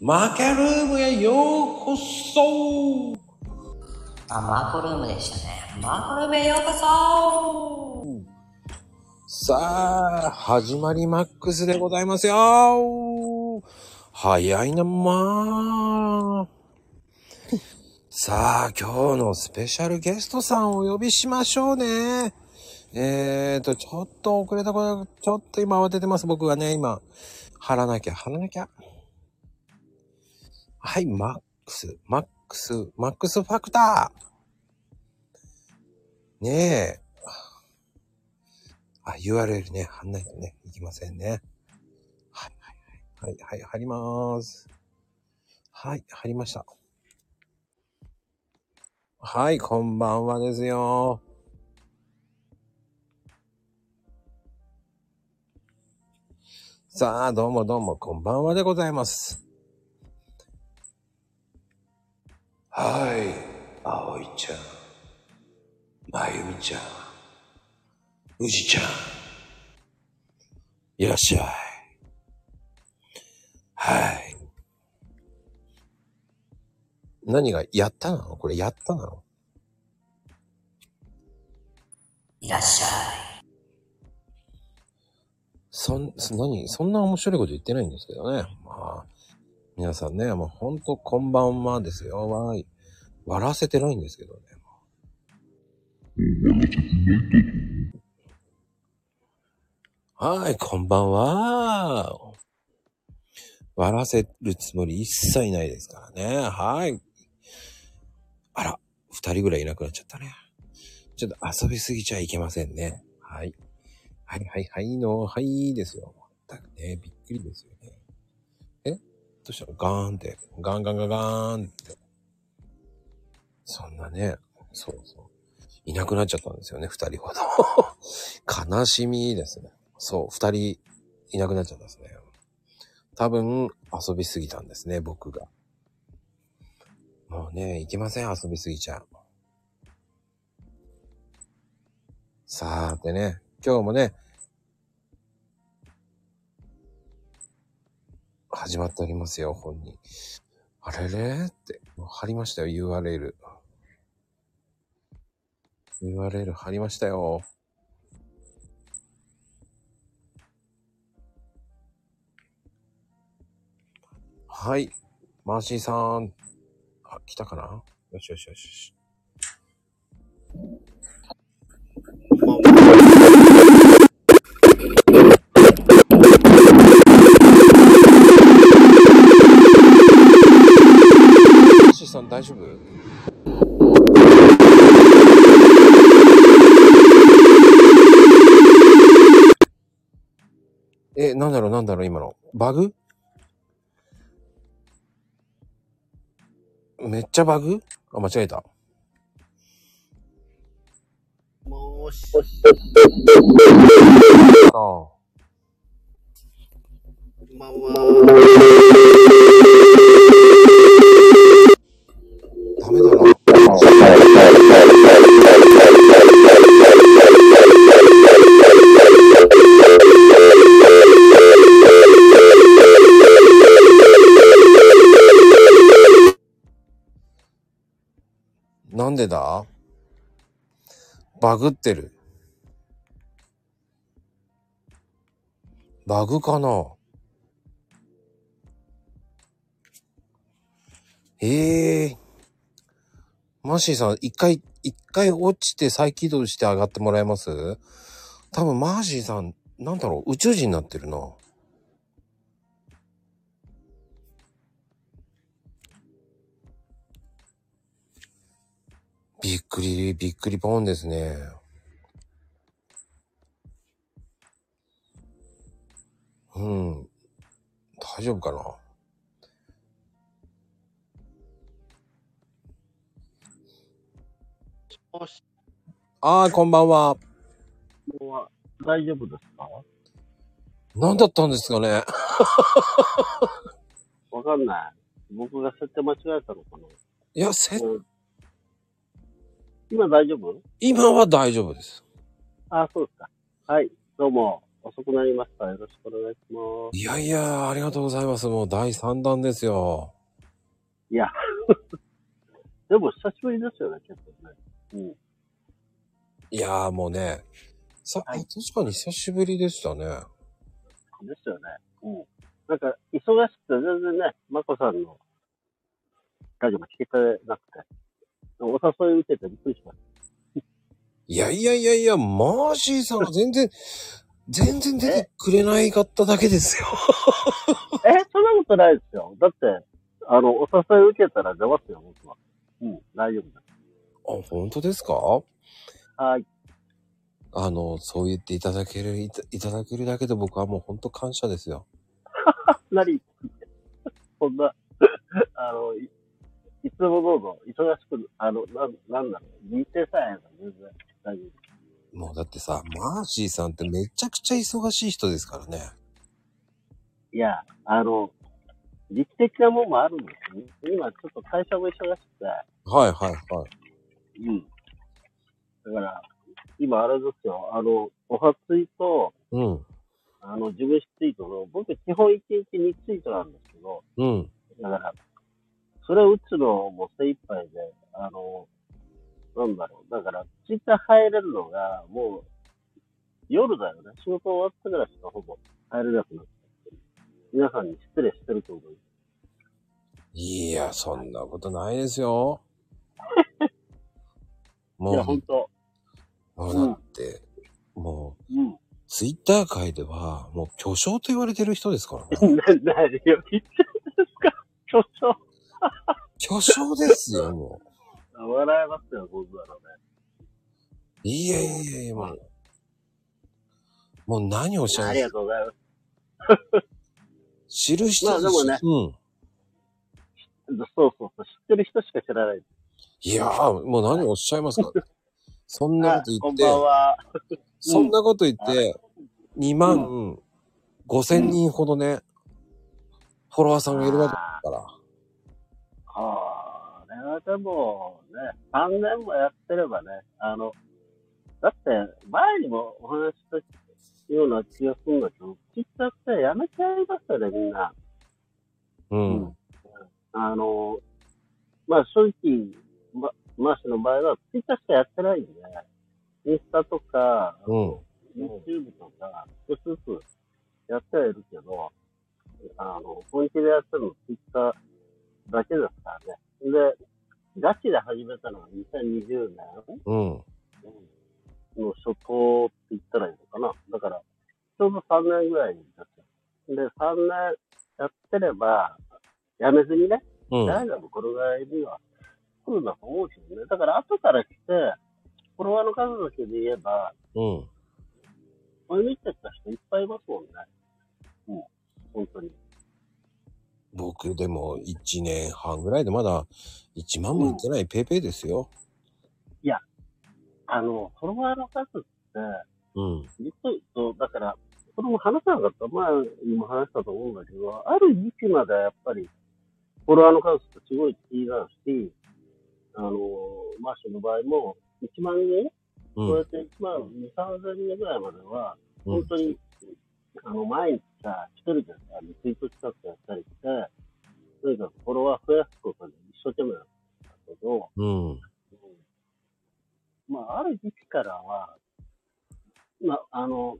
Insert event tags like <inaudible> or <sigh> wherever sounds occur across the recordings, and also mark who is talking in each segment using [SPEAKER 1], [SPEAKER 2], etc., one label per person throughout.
[SPEAKER 1] マケルームへようこそ
[SPEAKER 2] あ、マーコルームでしたね。マーコルームへようこそ
[SPEAKER 1] さあ、始まりマックスでございますよ早いな、まあ。さあ、今日のスペシャルゲストさんをお呼びしましょうね。えーと、ちょっと遅れたこと、ちょっと今慌ててます、僕がね、今。貼らなきゃ、貼らなきゃ。はい、マックス、マックス、マックスファクター。ねえ。あ、URL ね、貼んないとね、いきませんね。はい、はい、はい、はい、はい、貼りまーす。はい、貼りました。はい、こんばんはですよ。さあ、どうもどうも、こんばんはでございます。はい、あおいちゃん、まゆみちゃん、うじちゃん、いらっしゃい。はい。何が、やったなのこれ、やったなの
[SPEAKER 2] いらっしゃ
[SPEAKER 1] そん、そ何そんな面白いこと言ってないんですけどね。まあ、皆さんね、もうほんとこんばんはですよ。わーい。笑わせてないんですけどね。はい、こんばんは。笑わせるつもり一切ないですからね。はい。あら、二人ぐらいいなくなっちゃったね。ちょっと遊びすぎちゃいけませんね。はい。はいはいはいの、はいですよ。まったくね、びっくりですよね。えどうしたのガーンって、ガンガンガンガーンって。そんなね、そうそう。いなくなっちゃったんですよね、二人ほど。 <laughs> 悲しみですね。そう、二人いなくなっちゃったんですね。多分、遊びすぎたんですね、僕が。もうね、いけません、遊びすぎちゃう。さーてね、今日もね、始まっておりますよ、本人。あれれって、もう貼りましたよ、URL。URL 貼りましたよ。はい。マーシーさん。あ、来たかなよしよしよしよし。マーシーさん大丈夫え、なんだろうなんだろう今の。バグめっちゃバグあ、間違えた。
[SPEAKER 3] もーし。
[SPEAKER 1] あ
[SPEAKER 3] こんばんは。
[SPEAKER 1] ダメだな。なんでだバグってる。バグかなええマッシーさん、一回、一回落ちて再起動して上がってもらえます多分マーシーさん、なんだろう、宇宙人になってるな。びっくり、びっくりポンですね。うん。大丈夫かな
[SPEAKER 3] もし、
[SPEAKER 1] あー、こんばんは。
[SPEAKER 3] 今日は大丈夫ですか
[SPEAKER 1] 何だったんですかね
[SPEAKER 3] わかんない。僕が設定間違えたのかない
[SPEAKER 1] や、せ、
[SPEAKER 3] 今大丈夫
[SPEAKER 1] 今は大丈夫です。
[SPEAKER 3] あ、そうですか。はい、どうも。遅くなりました。よろしくお願いします。
[SPEAKER 1] いやいや、ありがとうございます。もう第3弾ですよ。
[SPEAKER 3] いや、でも久しぶりですよね、結構ね。うん。
[SPEAKER 1] いやーもうね、さ、あ確かに久しぶりでしたね。
[SPEAKER 3] ですよね。うん。なんか、忙しくて全然ね、まこさんのラジオも聞けてなくて、お誘い受けてびっくりしまし
[SPEAKER 1] いやいやいやいや、マーシーさんが全然、全然出てくれないかっただけですよ。
[SPEAKER 3] た。え、そんなことないですよ。だって、あの、お誘い受けたら出ますよ、僕は。うん、大丈夫で
[SPEAKER 1] あ、本当ですか
[SPEAKER 3] す。はい。
[SPEAKER 1] あの、そう言っていただける、いたいただけるだけで僕はもう本当感謝ですよ。
[SPEAKER 3] なり、 <laughs> そんな、 <laughs> あの、いいつもどうぞ、忙しく、あの、なん、なんだろう、認定さえあれば全然大丈夫。
[SPEAKER 1] もうだってさ、マーシーさんってめちゃくちゃ忙しい人ですからね。
[SPEAKER 3] いや、あの、時期的なもんもあるんですね。今ちょっと会社も忙しくて、
[SPEAKER 1] はいはいはい。
[SPEAKER 3] うん。だから、今あれですよ、あの、おはツイと、
[SPEAKER 1] うん、
[SPEAKER 3] あの、自分シツイートの、僕基本1日2ツイートなんですけど、
[SPEAKER 1] うん。
[SPEAKER 3] だから、それを打つのも精一杯で、あの、なんだろう、だから、ツイッター入れるのが、もう、夜だよね。仕事終わってからしかほぼ入れなくなって。皆さんに失礼してると思う。
[SPEAKER 1] いや、そんなことないですよ。も
[SPEAKER 3] <laughs> いうや、ほんと。
[SPEAKER 1] もうだって、もう、
[SPEAKER 3] うん。 <laughs>
[SPEAKER 1] ツイッター界では、もう巨匠と言われてる人ですからね。
[SPEAKER 3] な、なによ、言っちゃうんですかちょっと。
[SPEAKER 1] 巨匠ですよ、もう。
[SPEAKER 3] 笑えますよ、僕はね。
[SPEAKER 1] いやいやいやいや、もう。もう何をおっしゃ
[SPEAKER 3] あ
[SPEAKER 1] る
[SPEAKER 3] りがとうございます。
[SPEAKER 1] 知る人
[SPEAKER 3] まあでもね
[SPEAKER 1] うん。
[SPEAKER 3] そうそうそう、知ってる人しか知らない。
[SPEAKER 1] いやー、もう何をおっしゃい
[SPEAKER 3] <laughs>
[SPEAKER 1] ますか。そんな
[SPEAKER 3] あ
[SPEAKER 1] こと
[SPEAKER 3] こ
[SPEAKER 1] 言っ
[SPEAKER 3] ん
[SPEAKER 1] て、
[SPEAKER 3] ばんは。
[SPEAKER 1] そんなこと言って、2万5千人ほどね、フォロワーさんがいるわけだから。
[SPEAKER 3] あれはでも、ね、3年もやってればね、あの、だって、前にもお話ししたような気がするんだけど、ツイッターってやめちゃいますよね、みんな。
[SPEAKER 1] うん。
[SPEAKER 3] あの、まあ正直、ま、マーシュの場合は、ツイッターしかやってないんで、インスタとか、
[SPEAKER 1] うん。
[SPEAKER 3] YouTube とか、少しずつやってはいるけど、あの、本気でやってるの Twitter だけですからね。で、ガチで始めたのは2020年
[SPEAKER 1] うん。
[SPEAKER 3] の初頭って言ったらいいのかな。だから、ちょうど3年ぐらいに経ってるで、3年やってれば、やめずにね、
[SPEAKER 1] うん。
[SPEAKER 3] 大学これぐらいには来るんだと思うけどね。だから後から来て、フォロワーの数だけで言えば、
[SPEAKER 1] うん。
[SPEAKER 3] 追い抜いてった人いっぱいいますもんね。うん。本当に。
[SPEAKER 1] 僕でも1年半ぐらいでまだ1万もいってないペーペーですよ。
[SPEAKER 3] あの、フォロワーの数って、
[SPEAKER 1] うん。
[SPEAKER 3] 実は言うと、だから、これも話さなかった。前にも話したと思うんだけど、ある時期までやっぱり、フォロワーの数ってすごい気になるし、あの、マッシュの場合も、1万人
[SPEAKER 1] う
[SPEAKER 3] 超え
[SPEAKER 1] ん。
[SPEAKER 3] て1万2、3000人ぐらいまでは、
[SPEAKER 1] うん
[SPEAKER 3] 本当に、あの、毎日さ、一人でさ、リツイート企画やったりして、とにかくフォロワー増やすことに一生懸命だったけど、
[SPEAKER 1] うん。
[SPEAKER 3] まあ、ある時期からは、まあ、あの、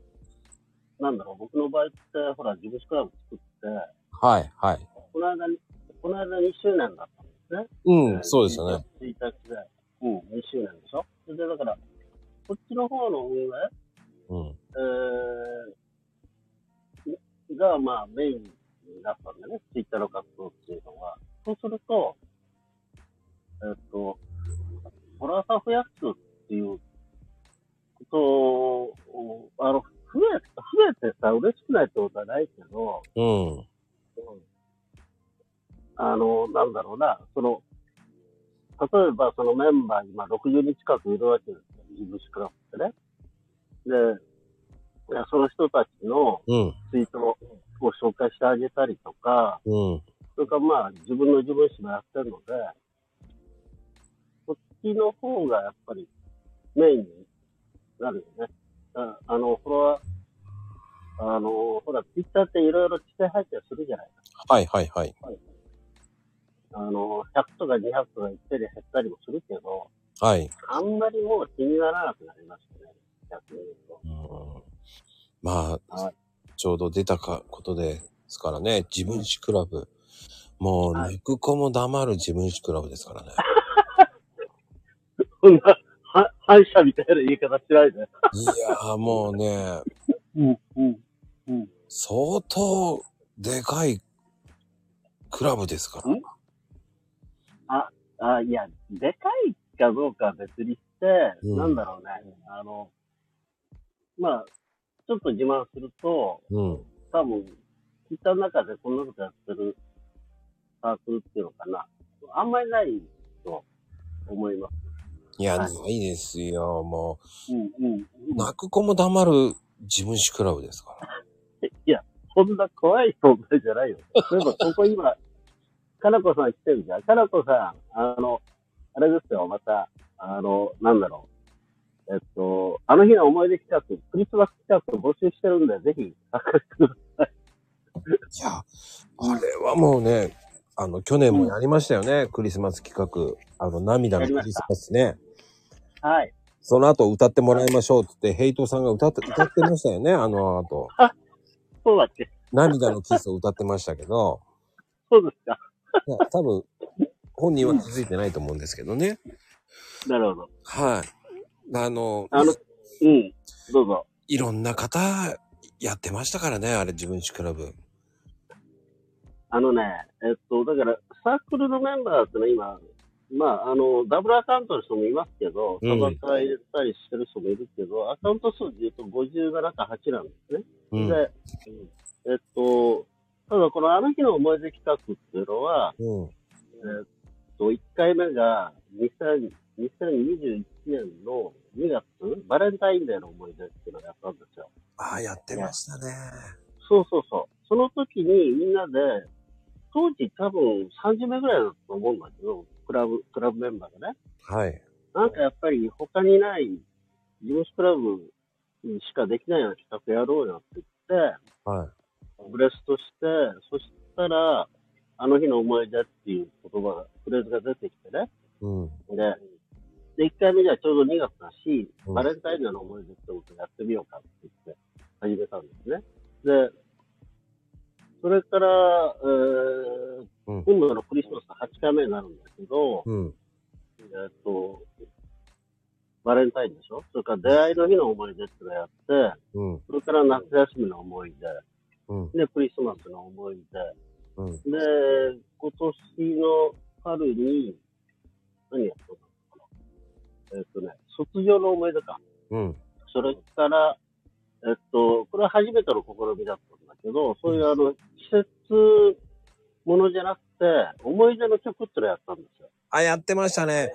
[SPEAKER 3] なんだろう、僕の場合って、ほら、事務所クラブ作って、
[SPEAKER 1] はい、はい。
[SPEAKER 3] この間に、この間2周年だったんですね。
[SPEAKER 1] うん、そうですよね。。
[SPEAKER 3] 1日で、うん、2周年でしょ。それで、だから、こっちの方の運営、
[SPEAKER 1] うん。
[SPEAKER 3] えー、が、まあ、メインになったんだよね。ツイッターの活動っていうのは。そうすると、えっと、フォロワーさん増やすっていうことを、あの、増え、増えてさ、嬉しくないってことはないけど、
[SPEAKER 1] うん。
[SPEAKER 3] あの、なんだろうな、その、例えばそのメンバーにまあ60人近くいるわけですよ。事務所クラブってね。で、いやその人たちの
[SPEAKER 1] うん。
[SPEAKER 3] ツイートを紹介してあげたりとか、
[SPEAKER 1] うん。
[SPEAKER 3] それからまあ自分の自分史もやってるので、こっちの方がやっぱりメインになるよね。ああの、フォロワーあの、ほら、ツイッターっていろいろ規制配置をするじゃないです
[SPEAKER 1] はいはいはい。
[SPEAKER 3] か。あの、100とか200とかいったり減ったりもするけど、
[SPEAKER 1] はい。
[SPEAKER 3] あんまりもう気にならなくなりましたね。逆に言うと。
[SPEAKER 1] うんまあ、
[SPEAKER 3] はい
[SPEAKER 1] ちょうど出たかことですからね、自分史クラブ。もう、
[SPEAKER 3] は
[SPEAKER 1] 抜く子も黙る自分史クラブですからね。
[SPEAKER 3] そんな、は <laughs> 反射みたいな言い方しないで。
[SPEAKER 1] いやーもうね、
[SPEAKER 3] うん、うん、うん。
[SPEAKER 1] 相当でかいクラブですから。
[SPEAKER 3] んあ、いや、でかいかどうかは別にして、
[SPEAKER 1] うん
[SPEAKER 3] なんだろうね。あの、まあ、ちょっと自慢すると、
[SPEAKER 1] うん。
[SPEAKER 3] 多分、ツイッターの中でこんなことやってるサークルっていうのかな。あんまりないと思いま
[SPEAKER 1] いや、
[SPEAKER 3] はい
[SPEAKER 1] ないですよ。も
[SPEAKER 3] す。うん、うん。
[SPEAKER 1] う、泣く子も黙る自分史クラブですから。
[SPEAKER 3] いや、そんな怖い存在じゃ <laughs> ないよ。例えば、ここ今、かなこさん来てるじゃん。かなこさん、あの、あれですよ、また、あの、なんだろう。えっと、あの日の思い出企画、クリスマス企画を募集してるんで、ぜひ、参加してくださ
[SPEAKER 1] いや、あれはもうね、あの、去年もやりましたよね。クリスマス企画。あの、涙のクリスマスね。
[SPEAKER 3] い。はい。
[SPEAKER 1] その後歌ってもらいましょうって言って、ヘイトさんが歌って、歌ってましたよね。あの後。
[SPEAKER 3] そうだっけ
[SPEAKER 1] 涙のキスを歌ってましたけど、
[SPEAKER 3] そうですか。
[SPEAKER 1] いや多分、本人は気づいてないと思うんですけどね。
[SPEAKER 3] なるほど。
[SPEAKER 1] はい。あの、
[SPEAKER 3] あの、うん。どうぞ。
[SPEAKER 1] いろんな方、やってましたからね、あれ、自分史クラブ。
[SPEAKER 3] あのね、えっと、だから、サークルのメンバーってのは今、まあ、あの、ダブルアカウントの人もいますけど、
[SPEAKER 1] うん
[SPEAKER 3] サバサ入れたりしてる人もいるけど、アカウント数で言うと57か8なんですね。
[SPEAKER 1] うん。
[SPEAKER 3] で、えっと、ただこのあの日の思い出企画っていうのは、
[SPEAKER 1] うん。
[SPEAKER 3] えっと、1回目が2000 2021年の2月、バレンタインデーの思い出っていうのをやったんですよ。
[SPEAKER 1] ああ、やってましたね。
[SPEAKER 3] そうそうそう。その時にみんなで、当時多分30名ぐらいだと思うんだけど、クラブ、クラブメンバーがね。
[SPEAKER 1] はい。
[SPEAKER 3] なんかやっぱり他にない、事務所クラブにしかできないような企画やろうよって言って、
[SPEAKER 1] はい。
[SPEAKER 3] ブレストして、そしたら、あの日の思い出っていう言葉が、フレーズが出てきてね。
[SPEAKER 1] うん。
[SPEAKER 3] で、で、1回目じゃちょうど2月だし、
[SPEAKER 1] うん
[SPEAKER 3] バレンタインデーの思い出ってことやってみようかって言って始めたんですね。で、それから、えー
[SPEAKER 1] うん
[SPEAKER 3] 今度のクリスマスの8回目になるんだけど、
[SPEAKER 1] うん。
[SPEAKER 3] えーっと、バレンタインでしょそれから出会いの日の思い出ってのやって、
[SPEAKER 1] うん。
[SPEAKER 3] それから夏休みの思い
[SPEAKER 1] うん。
[SPEAKER 3] 出、で、クリスマスの思い出、
[SPEAKER 1] うん。
[SPEAKER 3] で、今年の春に、何やったのかなえっとね、卒業の思い出か。
[SPEAKER 1] うん。
[SPEAKER 3] それから、えっと、これは初めての試みだったんだけど、そういうあの、季節ものじゃなくて、思い出の曲ってのやったんですよ。
[SPEAKER 1] あ、やってましたね。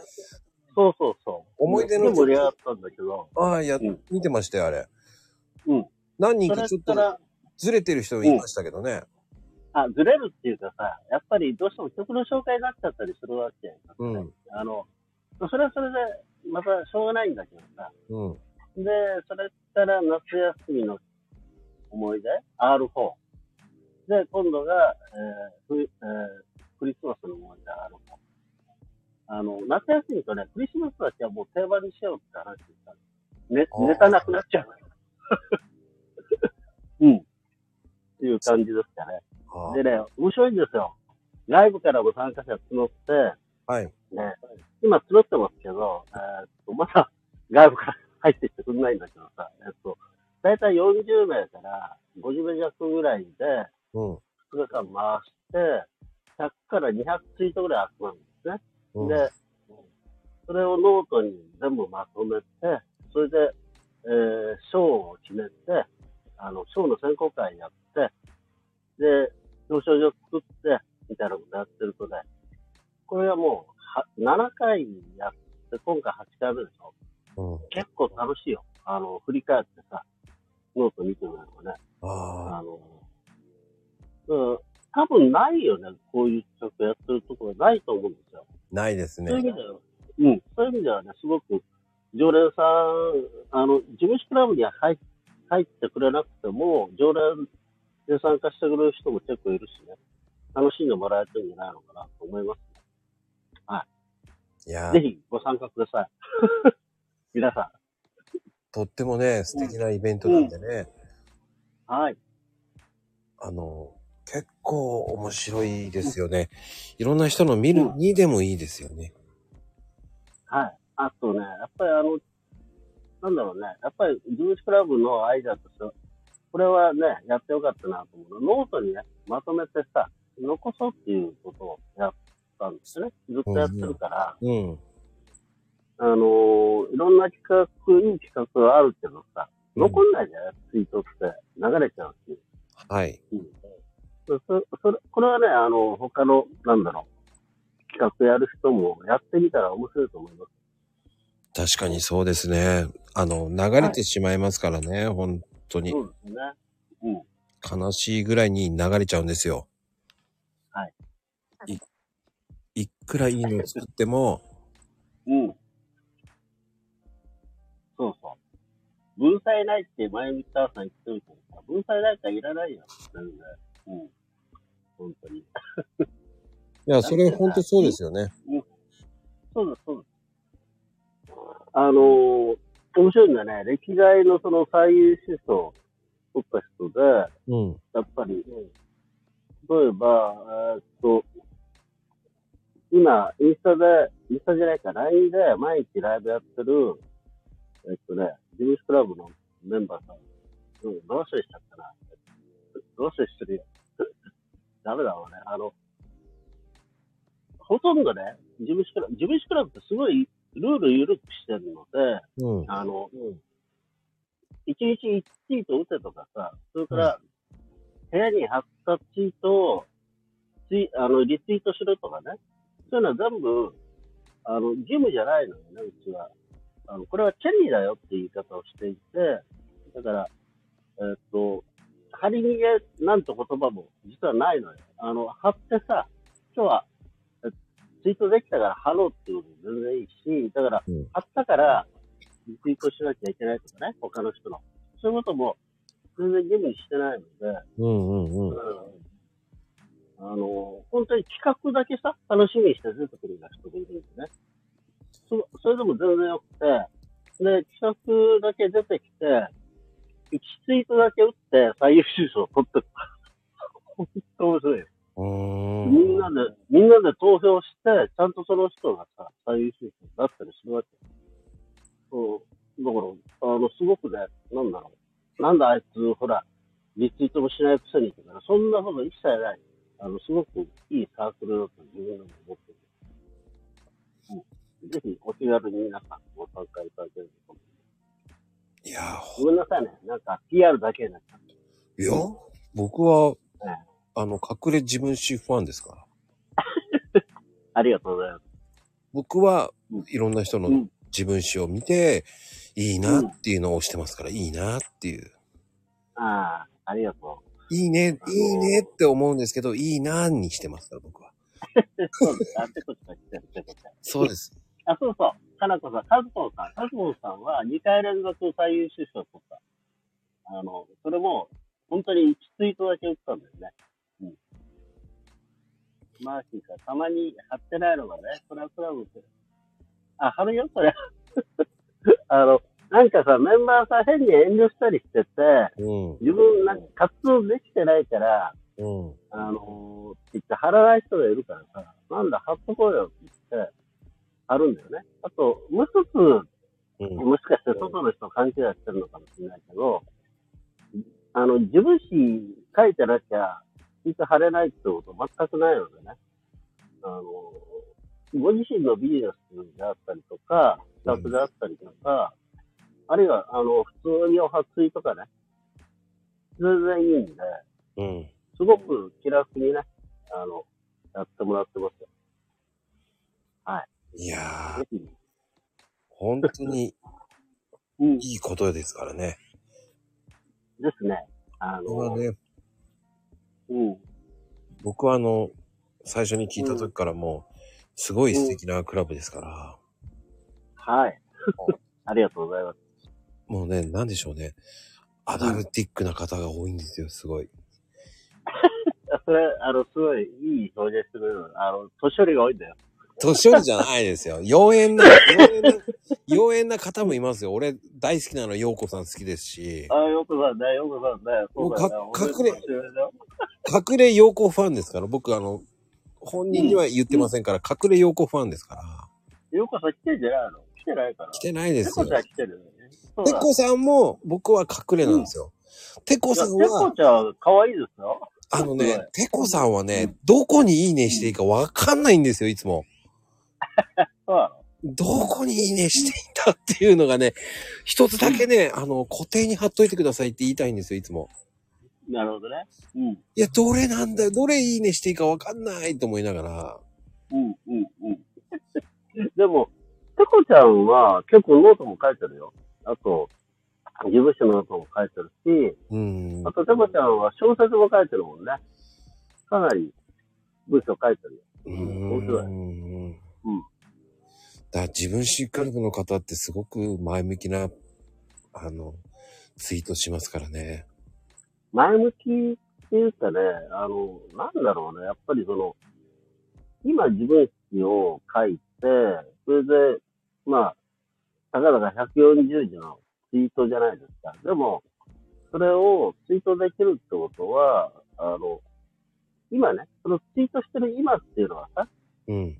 [SPEAKER 3] そうそうそう。
[SPEAKER 1] 思い出の曲
[SPEAKER 3] で盛り上がったんだけど、
[SPEAKER 1] ああ、や、
[SPEAKER 3] うん
[SPEAKER 1] 見てましたよ、あれ。
[SPEAKER 3] うん。
[SPEAKER 1] 何人
[SPEAKER 3] そ
[SPEAKER 1] かちょ
[SPEAKER 3] れ
[SPEAKER 1] っ
[SPEAKER 3] か
[SPEAKER 1] と
[SPEAKER 3] ら、
[SPEAKER 1] ずれてる人いましたけどね。
[SPEAKER 3] あ、ずれるっていうかさ、やっぱりどうしても曲の紹介になっちゃったりするわけやんか。
[SPEAKER 1] うん。
[SPEAKER 3] あの、それはそれで、またしょうがないんだけどさ、
[SPEAKER 1] うん。
[SPEAKER 3] で、それから夏休みの思い出、R4。で、今度が、えーふえークリスマスの思い出、R4。あの、夏休みとね、クリスマスだけはもう定番にしようって話してた
[SPEAKER 1] あー
[SPEAKER 3] ね、ネタなくなっちゃう。 <laughs> うん。っていう感じですかね。
[SPEAKER 1] あ
[SPEAKER 3] でね、面白いんですよ。外部からも参加者募って、
[SPEAKER 1] あはい。
[SPEAKER 3] ね、今募ってますけど、えーっと、まだ外部から入ってきてくんないんだけどさ、えーっと、だいたい40名から50名弱ぐらいで、
[SPEAKER 1] うん。
[SPEAKER 3] 2日間回して、100から200ツイートぐらい集まるんですね。
[SPEAKER 1] うん。
[SPEAKER 3] で、それをノートに全部まとめて、それで、えー、賞を決めて、あの、賞の選考会やって、で、表彰状作って、みたいなことやってるとね、これはもう、は7回やって、今回8回目でしょ。
[SPEAKER 1] うん。
[SPEAKER 3] 結構楽しいよ。あの、振り返ってさ、ノート見てみるとね、
[SPEAKER 1] ああ。
[SPEAKER 3] あの、うん、多分ないよね、こういう企画やってるところないと思うんですよ。
[SPEAKER 1] ないですね
[SPEAKER 3] そういう。意味では、うん、そういう意味ではね、すごく、常連さん、あの、事務所クラブには入入ってくれなくても、常連で参加してくれる人も結構いるしね、楽しんでもらえてるんじゃないのかなと思いま
[SPEAKER 1] いや
[SPEAKER 3] す。
[SPEAKER 1] ー
[SPEAKER 3] ぜひご参加ください。 <laughs> 皆さ
[SPEAKER 1] とってもね、素敵なイベントなんでね、
[SPEAKER 3] ん。はい。
[SPEAKER 1] あの、結構面白いですよね。いろんな人の見るにでもいいですよね。
[SPEAKER 3] はい。あとね、やっぱりあの、なんだろうね、やっぱりジムシクラブのアイデアとして、これはね、やってよかったなと思うの。ノートにね、まとめてさ、残そうっていうことをやったんですね。ずっとやってるから。
[SPEAKER 1] うん。
[SPEAKER 3] あのーいろんな企画、いい企画があるけどさ、残んないじゃない、ツイートって流れちゃうし。
[SPEAKER 1] はい。
[SPEAKER 3] そそそれこれはね、あの、他の、なんだろう、企画やる人もやってみたら面白いと思います。
[SPEAKER 1] 確かにそうですね。あの、流れてしまいますからね、本当に。
[SPEAKER 3] そうですね。うん。
[SPEAKER 1] 悲しいぐらいに流れちゃうんですよ。
[SPEAKER 3] はい。
[SPEAKER 1] い、いくらいいの作って
[SPEAKER 3] <laughs>
[SPEAKER 1] も、
[SPEAKER 3] うん。そうそう。文才ないって前見たさん言ってるけどさ、文才ないからいらないよ。全然。うん。本当に。
[SPEAKER 1] いや、それ本当そうですよね。
[SPEAKER 3] そうです、そうです。あのー面白いのはね、歴代のその最優秀賞を取った人で、
[SPEAKER 1] うん。
[SPEAKER 3] やっぱり、例えば、えーっと、今、インスタで、インスタじゃないか、LINE で毎日ライブやってる、えーっとね、ジムスクラブのメンバーさん、うん、どうしようしちゃったな。どうしようしてるよ。 <laughs> ダメだわね。あの、ほとんどね、ジムスクラブ、ジムスクラブってすごいルール緩くしてるので、
[SPEAKER 1] うん。
[SPEAKER 3] あの、一日一チート打てとかさ、それから、部屋に貼ったチートをツイあのリツイートしろとかね。そういうのは全部、あの、義務じゃないのよね、うちは。あの、これは権利だよっていう言い方をしていて、だから、えーっと、張り逃げなんて言葉も実はないのよ。あの、貼ってさ、今日は、えツイートできたから貼ろうっていうのも全然いいし、だから
[SPEAKER 1] うん、
[SPEAKER 3] 貼ったから、リツイートしなきゃいけないとかね、他の人の。そういうことも全然義務にしてないので、
[SPEAKER 1] うんうんうん。
[SPEAKER 3] うんあの、本当に企画だけさ、楽しみにして出てくるような人がいるんでね。そ、それでも全然良くて、で、企画だけ出てきて、1ツイートだけ打って最優秀賞を取ってった。 <laughs> 本当面白いよ。
[SPEAKER 1] うーん。
[SPEAKER 3] みんなで、みんなで投票して、ちゃんとその人がさ、最優秀賞になったりするわけ。そう。だから、あの、すごくね、なんだろう。なんだあいつ、ほら、リツイートもしないくせにってから、そんなこと一切ない。あの、すごくいいサークルだと自分でも思ってる。うん。ぜひ、お気軽に皆さんご参加いただけると。
[SPEAKER 1] いや、ほ
[SPEAKER 3] ごめんなさいね。なんか、PR だけになっちゃって。
[SPEAKER 1] いや、僕は、あの、隠れ自分史ファンですから。
[SPEAKER 3] ありがとうございます。
[SPEAKER 1] 僕は
[SPEAKER 3] うん、
[SPEAKER 1] いろんな人
[SPEAKER 3] う
[SPEAKER 1] の
[SPEAKER 3] ん
[SPEAKER 1] 自分史を見て、いいなっていうのを押してますから、いいなっていう。
[SPEAKER 3] ああ、ありがとう。
[SPEAKER 1] いいね、
[SPEAKER 3] うん
[SPEAKER 1] いいねって思うんですけど、いいなにしてますから、僕は。
[SPEAKER 3] そうです。あ、てこちか来てる、てこちか。
[SPEAKER 1] そうです。
[SPEAKER 3] あ、そうそう。かなこさん、カズポンさん。カズポンさんは2回連続最優秀賞を取った。あの、それも、本当に1ツイートだけ打ったんだよね。うん。マーキーさん、たまに貼ってないのがね、それはクラブって。あ、貼るよ、それ。 <laughs> あの、なんかさ、メンバーさ、変に遠慮したりしてて、
[SPEAKER 1] うん。
[SPEAKER 3] 自分、なんか活動できてないから、
[SPEAKER 1] うん。
[SPEAKER 3] あのー、って言って、貼らない人がいるからさ、なんだ、貼っとこうよって言って、貼るんだよね。あと、もう一つ、
[SPEAKER 1] うん。
[SPEAKER 3] もしかして外の人関係やってるのかもしれないけど、あの、自分誌書いてなきゃ、いつ貼れないってこと全くないのでね。あの、ご自身のビジネスであったりとか、企画であったりとか、あるいは、あの、普通にお発水とかね、全然いいんで、
[SPEAKER 1] うん。
[SPEAKER 3] すごく気楽にね、あの、やってもらってますよ。
[SPEAKER 1] いやー
[SPEAKER 3] ぜ、ひ
[SPEAKER 1] 本当に
[SPEAKER 3] うん。で
[SPEAKER 1] いいことですからね。
[SPEAKER 3] すね。あ
[SPEAKER 1] 僕は
[SPEAKER 3] の、
[SPEAKER 1] ね、
[SPEAKER 3] うん。
[SPEAKER 1] 僕はあの、最初に聞いた時からもう、すごい素敵なクラブですから、
[SPEAKER 3] <laughs> はい。ありがとうございます。
[SPEAKER 1] もうね、なんでしょうね。アダルティックな方が多いんですよ、すごい。
[SPEAKER 3] それ、あの、すごいいい表現する、あの、年寄りが多いんだよ。
[SPEAKER 1] 年寄りじゃないですよ。妖艶な、妖艶な、妖艶な方もいますよ。俺大好きなの、陽子さん好きですし、
[SPEAKER 3] あ、よくさんだよ、よくさんだよ。そうだよ
[SPEAKER 1] もうか隠れ
[SPEAKER 3] 俺年寄りだよ
[SPEAKER 1] 隠れ陽子ファンですから、僕あの、本人には言ってませんから、隠れ陽子ファンですから。
[SPEAKER 3] よくさん来てんじゃないの来てないから。
[SPEAKER 1] 来てないで
[SPEAKER 3] て
[SPEAKER 1] す
[SPEAKER 3] こ
[SPEAKER 1] よ
[SPEAKER 3] ち。ゃん来てるよね。そう
[SPEAKER 1] て
[SPEAKER 3] だ
[SPEAKER 1] こさんも、僕は隠れなんですよ。てこさん
[SPEAKER 3] いやて
[SPEAKER 1] は
[SPEAKER 3] こ、ちゃん、可愛いですよ。
[SPEAKER 1] あの
[SPEAKER 3] すご
[SPEAKER 1] ね
[SPEAKER 3] い、
[SPEAKER 1] てこさんはね、どこにいいねしていいかわかんないんですよ、いつも。
[SPEAKER 3] そうなの
[SPEAKER 1] どこにいいねしていいんだっていうのがね、一つだけね、あの、固定に貼っといてくださいって言いたいんですよ、いつも。
[SPEAKER 3] なるほどね。うん。
[SPEAKER 1] いや、どれなんだよ、どれいいねしていいかわかんないと思いながら。
[SPEAKER 3] うんうんうん。でも、てこちゃんは結構ノートも書いてるよ。あと、事務所のノートも書いてるし、
[SPEAKER 1] うん
[SPEAKER 3] あ。とてこちゃんは小説も書いてるもんね。かなり文章書いてるよ。面白い
[SPEAKER 1] うん。
[SPEAKER 3] うん
[SPEAKER 1] だから自分史クラブの方ってすごく前向きな、あの、ツイートしますからね。
[SPEAKER 3] 前向きっていうかね、あの、なんだろうね。やっぱりその、今自分史を書いて、それで、まあ、たかだか140字のツイートじゃないですか。でも、それをツイートできるってことは、あの、今ね、そのツイートしてる今っていうのはさ、
[SPEAKER 1] うん。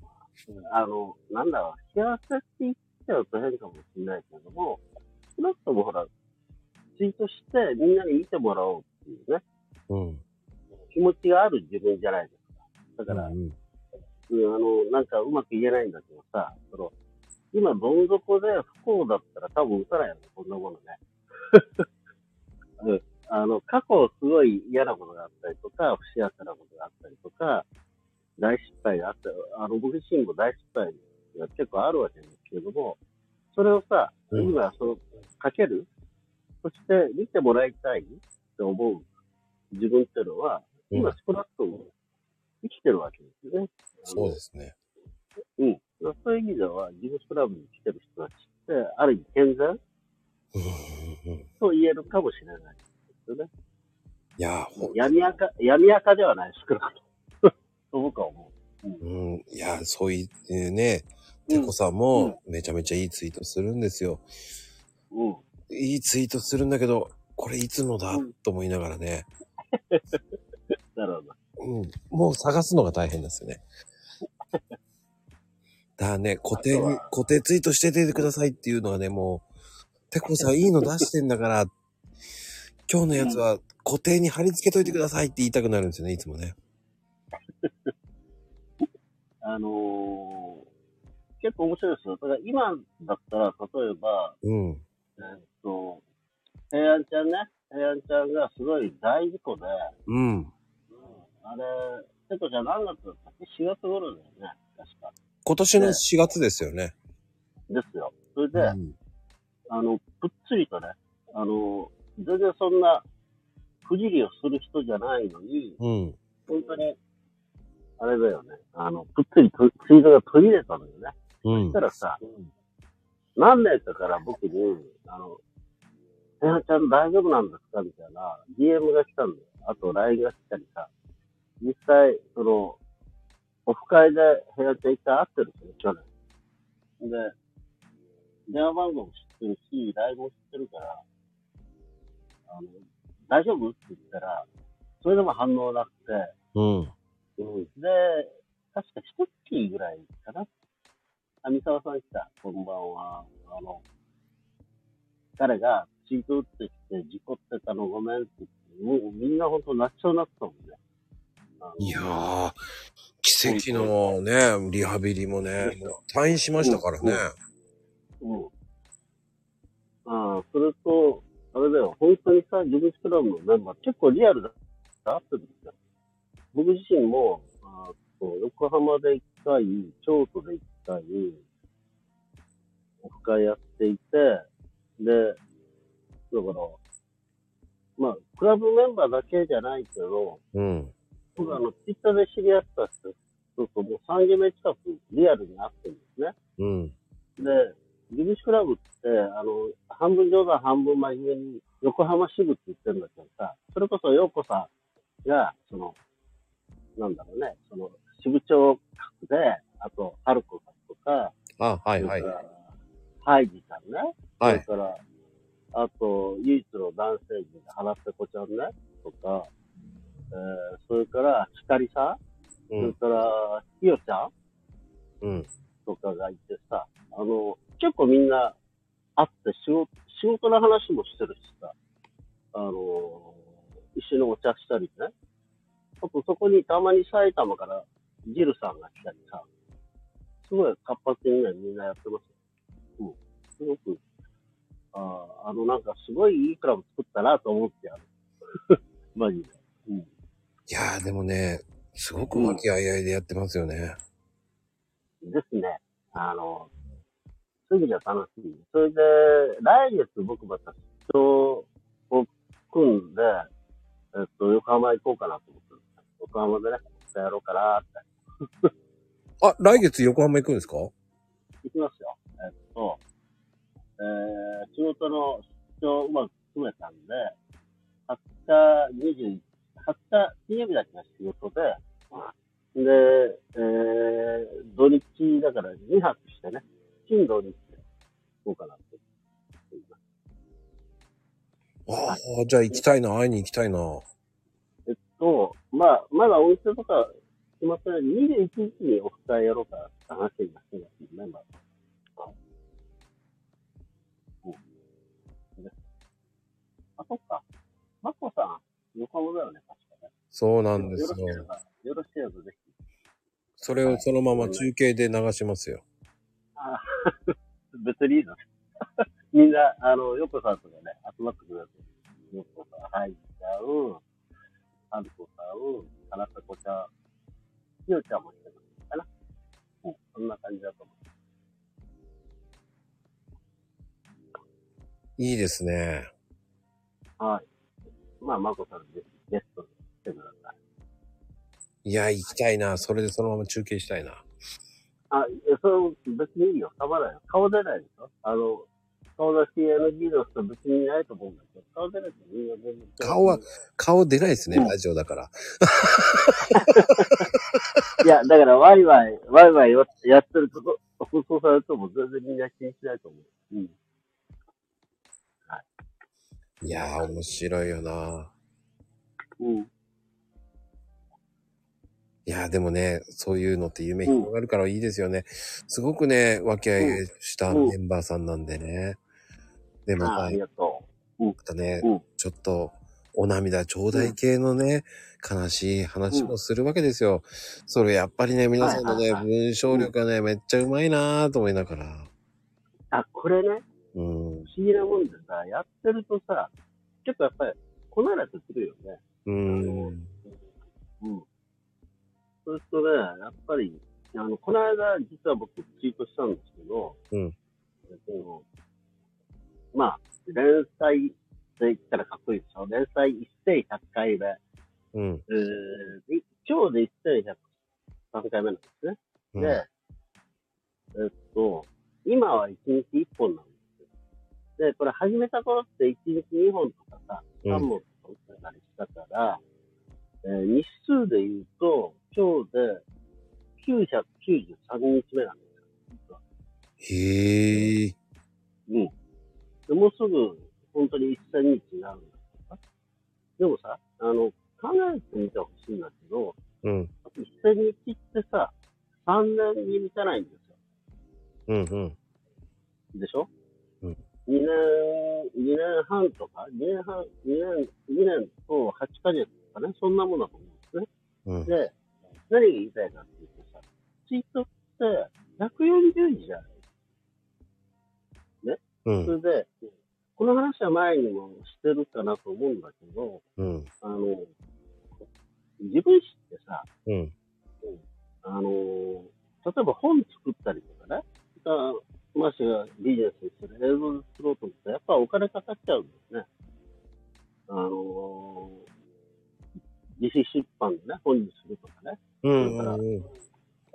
[SPEAKER 3] あの、なんだろう、幸せって言っちゃうと変かもしれないけども、少なくともほら、ツイートしてみんなに見てもらおうっていうね、
[SPEAKER 1] うん。
[SPEAKER 3] 気持ちがある自分じゃないですか。だから、
[SPEAKER 1] うん
[SPEAKER 3] うんあの、なんかうまく言えないんだけどさ、その、今、どん底で不幸だったら多分打たないよね、こんなものね。 <laughs> うんあの、過去すごい嫌なことがあったりとか、不幸せなことがあったりとか、大失敗があった、あの、僕自身も大失敗が結構あるわけですけれども、それをさ、
[SPEAKER 1] うん
[SPEAKER 3] 今、その、かける、そして見てもらいたいって思う自分っていうのは、今少なくとも生きてるわけですよね。
[SPEAKER 1] そうですね。
[SPEAKER 3] うん。そういう意味では、ジムスクラブに来てる人たちって、ある意味健全
[SPEAKER 1] うんうんうん
[SPEAKER 3] と言えるかもしれないですよね。
[SPEAKER 1] いや、ほん
[SPEAKER 3] 闇垢、闇垢ではない、少なくとも。 <laughs> と僕は思
[SPEAKER 1] うん、いや、そう言ってね、てこさんもめちゃめちゃいいツイートするんですよ。
[SPEAKER 3] う。うん。
[SPEAKER 1] いいツイートするんだけど、これいつのだ
[SPEAKER 3] うん
[SPEAKER 1] と思いながらね、
[SPEAKER 3] なるほど。
[SPEAKER 1] うん、もう探すのが大変ですよね。だからね、固定
[SPEAKER 3] あと
[SPEAKER 1] に
[SPEAKER 3] は、
[SPEAKER 1] 固定ツイートしててくださいっていうのはね、もう、てこさんいいの出してんだから、今日のやつは固定に貼り付けといてくださいって言いたくなるんですよね、いつもね。
[SPEAKER 3] あのー、結構面白いですよ。だから今だったら、例えば、
[SPEAKER 1] うん。
[SPEAKER 3] えーっと、平安ちゃんね、平安ちゃんがすごい大事故で、
[SPEAKER 1] うん。
[SPEAKER 3] あれ、てこちゃん何月だったっけ ?4 月頃だよね、確か。
[SPEAKER 1] 今年の4月ですよね。
[SPEAKER 3] ですよ。それで、
[SPEAKER 1] うん。
[SPEAKER 3] あの、ぷっつりとね、あの、全然そんな、不義理をする人じゃないのに、
[SPEAKER 1] うん。
[SPEAKER 3] 本当に、あれだよね、あの、ぷっつりとツイートが途切れたのよね。
[SPEAKER 1] うん
[SPEAKER 3] そしたらさ、何年かから僕に、あの、せなちゃん大丈夫なんですかみたいな、DM が来たんだよ。あと、LINE が来たりさ、実際、その、オフ会でヘアちゃん一回会ってるんですよ、去年。で、電話番号も知ってるし、LINE も知ってるから、あの、大丈夫って言ったら、それでも反応なくて、
[SPEAKER 1] うん。
[SPEAKER 3] で、確か一月ぐらいかな。あ、三沢さん来た。こんばんは。あの、彼がチート打ってきて、事故ってたのごめんって言って、もうみんな本当泣きそうになってたもんね。あの
[SPEAKER 1] いやー、奇跡のね、リハビリもね、退院しましたからね。
[SPEAKER 3] うん。ああ、それと、あれだよ、本当にさ、ジブスクラブのメンバー、結構リアルだったってんですよ。僕自身も、あーそう横浜で一回、京都で一回、オフ会やっていて、で、だから、まあ、クラブメンバーだけじゃないけど、
[SPEAKER 1] うん。
[SPEAKER 3] 僕あの、ツイッターで知り合った人ともう3名近くリアルに会ってるんですね。
[SPEAKER 1] うん。
[SPEAKER 3] で、ギブシクラブって、あの、半分冗談半分真面目に横浜支部って言ってるんだけどさ、それこそ陽子さんが、その、なんだろうね、その、支部長格で、あと、春子さんとか、
[SPEAKER 1] あ、はいはい
[SPEAKER 3] そ。れからハイジさんね、
[SPEAKER 1] は
[SPEAKER 3] それ
[SPEAKER 1] い。
[SPEAKER 3] から、あと、唯一の男性陣で、花ペコちゃんね、とか、えー、それから、ひかりさん、
[SPEAKER 1] うん。
[SPEAKER 3] それから、ひよちゃん
[SPEAKER 1] うん。
[SPEAKER 3] とかがいてさ、あの、結構みんな会って仕事、仕事の話もしてるしさ、あの、一緒にお茶したりね。あとそこにたまに埼玉からジルさんが来たりさ、すごい活発にね、みんなやってますよ。うん。すごく、あーあの、なんかすごいいいクラブ作ったなと思ってやる。 <laughs> マジで。うん。
[SPEAKER 1] いやー、でもね、すごく和気あいあいでやってますよね。
[SPEAKER 3] ですね。あの、そういう意味では楽しい。それで、来月僕また出張を組んで、えっと、横浜行こうかなと思ってるんですよ横浜でね、やろうかなって。
[SPEAKER 1] あ、来月横浜行くんですか
[SPEAKER 3] 行きますよ。えっと、えー、仕事の出張をうまく組めたんで、20日、21、20日、金曜日だけが仕事で、で、えー、土日だから2泊してね、金土日で行こうかなって。
[SPEAKER 1] ああ、じゃあ行きたいな、会いに行きたいな。
[SPEAKER 3] えっと、まあ、まだお店とか、決まってない。21日にお二人やろうかって話になってますよね、まだ。うんねあ、そっか。マコさん、横浜だよね、確かね。
[SPEAKER 1] そうなんで
[SPEAKER 3] よ
[SPEAKER 1] す
[SPEAKER 3] ろしけれ
[SPEAKER 1] よ。
[SPEAKER 3] ば、よろしければぜひ。
[SPEAKER 1] それをそのまま中継で流しますよ。
[SPEAKER 3] あ別にいいの。 <laughs> みんな、あの、ヨコさんとかね、集まってくれる。ヨコさん、ハイちゃん、ハルコさん、カナタコちゃん、ひよちゃんも来てくれるかな。うん、そんな感じだと思う。
[SPEAKER 1] いいですね。
[SPEAKER 3] まあ、マコさんぜひゲストに来てください。
[SPEAKER 1] いや、行きたいな。それでそのまま中継したいな。
[SPEAKER 3] あ、え、それ別にいいよ。構わないよ。顔出ないでしょあの、顔出し NG の人別にいないと思うんだけど、顔出ないとみんな全然。
[SPEAKER 1] 顔は顔出ないですね、
[SPEAKER 3] うん
[SPEAKER 1] ラジオだから。
[SPEAKER 3] いや、だから、ワイワイ、ワイワイやってるとこ、放送されるとも全然みんな気にしないと思う。うん。
[SPEAKER 1] いやー、面白いよな。
[SPEAKER 3] うん。
[SPEAKER 1] いやー、でもね、そういうのって夢広がるからいいですよね。すごくね、和気あいあいした
[SPEAKER 3] うん
[SPEAKER 1] メンバーさんなんでね。でも、
[SPEAKER 3] あ
[SPEAKER 1] ま
[SPEAKER 3] あ
[SPEAKER 1] あ
[SPEAKER 3] り
[SPEAKER 1] ま
[SPEAKER 3] がと
[SPEAKER 1] たね
[SPEAKER 3] う。、うん。
[SPEAKER 1] ちょっと、お涙頂戴系のね、悲しい話もするわけですよ。それやっぱりね、皆さんのね、
[SPEAKER 3] はいはいはい
[SPEAKER 1] 文章力がね、めっちゃうまいなーと思いながら。
[SPEAKER 3] あ、これね、
[SPEAKER 1] うん
[SPEAKER 3] 不。思議なもんでさ、やってるとさ、ちょっとやっぱり、こなれてくるよね。
[SPEAKER 1] うん。
[SPEAKER 3] うん。そうするとね、やっぱり、あの、この間、実は僕、ツイートしたんですけど、
[SPEAKER 1] うん。
[SPEAKER 3] でも、まあ、連載って言ったらかっこいいでしょ連載1100回目。
[SPEAKER 1] うん。
[SPEAKER 3] えー、で今日で1103回目なんですね。
[SPEAKER 1] うん
[SPEAKER 3] で、えっと、今は1日1本なんですよ。で、これ始めた頃って1日2本とかさ、
[SPEAKER 1] う
[SPEAKER 3] 3
[SPEAKER 1] ん。
[SPEAKER 3] 本とか打ったりしたから、えー日数で言うと、今日で993日目なんですよ実は。
[SPEAKER 1] へえ。
[SPEAKER 3] うん。でもうすぐ、本当に1000日になるんだけどさ。でもさ、あの、考えてみてほしいんだけど、
[SPEAKER 1] うん。
[SPEAKER 3] 1000日ってさ、3年に満たないんですよ。
[SPEAKER 1] うん。うん。
[SPEAKER 3] でしょ
[SPEAKER 1] うん。
[SPEAKER 3] 2年、2年半とか、2年半、2年、2年と8ヶ月とかね、そんなものだと思うん
[SPEAKER 1] うん。
[SPEAKER 3] ですね。で、何が言いたいかっていうとさ、ツイートって140字じゃない
[SPEAKER 1] うん
[SPEAKER 3] そ。れで、この話は前にもしてるかなと思うんだけど、
[SPEAKER 1] うん。
[SPEAKER 3] あの、自分史ってさ、
[SPEAKER 1] うん。
[SPEAKER 3] あの、例えば本作ったりとかね、あマシがビジネスにする映像で作ろうと思って、やっぱお金かかっちゃうんですね。あの、自費出版でね、本にするとかね、
[SPEAKER 1] うん。うん。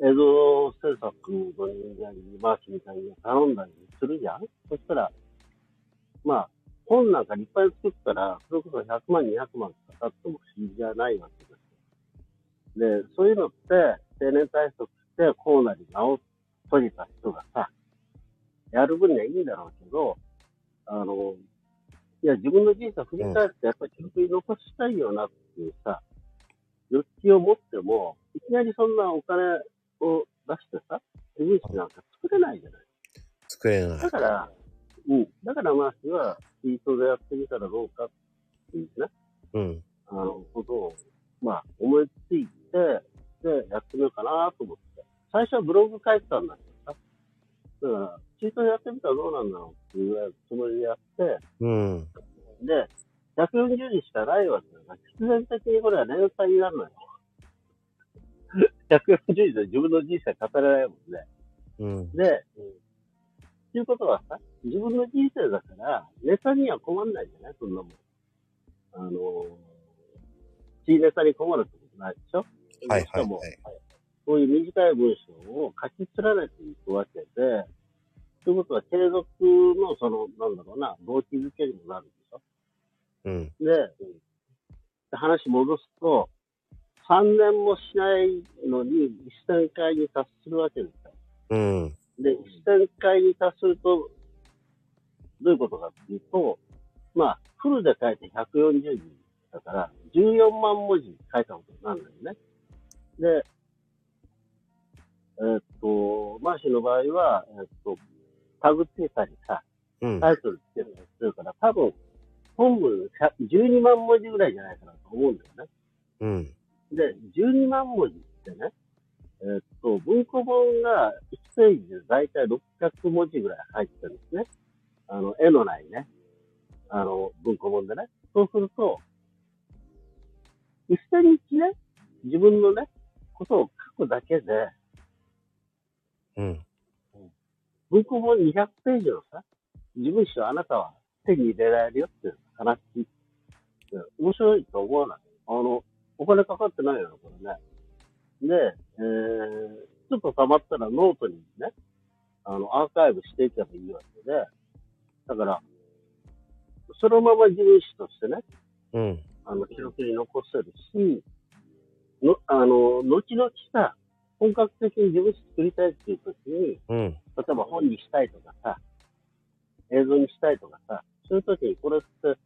[SPEAKER 3] 映像制作の人間に回しみたいに頼んだりするじゃんそしたら、まあ、本なんか立派に作ったら、それこそ100万、200万かかっても不思議じゃないわけですよ。で、そういうのって、定年退職して、こうなり直し遂げた人がさ、やる分にはいいんだろうけど、あの、いや、自分の人生を振り返って、やっぱり記録に残したいよなっていうさ、欲求を持っても、いきなりそんなお金を出してさ、手印なんか作れないじゃない。
[SPEAKER 1] 作れない
[SPEAKER 3] だ。から、うん。だからまあ、私は、ツイートでやってみたらどうかっていうね、
[SPEAKER 1] うん。
[SPEAKER 3] あの、ことを、まあ、思いついて、で、やってみようかなと思って。最初はブログ書いてたんだけどさ。だから、ツイートでやってみたらどうなんだろうっていうつもりでやって、
[SPEAKER 1] うん。
[SPEAKER 3] で、140字しかないわけだから、必然的にこれは連載になるのよ。140字で自分の人生語れないもんね。
[SPEAKER 1] うん。
[SPEAKER 3] で、ということはさ、自分の人生だから、ネタには困んないじゃないそんなもん。あのー、小ネタに困るってことないでしょ
[SPEAKER 1] はいはいはい
[SPEAKER 3] しかも、そういう短い文章を書き連ねていくわけで、ということは継続の、その、なんだろうな、動機づけにもなるでしょ
[SPEAKER 1] うん。
[SPEAKER 3] で、で話戻すと、3年もしないのに、1000回に達するわけですよ。
[SPEAKER 1] うん。
[SPEAKER 3] で、1000回に達すると、どういうことかっていうと、まあ、フルで書いて140字だから、14万文字書いたことになるんだよね。で、えーっと、マーシーの場合は、えーっと、タグつけたりさ、
[SPEAKER 1] うん。
[SPEAKER 3] タイトルつけたりするから、多分、本文100 12万文字ぐらいじゃないかなと思うんだよね。
[SPEAKER 1] うん。
[SPEAKER 3] で、12万文字ってね、えーっと、文庫本が1ページで大体600文字ぐらい入ってるんですね。あの、絵のないね、あの、文庫本でね。そうすると、一0に日ね、自分のね、ことを書くだけで、
[SPEAKER 1] うん。
[SPEAKER 3] 文庫本200ページのさ、自分史をあなたは手に入れられるよっていう話、うん面白いと思わない。あの、お金かかってないよね、これね。で、えー、ちょっと溜まったらノートにね、あの、アーカイブしていけばいいわけで、だから、そのまま自分史としてね、
[SPEAKER 1] うん。
[SPEAKER 3] あの、記録に残せるし、の、あの、後々さ、本格的に自分史作りたいっていう時に、
[SPEAKER 1] うん。
[SPEAKER 3] 例えば本にしたいとかさ、映像にしたいとかさ、そういう時にこれって、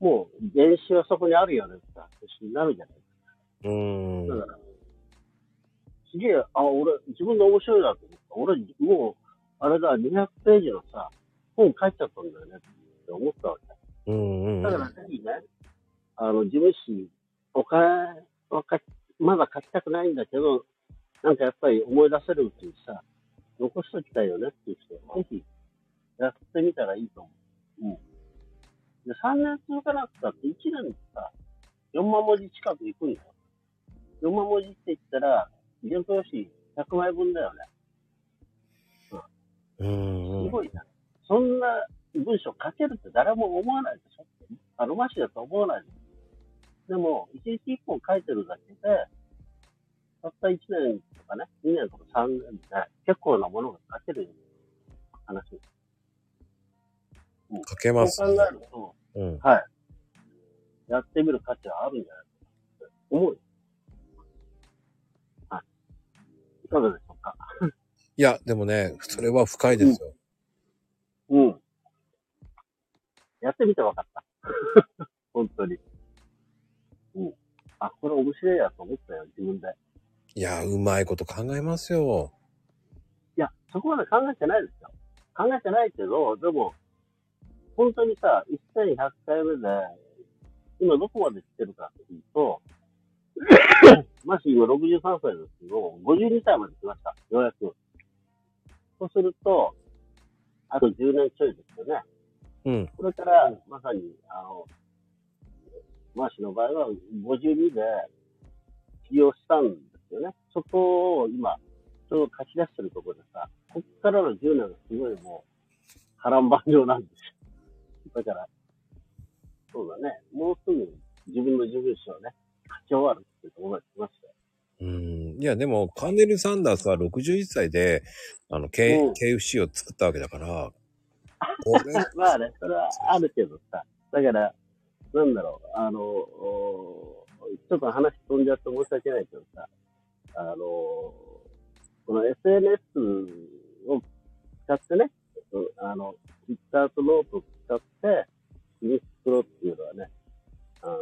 [SPEAKER 3] もう電子はそこにあるよねってさ、話になるじゃない
[SPEAKER 1] うん。
[SPEAKER 3] だから、すげえ、あ、俺、自分で面白いなと思った。俺、もう、あれだ、200ページのさ、本書いちゃったんだよねって思ったわけ。
[SPEAKER 1] うん。
[SPEAKER 3] だから、いいね、あの、事務士、お金はかまだ書きたくないんだけど、なんかやっぱり思い出せるうちにさ、残しときたいよねっていう人、ぜひ、やってみたらいいと思う。うん。で、3年続かなくたって1年さ、4万文字近くいくんだよ。4万文字って言ったら、原稿用紙100枚分だよね。
[SPEAKER 1] うん。
[SPEAKER 3] すごいな。そんな文章書けるって誰も思わないでしょあの、マシだと思わないででも、一日一本書いてるだけで、たった一年とかね、2年とか3年で、結構なものが書ける話。
[SPEAKER 1] かけ
[SPEAKER 3] そう
[SPEAKER 1] ます、
[SPEAKER 3] 考えると、
[SPEAKER 1] うん。
[SPEAKER 3] はい。やってみる価値はあるんじゃないかなって思うよ。はい。いかがでしょうか
[SPEAKER 1] いや、でもね、それは深いですよ。
[SPEAKER 3] うん。やってみて分か <laughs> った。本当に。うん。あ、これ面白いやと思ったよ、自分で。
[SPEAKER 1] いや、うまいこと考えますよ。
[SPEAKER 3] いや、そこまで考えてないですよ。考えてないけど、でも、本当にさ、1100回目で、今どこまで来てるかっていう <laughs> と、まし今63歳ですけど、52歳まで来ました。ようやく。そうすると、あと10年ちょいですよね。
[SPEAKER 1] うん。
[SPEAKER 3] これから、まさに、あの、マーシーの場合は52で起業したんですよね。そこを今、ちょうど書き出してるところでさ、こっからの10年がすごいもう、波乱万丈なんですよ。だから、そうだね、もうすぐ自分の自分史をね、書き終わるっていうところまで来ましたよ。
[SPEAKER 1] うん。いや、でも、カーネル・サンダースは61歳で、あの、K
[SPEAKER 3] うん
[SPEAKER 1] KFC を作ったわけだから、
[SPEAKER 3] あ
[SPEAKER 1] 俺、
[SPEAKER 3] まあね、それはあるけどさ。だから、なんだろう、あの、おちょっと話飛んじゃって申し訳ないけどさ、あの、この SNS を使ってね、うんあの、Twitter とノートを使って、ユニクロっていうのはね、あの、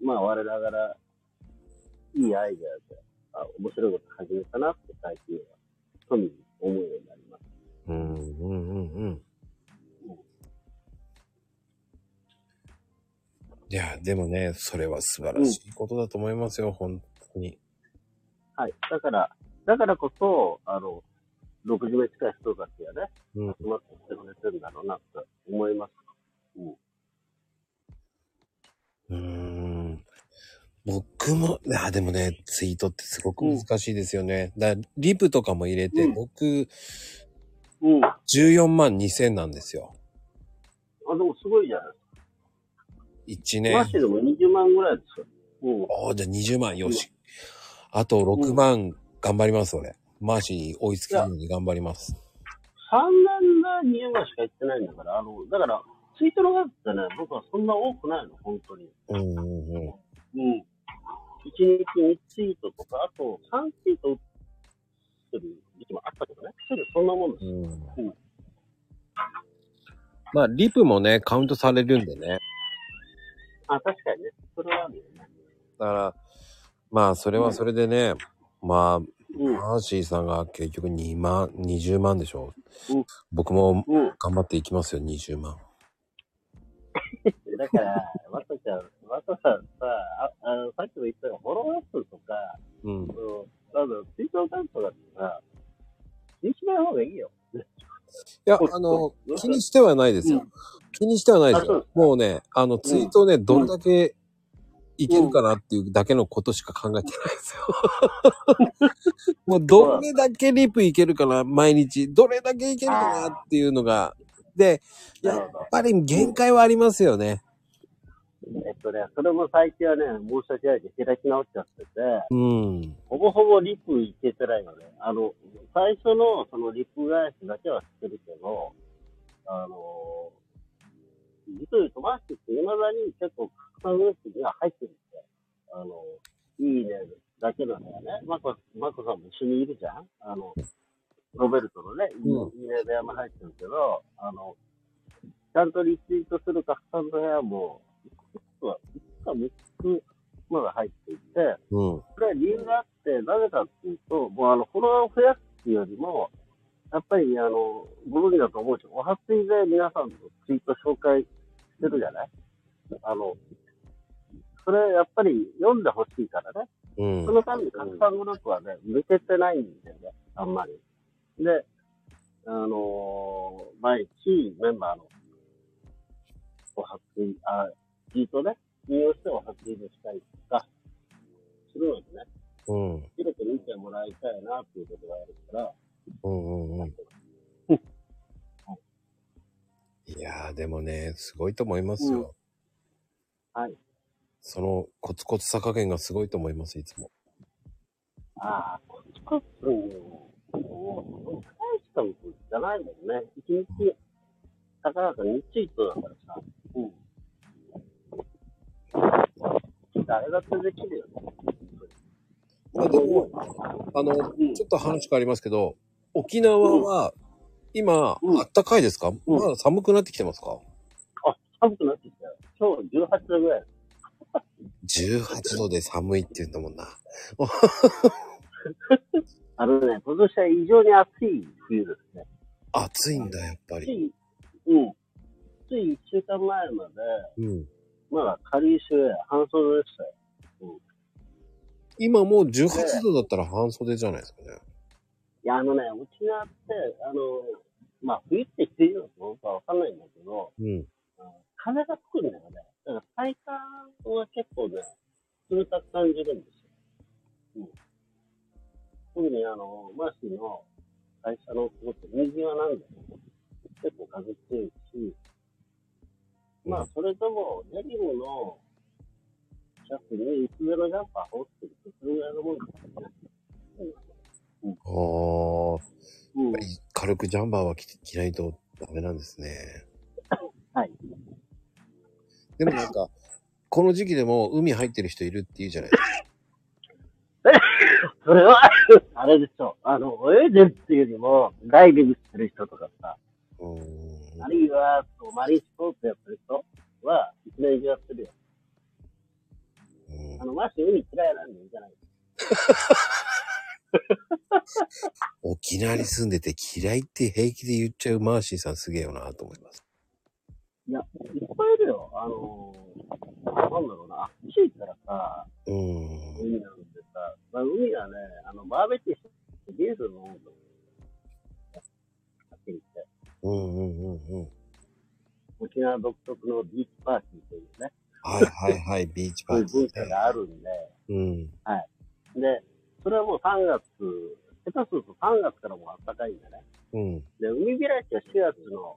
[SPEAKER 3] まあ我ながら、いいアイデアで、あ面白いこと始めたなって最近は、富に思うようになります。
[SPEAKER 1] うんうんうんうん。いや、でもね、それは素晴らしいことだと思いますよ、本当に。
[SPEAKER 3] はい。だから、だからこそ、あの、60名近い人たちがね、
[SPEAKER 1] うん
[SPEAKER 3] 集まってきてくれてるんだろうなと思います。
[SPEAKER 1] う
[SPEAKER 3] うん。
[SPEAKER 1] ーん。僕も、あ、でもね、ツイートってすごく難しいですよね。だリプとかも入れて、
[SPEAKER 3] うん
[SPEAKER 1] 僕、
[SPEAKER 3] うん。あ、
[SPEAKER 1] 14万2000なんですよ。
[SPEAKER 3] でもすごいじゃない
[SPEAKER 1] 1
[SPEAKER 3] です
[SPEAKER 1] 年
[SPEAKER 3] か。マシでも20万ぐらいですよ。うん。
[SPEAKER 1] おーじゃあ20万よし。あと6万頑張ります、俺。マーシーに追いつけるように頑張ります。
[SPEAKER 3] 3年で20万しか行ってないんだから、あの、だから、ツイートの数ってね、僕はそんな多くないの、本当に。
[SPEAKER 1] うんうんうん。
[SPEAKER 3] うん。1日2ツイートとか、あと3ツイート打ってる時期もあったけどね。けどそんなもんです。
[SPEAKER 1] うんまあ、リプもね、カウントされるんでね。
[SPEAKER 3] あ、確かにね。それはあるよね。
[SPEAKER 1] だから、まあ、それはそれでね、まあ、
[SPEAKER 3] うん。
[SPEAKER 1] マーシーさんが結局2万、20万でしょ
[SPEAKER 3] うん
[SPEAKER 1] 僕も
[SPEAKER 3] うん。
[SPEAKER 1] 頑張っていきますよ、20万。
[SPEAKER 3] だから、まさちゃん、まささんさ、ああのさっきも言ったように、フォロワー数とか、
[SPEAKER 1] うん
[SPEAKER 3] う。ん、なんだろう、ツイートアカウントだってさ、気にしない方がいいよ。
[SPEAKER 1] いや
[SPEAKER 3] そう、
[SPEAKER 1] あの
[SPEAKER 3] そう、
[SPEAKER 1] 気にしてはないですよ。気にしてはないです
[SPEAKER 3] あそう
[SPEAKER 1] よ
[SPEAKER 3] で。
[SPEAKER 1] もうね、あの、ツイートをね、どれだけいけるかなっていうだけのことしか考えてないですよ。
[SPEAKER 3] <laughs>
[SPEAKER 1] もう、どれだけリプいけるかな、毎日。どれだけいけるかなっていうのが。で、やっぱり限界はありますよね。
[SPEAKER 3] えっとね、それも最近はね、申し訳ないけど、開き直っちゃってて、
[SPEAKER 1] うん。
[SPEAKER 3] ほぼほぼリプいけてないよね。あの、最初のそのリプ返しだけはしてるけど、あの、実を言うとマーシーって未だに結構拡散ウェブには入ってるんですよ。あの、いいねだけなんだよね。マコ、マコさんも一緒にいるじゃんあの、ロベルトのね、いい
[SPEAKER 1] うん
[SPEAKER 3] いいね部屋も入ってるけど、あの、ちゃんとリツイートする拡散の部屋も、いくつは、いくつか3つまだ入っていて、
[SPEAKER 1] うん。
[SPEAKER 3] これは理由があって、なぜかっていうと、もうあの、フォロワーを増やすっていうよりも、やっぱり、あの、ご存知だと思うし、お初いで皆さんのツイート紹介してるじゃないあの、それやっぱり読んでほしいからね。
[SPEAKER 1] うん
[SPEAKER 3] そ。のために拡散グループはね、抜けてないんだよね、あんまり。で、あのー毎日メンバーの、お発信、あ、ツイートね、引用してお発信したりとか、するのでね、
[SPEAKER 1] うん。
[SPEAKER 3] 広く見てもらいたいな、っていうことがあるから、
[SPEAKER 1] うんうんうん。いやー、でもね、すごいと思いますよ。
[SPEAKER 3] はい。
[SPEAKER 1] そのコツコツさ加減がすごいと思います、いつも。
[SPEAKER 3] ああ、コツコツ、もう、大したことじゃないもんね。一日、たかだか2ツイートだからさ、うん。誰だってできるよね。
[SPEAKER 1] まあでも、あの、
[SPEAKER 3] うん
[SPEAKER 1] ちょっと話変わりますけど、沖縄は今、
[SPEAKER 3] うん
[SPEAKER 1] あったかいですか、
[SPEAKER 3] うん
[SPEAKER 1] まだ寒くなってきてますか
[SPEAKER 3] 寒くなってきたよ。今日18度ぐらい。
[SPEAKER 1] ?18 度で寒いって言うんだもんな。
[SPEAKER 3] あのね、今年は異常に暑い冬ですね。
[SPEAKER 1] 暑いんだ、やっぱ
[SPEAKER 3] つ
[SPEAKER 1] り。
[SPEAKER 3] い、うん。つい1週間前まで、
[SPEAKER 1] うん。
[SPEAKER 3] まだ軽い種類、半袖でしたよ。
[SPEAKER 1] 今もう18度だったら半袖じゃないですかね。
[SPEAKER 3] いや、あのね、沖縄って、あの、まあ、冬って冬のかどうかわかんないんだけど、
[SPEAKER 1] うん。
[SPEAKER 3] うん風が吹くんだよね。だから体感は結構ね、冷たく感じるんですよ。うん。特にあの、マーシーの会社のここって水際なんだよね。結構風強いし、まあ、それとも、デニムのシャツに薄手のジャンパーをってるそれぐらいのもんだからね。
[SPEAKER 1] あー、
[SPEAKER 3] うん
[SPEAKER 1] やっぱり軽くジャンバーは着て着ないとダメなんですね。
[SPEAKER 3] はい。
[SPEAKER 1] でもなんか、この時期でも海入ってる人いるって言うじゃないですか。
[SPEAKER 3] それは、 <laughs> あれでしょ。あの、泳いでるっていうよりも、ダイビングしてる人とかさ、
[SPEAKER 1] うーん。
[SPEAKER 3] あるいは、そうマリンスポーツやってる人は、一年中やってるよ。
[SPEAKER 1] うん
[SPEAKER 3] あの、マシ海嫌いなんでいいんじゃない
[SPEAKER 1] 沖縄に住んでて嫌いって平気で言っちゃうマーシーさんすげえよなと思います。
[SPEAKER 3] いや、いっぱいいるよ。あのー、なんだろうな、暑いからさ、
[SPEAKER 1] うーん。
[SPEAKER 3] 海なんてさ、まあ、海はね、あの、バーベキューして、ビール飲むの。はっきり言って。
[SPEAKER 1] うんうんうんうん。
[SPEAKER 3] 沖縄独特のビーチパーティーというね、
[SPEAKER 1] はいはいはい、ビーチパ
[SPEAKER 3] そうい
[SPEAKER 1] ー
[SPEAKER 3] う
[SPEAKER 1] ティ
[SPEAKER 3] 文
[SPEAKER 1] ー
[SPEAKER 3] 化
[SPEAKER 1] ね。
[SPEAKER 3] があるんで、
[SPEAKER 1] うん。
[SPEAKER 3] で、それはもう3月、下手すると3月からもう暖かいんだね。
[SPEAKER 1] うん。
[SPEAKER 3] で、海開きは4月の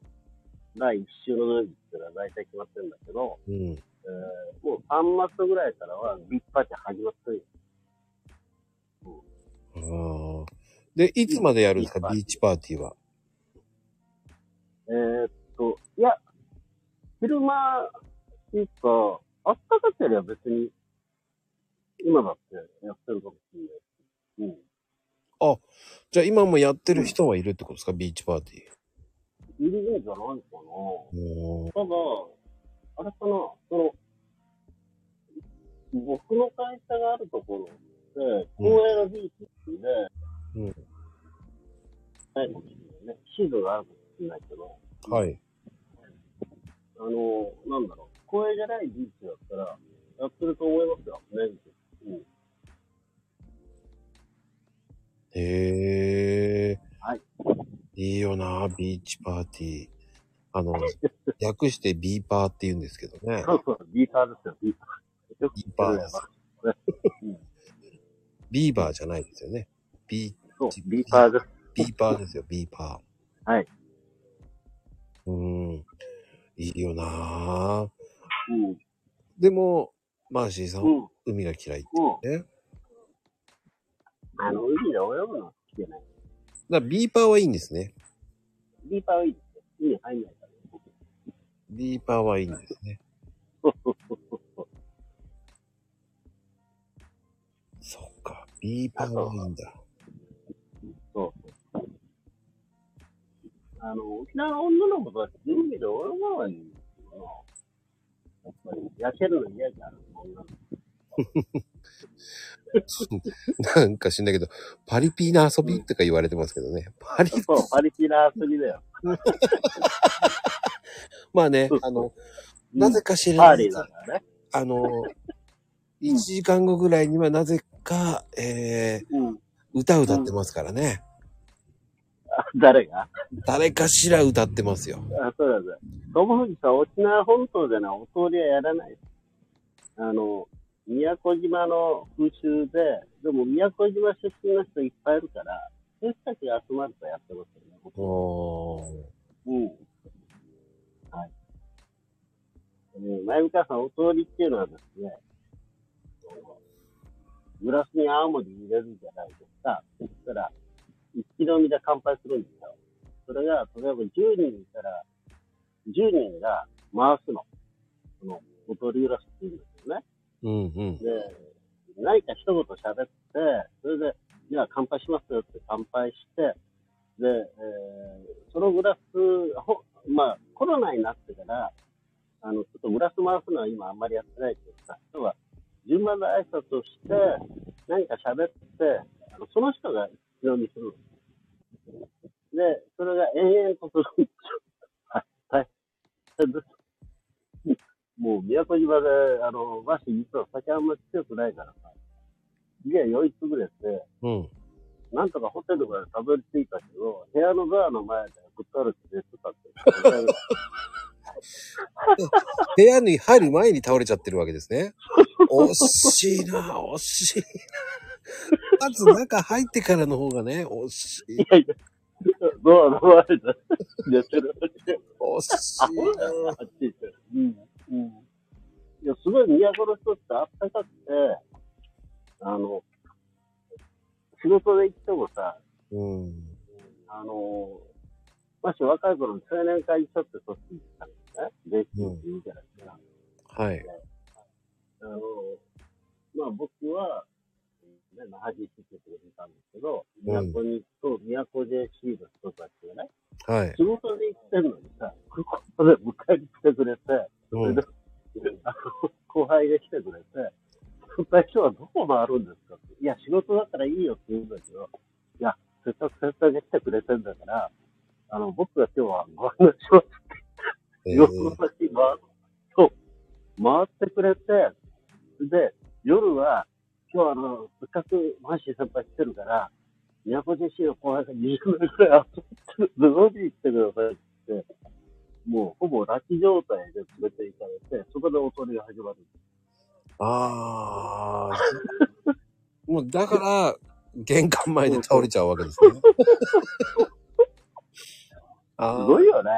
[SPEAKER 3] 第1週の土曜日っていうのは大体決まってるんだけど、
[SPEAKER 1] うん。
[SPEAKER 3] えーもう3月ぐらいからはビーチパーティー始まってるよ。
[SPEAKER 1] ああ。で、いつまでやるんですか、ビ
[SPEAKER 3] ビ
[SPEAKER 1] ーチパーティーは。
[SPEAKER 3] えーっと、いや、昼間っていうか、あったかければ別に、今だってやってるかもしれないし。
[SPEAKER 1] じゃあ今もやってる人はいるってことですか、ビーチパーティー。
[SPEAKER 3] うん。いるんじゃないかな。
[SPEAKER 1] おー
[SPEAKER 3] ただ、あれかな、その、僕の会社があるところで、公営のビーチってね、
[SPEAKER 1] うん
[SPEAKER 3] ないかもしれないね。シードがあるかもしれないけど、
[SPEAKER 1] はい。
[SPEAKER 3] あの、なんだろう、公営じゃないビーチだったら、やってると思いますよ、ね。うん。
[SPEAKER 1] へえ。
[SPEAKER 3] はい。
[SPEAKER 1] いいよな、ビーチパーティー。あの、 <laughs> 略してビーパーって言うんですけどね。
[SPEAKER 3] そうそう、ビーターですよ、ビーター。よく
[SPEAKER 1] ビ
[SPEAKER 3] 知
[SPEAKER 1] ー
[SPEAKER 3] って
[SPEAKER 1] パ
[SPEAKER 3] る
[SPEAKER 1] ー
[SPEAKER 3] や
[SPEAKER 1] で
[SPEAKER 3] つ
[SPEAKER 1] す。ビーバーじゃないですよね。ビー、
[SPEAKER 3] そう、ビーターです。
[SPEAKER 1] ビーパーですよ、ビーパー。
[SPEAKER 3] はい。
[SPEAKER 1] うーん。いいよな
[SPEAKER 3] うん。
[SPEAKER 1] でも、マーシーさん、
[SPEAKER 3] うん。
[SPEAKER 1] 海が嫌いって。
[SPEAKER 3] もう、
[SPEAKER 1] ね。
[SPEAKER 3] あの、海で泳ぐのは好きじゃない。
[SPEAKER 1] だからビーパーはいいんですね。
[SPEAKER 3] ビーターはいいですよ。海に入んないから、ね、僕
[SPEAKER 1] ビーパーはいいんです
[SPEAKER 3] <laughs>
[SPEAKER 1] ね。そっか、ビーパーはいいんだ。
[SPEAKER 3] あの、沖縄の女の子とかって海で泳がないんですよ。やっぱり、痩せるの嫌じゃん、女の子。
[SPEAKER 1] <laughs> なんか知んないけど、パリピーな遊びとか言われてますけどね。パリ、
[SPEAKER 3] そう、パリピな遊びだよ。
[SPEAKER 1] まあね
[SPEAKER 3] そう、
[SPEAKER 1] あの、
[SPEAKER 3] うん
[SPEAKER 1] なぜか知
[SPEAKER 3] パ
[SPEAKER 1] らな
[SPEAKER 3] ーリ
[SPEAKER 1] い
[SPEAKER 3] ー。だからね。
[SPEAKER 1] あの、1時間後ぐらいにはなぜか、えー、
[SPEAKER 3] うん。
[SPEAKER 1] 歌歌ってますからね。
[SPEAKER 3] <laughs> 誰が <laughs>
[SPEAKER 1] 誰かしら歌ってますよ。
[SPEAKER 3] あ、そうだぜ。トムフジさん、沖縄本島でのお通りはやらない。あの、宮古島の風習で、でも宮古島出身の人いっぱいいるから、そういう人たちが集まるとやってますよね。
[SPEAKER 1] おー。
[SPEAKER 3] うん。はい。えー、前川さん、お通りっていうのはですね、あのグラスに青森入れるんじゃないですか。そしたら、一気飲みで乾杯するんですよ。それが、例えば10人いたら、10人が回すの。この、お通りグラスっていうんですよね。
[SPEAKER 1] うんうん。
[SPEAKER 3] で、何か一言喋って、それで、じゃあ乾杯しますよって乾杯して、で、えーそのグラス、ほまあ、コロナになってから、あの、ちょっとグラス回すのは今あんまりやってないけどさ、今日は順番で挨拶をして、何か喋って、あのその人が一応にするの。で、それが延々とするんですよ。はい。はい。もう宮古島で、あの、和紙実は酒あんまり強くないからさ、家は酔いつぶれて、
[SPEAKER 1] うん。
[SPEAKER 3] なんとかホテルまでたどり着いたけど、部屋のドアの前でぶっ倒れて寝てたって。
[SPEAKER 1] 部屋に入る前に倒れちゃってるわけです
[SPEAKER 3] <laughs>
[SPEAKER 1] ね。惜しいな、惜しいな。まず中入ってからの方がね、惜しい。
[SPEAKER 3] ドアの前で寝てる。
[SPEAKER 1] 惜し
[SPEAKER 3] あ、
[SPEAKER 1] い
[SPEAKER 3] そうだよ。あっち行って。うん。うん。いや、すごい都の人ってあったかくて、あの、仕事で行ってもさ、
[SPEAKER 1] うん。
[SPEAKER 3] あの、もし若い頃に青年会にちょっとそっち行ったんですね。ね、レッスンって言うじゃないですか。
[SPEAKER 1] はい。
[SPEAKER 3] あの、まあ僕は、ね、那覇市って言ってたんですけど、
[SPEAKER 1] うん
[SPEAKER 3] 都に、そう、都でシード人たちがね、
[SPEAKER 1] はい。
[SPEAKER 3] 仕事で行ってるのにさ、空港で迎えに来てくれて、それ
[SPEAKER 1] うん
[SPEAKER 3] で、あの後輩が来てくれて、その大将はどこ回るんですかって。いや、仕事だからいいよって言うんだけど、いや、せっかく先輩が来てくれてんだから、あの、僕が今日はご案内します
[SPEAKER 1] え
[SPEAKER 3] 夜
[SPEAKER 1] ー
[SPEAKER 3] の先回そう、回ってくれて、で、夜は、今日あの、せっかくマーシー先輩来てるから、宮古 JC の後輩が20年くらい遊んでる、飲みに行ってくださいって、もうほぼ拉致状態で連れて行かれて、そこで踊りが始まる。
[SPEAKER 1] ああ。もうだから、玄関前で倒れちゃうわけです
[SPEAKER 3] <laughs>
[SPEAKER 1] ね。あ
[SPEAKER 3] す
[SPEAKER 1] ー
[SPEAKER 3] ごいよね。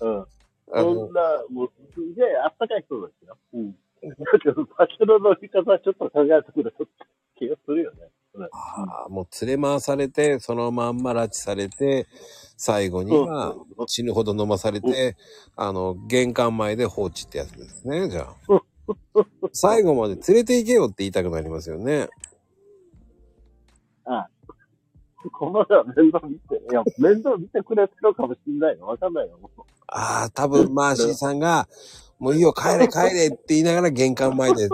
[SPEAKER 3] うん。
[SPEAKER 1] あ
[SPEAKER 3] そ
[SPEAKER 1] の
[SPEAKER 3] んな、もうすげえあったかい人ですよ。うん。 <laughs> だけど、酒の飲み方はちょっと考えてくれた気がするよね。
[SPEAKER 1] あーもう連れ回されて、そのまんま拉致されて、最後には
[SPEAKER 3] そうそう
[SPEAKER 1] 死ぬほど飲まされて、あの、玄関前で放置ってやつですね、じゃあ。最後まで連れて行けよって言いたくなりますよね。
[SPEAKER 3] この人は面倒見て、いや、面倒見てくれてるかもしんないよ。わかんないよ。
[SPEAKER 1] ああ、多分マーシーさんが、もういいよ、帰れ帰れって言いながら玄関前で。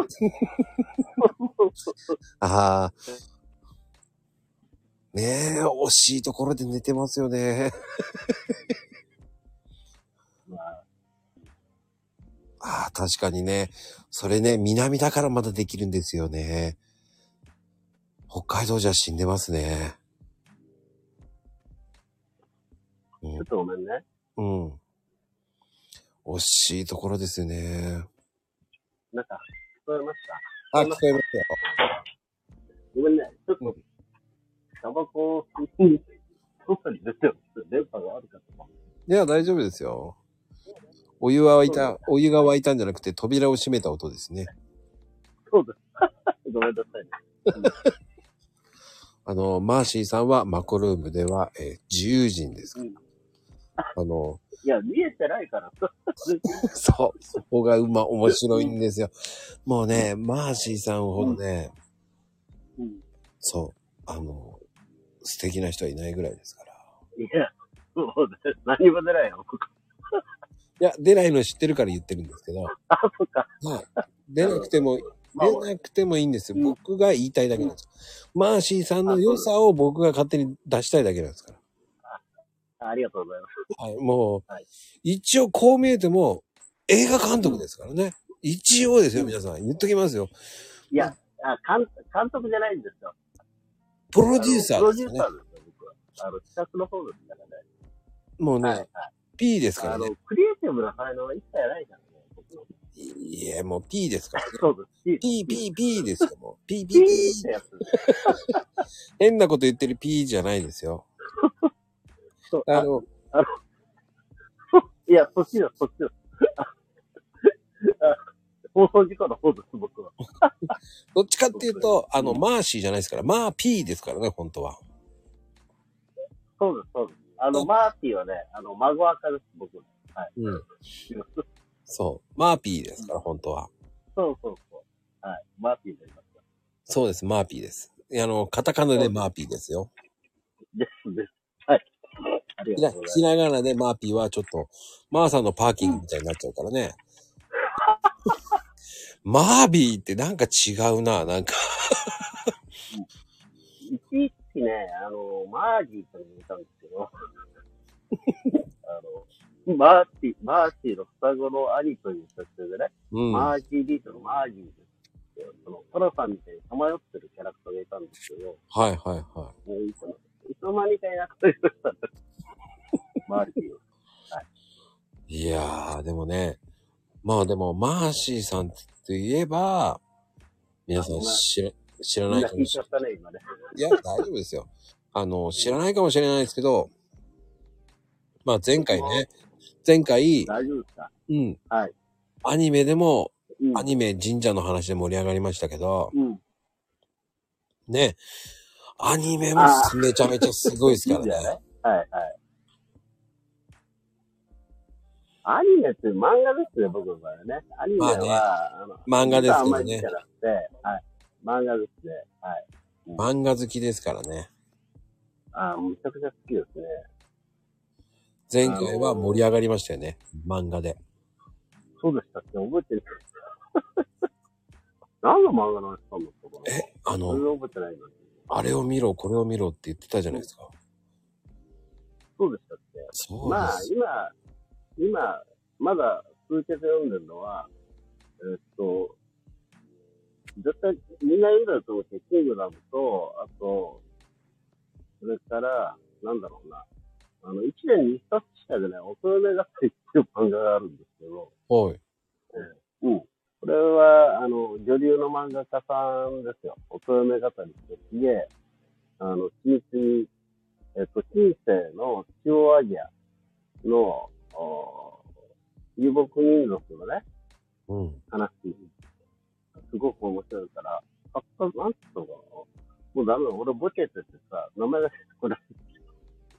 [SPEAKER 1] ああ。ねえ、惜しいところで寝てますよね。
[SPEAKER 3] まあ、
[SPEAKER 1] ああ、確かにね。それね、南だからまだできるんですよね。北海道じゃ死んでますね。
[SPEAKER 3] ちょっとごめんね。
[SPEAKER 1] うん。惜しいところですよね。
[SPEAKER 3] なんか、聞こえました。
[SPEAKER 1] あ、聞こえましたよ。
[SPEAKER 3] ごめんね。ちょっ
[SPEAKER 1] う
[SPEAKER 3] と、タバコを吸いに、外に出てます。電波があるかとか。
[SPEAKER 1] いや、大丈夫ですよ。お湯は沸いた、お湯が沸いたんじゃなくて扉を閉めた音ですね。
[SPEAKER 3] そうです。ごめんなさいね。
[SPEAKER 1] あの、マーシーさんはマコルームでは、えー自由人ですか
[SPEAKER 3] うん
[SPEAKER 1] あの、
[SPEAKER 3] いや、見えてないからさ。
[SPEAKER 1] そう、そこがうま、面白いんですよ。もうね、マーシーさんほどね、
[SPEAKER 3] うん。
[SPEAKER 1] そう、あの、素敵な人はいないぐらいですから。
[SPEAKER 3] いや、そうです。何も出ないよ。
[SPEAKER 1] いや、出ないの知ってるから言ってるんですけど、
[SPEAKER 3] <laughs> あ、そっか。
[SPEAKER 1] はい。出なくても、
[SPEAKER 3] まあ
[SPEAKER 1] 出なくてもいいんですよ。
[SPEAKER 3] うん
[SPEAKER 1] 僕が言いたいだけなんですよ。マーシーさんの良さを僕が勝手に出したいだけなんですから。
[SPEAKER 3] ありがとうございます。
[SPEAKER 1] はい、もう、
[SPEAKER 3] はい
[SPEAKER 1] 一応こう見えても映画監督ですからね。一応ですよ、皆さん。言っときますよ。
[SPEAKER 3] いや、あ監監督じゃないんですよ。
[SPEAKER 1] プロデューサ
[SPEAKER 3] プ
[SPEAKER 1] ー
[SPEAKER 3] ロ
[SPEAKER 1] です
[SPEAKER 3] デ
[SPEAKER 1] よ
[SPEAKER 3] ュー
[SPEAKER 1] ね
[SPEAKER 3] サ。ーですよ、僕は。あの、企画の方ですからね。
[SPEAKER 1] もうね、
[SPEAKER 3] はいはい。
[SPEAKER 1] P ですから
[SPEAKER 3] あ
[SPEAKER 1] ね。
[SPEAKER 3] の、クリエイティブな才能は一切ないからね。僕の
[SPEAKER 1] いや、もう P ですからね。
[SPEAKER 3] そうです。ピ
[SPEAKER 1] P、P、P ですよ、
[SPEAKER 3] <laughs>
[SPEAKER 1] もう。P、P、
[SPEAKER 3] ピ
[SPEAKER 1] P
[SPEAKER 3] ー。ってやつ。
[SPEAKER 1] 変なこと言ってる P じゃないですよ。
[SPEAKER 3] そう
[SPEAKER 1] あの、
[SPEAKER 3] いや、そっちだ、そっちだ。 <laughs> あ放送事故の方です、僕は。
[SPEAKER 1] どっちかっていうと、あの、
[SPEAKER 3] うん
[SPEAKER 1] マーシーじゃないですから、マー P ですからね、本当は。
[SPEAKER 3] そうです、そうです。あの、マーティはね、あの、孫赤です、僕の。
[SPEAKER 1] うん。
[SPEAKER 3] そう
[SPEAKER 1] そう。マー P ですから、本当は。
[SPEAKER 3] そうそう。はい。マーティになりました。
[SPEAKER 1] そうです、マー P です。いやあの、カタカナでマー P ですよ。
[SPEAKER 3] です、です。はい。あり
[SPEAKER 1] ひ
[SPEAKER 3] が
[SPEAKER 1] ら
[SPEAKER 3] とうござ
[SPEAKER 1] ひ
[SPEAKER 3] いま
[SPEAKER 1] らがなでマーピーはちょっと、マーさんのパーキングみたいになっちゃうから
[SPEAKER 3] <laughs>
[SPEAKER 1] ね。マービーってなんか違うな、なんか。
[SPEAKER 3] す。いちいちね、あの、マーギーと言ったんですけど、 <laughs> あの、マーティ、マーティの双子の兄という設定でね、
[SPEAKER 1] うん。
[SPEAKER 3] マ
[SPEAKER 1] は
[SPEAKER 3] ージービートのマージーです。その、トラさんみたいにさまよってるキャラクターがいたんですけど、
[SPEAKER 1] いはいは
[SPEAKER 3] もういいかな。いつの間にかいなくなりましたね。マージーを。
[SPEAKER 1] い。いやー、でもね、まあでも、マーシーさんって言えば、皆さん知ら知ら
[SPEAKER 3] み
[SPEAKER 1] なんい
[SPEAKER 3] な
[SPEAKER 1] か
[SPEAKER 3] 聞
[SPEAKER 1] も
[SPEAKER 3] い
[SPEAKER 1] し
[SPEAKER 3] ち
[SPEAKER 1] れ
[SPEAKER 3] ゃったね、今ね。
[SPEAKER 1] ない。いや、大丈夫ですよ。あの、知らないかもしれないですけど、まあ前回ね、前回、
[SPEAKER 3] 大丈夫ですか
[SPEAKER 1] うん。
[SPEAKER 3] はい。
[SPEAKER 1] アニメでも、
[SPEAKER 3] うん
[SPEAKER 1] ア。ニメ神社の話で盛り上がりましたけど、
[SPEAKER 3] うん。
[SPEAKER 1] ね、アニメも
[SPEAKER 3] あ
[SPEAKER 1] めちゃめちゃすごいですから
[SPEAKER 3] いいんじゃな
[SPEAKER 1] ね。
[SPEAKER 3] はいはい。アニメって漫画ですよ、僕の場合はね。アニメは、
[SPEAKER 1] まあね
[SPEAKER 3] あの
[SPEAKER 1] 漫画ですけどね
[SPEAKER 3] あんまり好きじゃなくて、はい。漫画ですね。はい。
[SPEAKER 1] 漫画好きですからね。
[SPEAKER 3] あーむちゃくちゃ好きですね。
[SPEAKER 1] 前回は盛り上がりましたよね。漫画で。
[SPEAKER 3] そうでしたっけ覚えてる <laughs> 何の漫画の話したんですかこれ
[SPEAKER 1] え、あ
[SPEAKER 3] それ
[SPEAKER 1] の、
[SPEAKER 3] 覚えてないのに。
[SPEAKER 1] あれを見ろ、これを見ろって言ってたじゃないですか。
[SPEAKER 3] そうでしたっけ
[SPEAKER 1] そうで
[SPEAKER 3] まあ、
[SPEAKER 1] す。
[SPEAKER 3] 今、今、まだ続けて読んでるのは、えっと、絶対みんな読んでると思うし、キングダムと、あと、それから、なんだろうな、あの、一年に一冊しか出ない、おとめがっていう漫画があるんですけど、
[SPEAKER 1] はい。
[SPEAKER 3] うん。これは、あの、女流の漫画家さんですよ。おとめ語りって、すげえ、あの、緻密に、えっと、近世の中央アジアの、おー遊牧民族のね、
[SPEAKER 1] うん。
[SPEAKER 3] 話、すごく面白いから、あっなんつうのかな。もうダメだ、俺ボケててさ、名前が出てこない。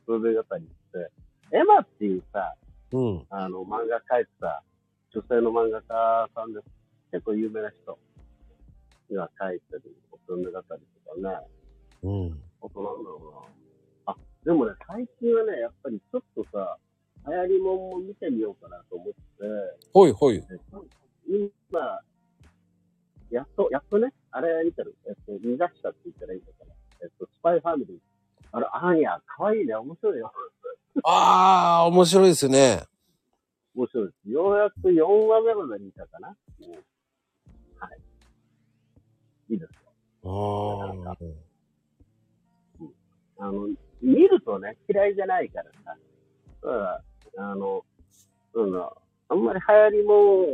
[SPEAKER 3] おとめ語りって、エマっていうさ、
[SPEAKER 1] うん。
[SPEAKER 3] あの、漫画描いてた、女性の漫画家さんです。結構有名な人が描いてる、大人語りとかね、
[SPEAKER 1] うん。
[SPEAKER 3] 大人なんだろうな。あ、でもね、最近はね、やっぱりちょっとさ、流行りもんも見てみようかなと思って、
[SPEAKER 1] ほいほい。
[SPEAKER 3] えっと今、やっと、やっとね、あれ見てる、えっと、見出したって言ったらいいのかな。えっと、スパイファミリー。あれ、アーニャ、可愛いね、面白いよ。
[SPEAKER 1] ああ、面白いですね。
[SPEAKER 3] 面白いです。ようやく4話目まで見たかな。うんはい。いいですよ。
[SPEAKER 1] ああ。
[SPEAKER 3] あの、見るとね、嫌いじゃないからさ。ただあの、うん、あんまり流行りも、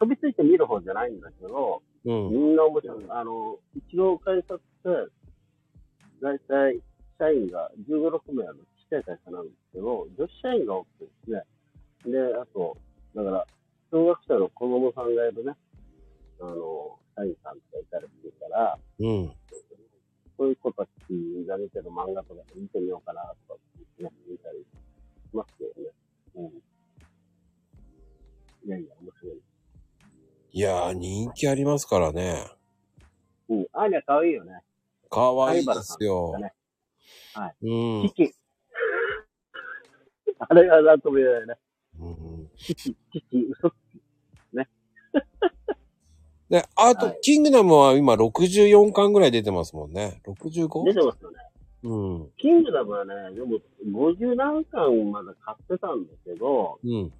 [SPEAKER 3] 飛びついて見る方じゃないんだけど、
[SPEAKER 1] うん。
[SPEAKER 3] みんな面白い。あの、一郎会社って、だいたい社員が15、6名のちっちゃい会社なんですけど、女子社員が多くてですね。で、あと、だから、小学生の子供さんがいるね、あの、社員さんとかいたりするから、
[SPEAKER 1] うん。
[SPEAKER 3] そういう子たちが見てる漫画とか見てみようかなとか、ね、見たりしますけどね。うん。いやいや、面白い。
[SPEAKER 1] いやー、人気ありますからね。
[SPEAKER 3] うん。あーニャ可愛いよね。
[SPEAKER 1] かわいいで
[SPEAKER 3] 灰原さ
[SPEAKER 1] す
[SPEAKER 3] ん
[SPEAKER 1] よ
[SPEAKER 3] か。ね
[SPEAKER 1] うん。
[SPEAKER 3] キキ。あれがなんとも言えないね。
[SPEAKER 1] うん
[SPEAKER 3] キキ、嘘。
[SPEAKER 1] で、あと、
[SPEAKER 3] はい
[SPEAKER 1] キングダムは今64巻ぐらい出てますもんね。65?
[SPEAKER 3] 出てますよね。
[SPEAKER 1] うん。う
[SPEAKER 3] キングダムはね、でも50何巻まで買ってたんだけど、
[SPEAKER 1] ん。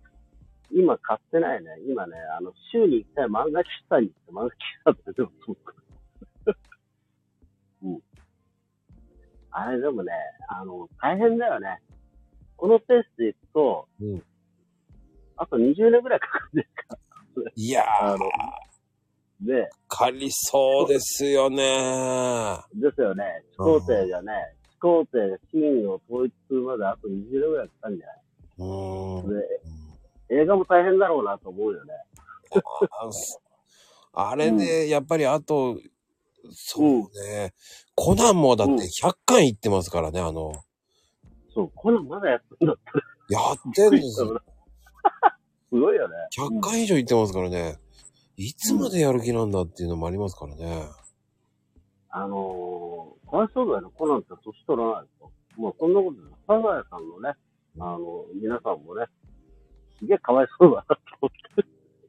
[SPEAKER 3] 今買ってないね。今ね、あの、週に1回漫画喫茶に行って漫画喫茶ってでも <laughs> うん。あれでもね、あの、大変だよね。このペースで行くと、
[SPEAKER 1] うん
[SPEAKER 3] あと20年ぐらいかかるね。
[SPEAKER 1] いや
[SPEAKER 3] あ
[SPEAKER 1] ー、
[SPEAKER 3] の、で、
[SPEAKER 1] かかりそうですよね。
[SPEAKER 3] ですよね。始皇帝がね、始皇帝が真意を統一するまであと20年ぐらいかかるんじゃ
[SPEAKER 1] うーん。
[SPEAKER 3] ないで、映画も大変だろうなと思うよね。
[SPEAKER 1] あすあれね、やっぱりあと、そうね。コナンもだって
[SPEAKER 3] うん
[SPEAKER 1] 100巻いってますからね、あの、
[SPEAKER 3] そう、コナンまだやってんだって
[SPEAKER 1] やってん
[SPEAKER 3] びっく
[SPEAKER 1] で
[SPEAKER 3] りし
[SPEAKER 1] す
[SPEAKER 3] た
[SPEAKER 1] よ。
[SPEAKER 3] なすごいよね。
[SPEAKER 1] 100巻以上いってますからね。いつまでやる気なんだっていうのもありますからね。
[SPEAKER 3] あのー、かわいそうだよね。コナンって年取らないと。もうそんなことない。サザエさんのね、あの、皆さんもね、すげえかわいそうだなと思っ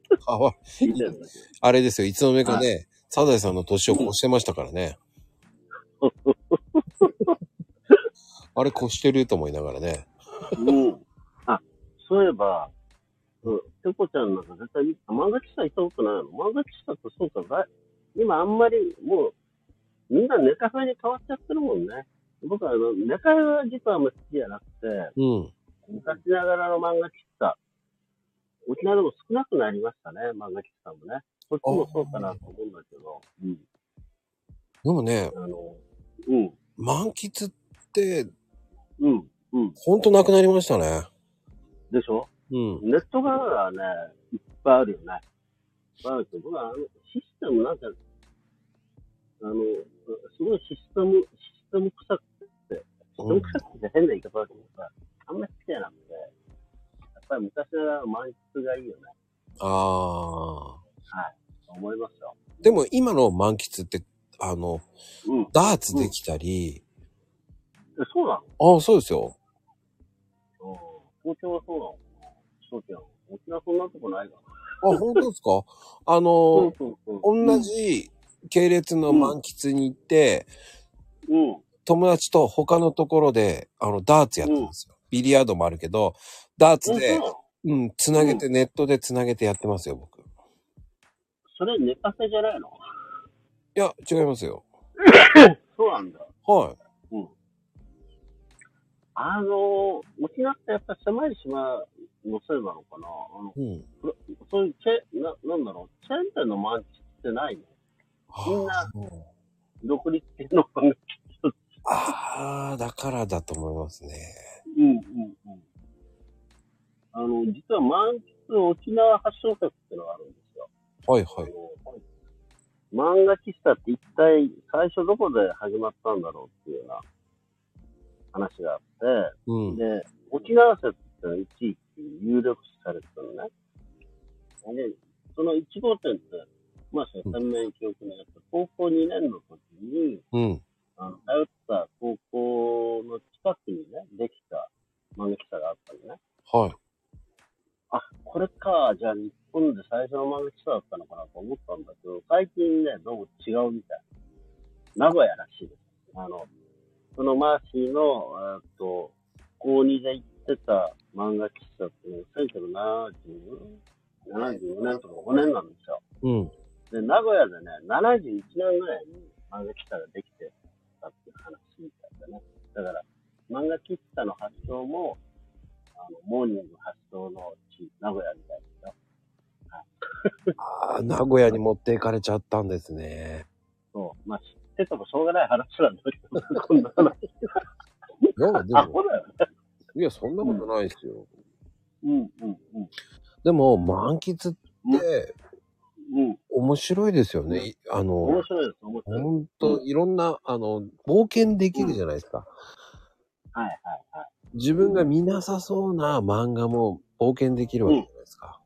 [SPEAKER 3] て
[SPEAKER 1] かわ
[SPEAKER 3] 見てるんだけど。
[SPEAKER 1] あれですよ、いつの間にかね、サザエさんの年を越してましたから
[SPEAKER 3] <laughs>
[SPEAKER 1] ね。あれ越してると思いながらね。
[SPEAKER 3] うん。あ、そういえば、うん、ペコちゃんなんか絶対見、漫画喫茶行ったことないの漫画喫茶ってそうか、だい今あんまりもう、みんなネカフェに変わっちゃってるもんね。僕はあの、ネカフェは実はあんま好きじゃなくて、
[SPEAKER 1] うん。
[SPEAKER 3] 昔ながらの漫画喫茶、沖縄でも少なくなりましたね、漫画喫茶もね。こっちもそうかなと思うんだけど、うん。
[SPEAKER 1] でもね、
[SPEAKER 3] あの、うん、
[SPEAKER 1] 満喫って、
[SPEAKER 3] うん、うん。
[SPEAKER 1] ほんとなくなりましたね。
[SPEAKER 3] でしょ
[SPEAKER 1] うん。
[SPEAKER 3] ネットがはね、いっぱいあるよね。いっぱいあるけど、僕はあのシステムなんか、あの、すごいシステム、システム臭くて、システム臭くて変な言い方だけどさ、あんまり好きじゃなくて、ぱり昔は満喫がいいよね。
[SPEAKER 1] ああ。
[SPEAKER 3] 思いますよ。
[SPEAKER 1] でも今の満喫って、あの、
[SPEAKER 3] うん。
[SPEAKER 1] ダーツできたり、
[SPEAKER 3] えそうなの
[SPEAKER 1] ああ、そうですよ。
[SPEAKER 3] うん東京はそうなのそうじゃん。沖縄そんなとこないか
[SPEAKER 1] あ、本当ですかあ
[SPEAKER 3] ら。
[SPEAKER 1] の、
[SPEAKER 3] そうそう
[SPEAKER 1] 同。じ系列の満喫に行って、
[SPEAKER 3] うん。
[SPEAKER 1] 友達と他のところで、あの、ダーツやったんですよ。ビリヤードもあるけど、ダーツ
[SPEAKER 3] そうな
[SPEAKER 1] で、
[SPEAKER 3] の
[SPEAKER 1] うん、つなげて、ネットでつなげてやってますよ、僕。い
[SPEAKER 3] それ寝かせじゃないの
[SPEAKER 1] や、違いますよ。
[SPEAKER 3] そうなんだ。
[SPEAKER 1] はい。
[SPEAKER 3] あの、沖縄ってやっぱ狭い島のせいなのかなあの、
[SPEAKER 1] うん。
[SPEAKER 3] そういうチェ、な、なんだろう、チェーン店の満喫ってないのみんな独立系の感じ。
[SPEAKER 1] ああ、だからだと思いますね。
[SPEAKER 3] うんうんうん。あの、実は満喫沖縄発祥説ってのがあるんですよ。
[SPEAKER 1] はいはい。
[SPEAKER 3] あの漫画喫茶って一体最初どこで始まったんだろうっていうような話があっ
[SPEAKER 1] うん。
[SPEAKER 3] て、で、沖縄説ってのが一時期有力視されてたのね。で、その1号店って、まあ、鮮明に記憶にあって、高校2年の時に、
[SPEAKER 1] うん。
[SPEAKER 3] あの、通った高校の近くにね、できた漫画喫茶があったのね。
[SPEAKER 1] はい。
[SPEAKER 3] あ、これか。じゃあ日本で最初の漫画喫茶だったのかなと思ったんだけど、最近ね、どうも違うみたい。名古屋らしいです。あの、そのマーシーの、えーっと、高2で行ってた漫画喫茶っていうのは1970、74年とか5年なんですよ。
[SPEAKER 1] うん。
[SPEAKER 3] で、名古屋でね、71年ぐらいに漫画喫茶ができてたっていう話みたいだね。だから、漫画喫茶の発祥も、あの、モーニング発祥の地、名古屋みたいですよ。
[SPEAKER 1] ああ、名古屋に持っていかれちゃったんですね。
[SPEAKER 3] そう。まあ、知っててもしょうがない話なんだけど、こんな
[SPEAKER 1] <laughs>
[SPEAKER 3] 話。
[SPEAKER 1] いや、で
[SPEAKER 3] ア
[SPEAKER 1] も、
[SPEAKER 3] ホだよね。
[SPEAKER 1] いや、そんなことないですよ。
[SPEAKER 3] うん、うん、うん。
[SPEAKER 1] でも、満喫って
[SPEAKER 3] うん。
[SPEAKER 1] 面白いですよね。いあの
[SPEAKER 3] 面、白いです、面白い。
[SPEAKER 1] 本当いろんな、あの、冒険できるじゃないですか。
[SPEAKER 3] はい、はい、はい。
[SPEAKER 1] 自分が見なさそうな漫画も冒険できるわけじゃないですか。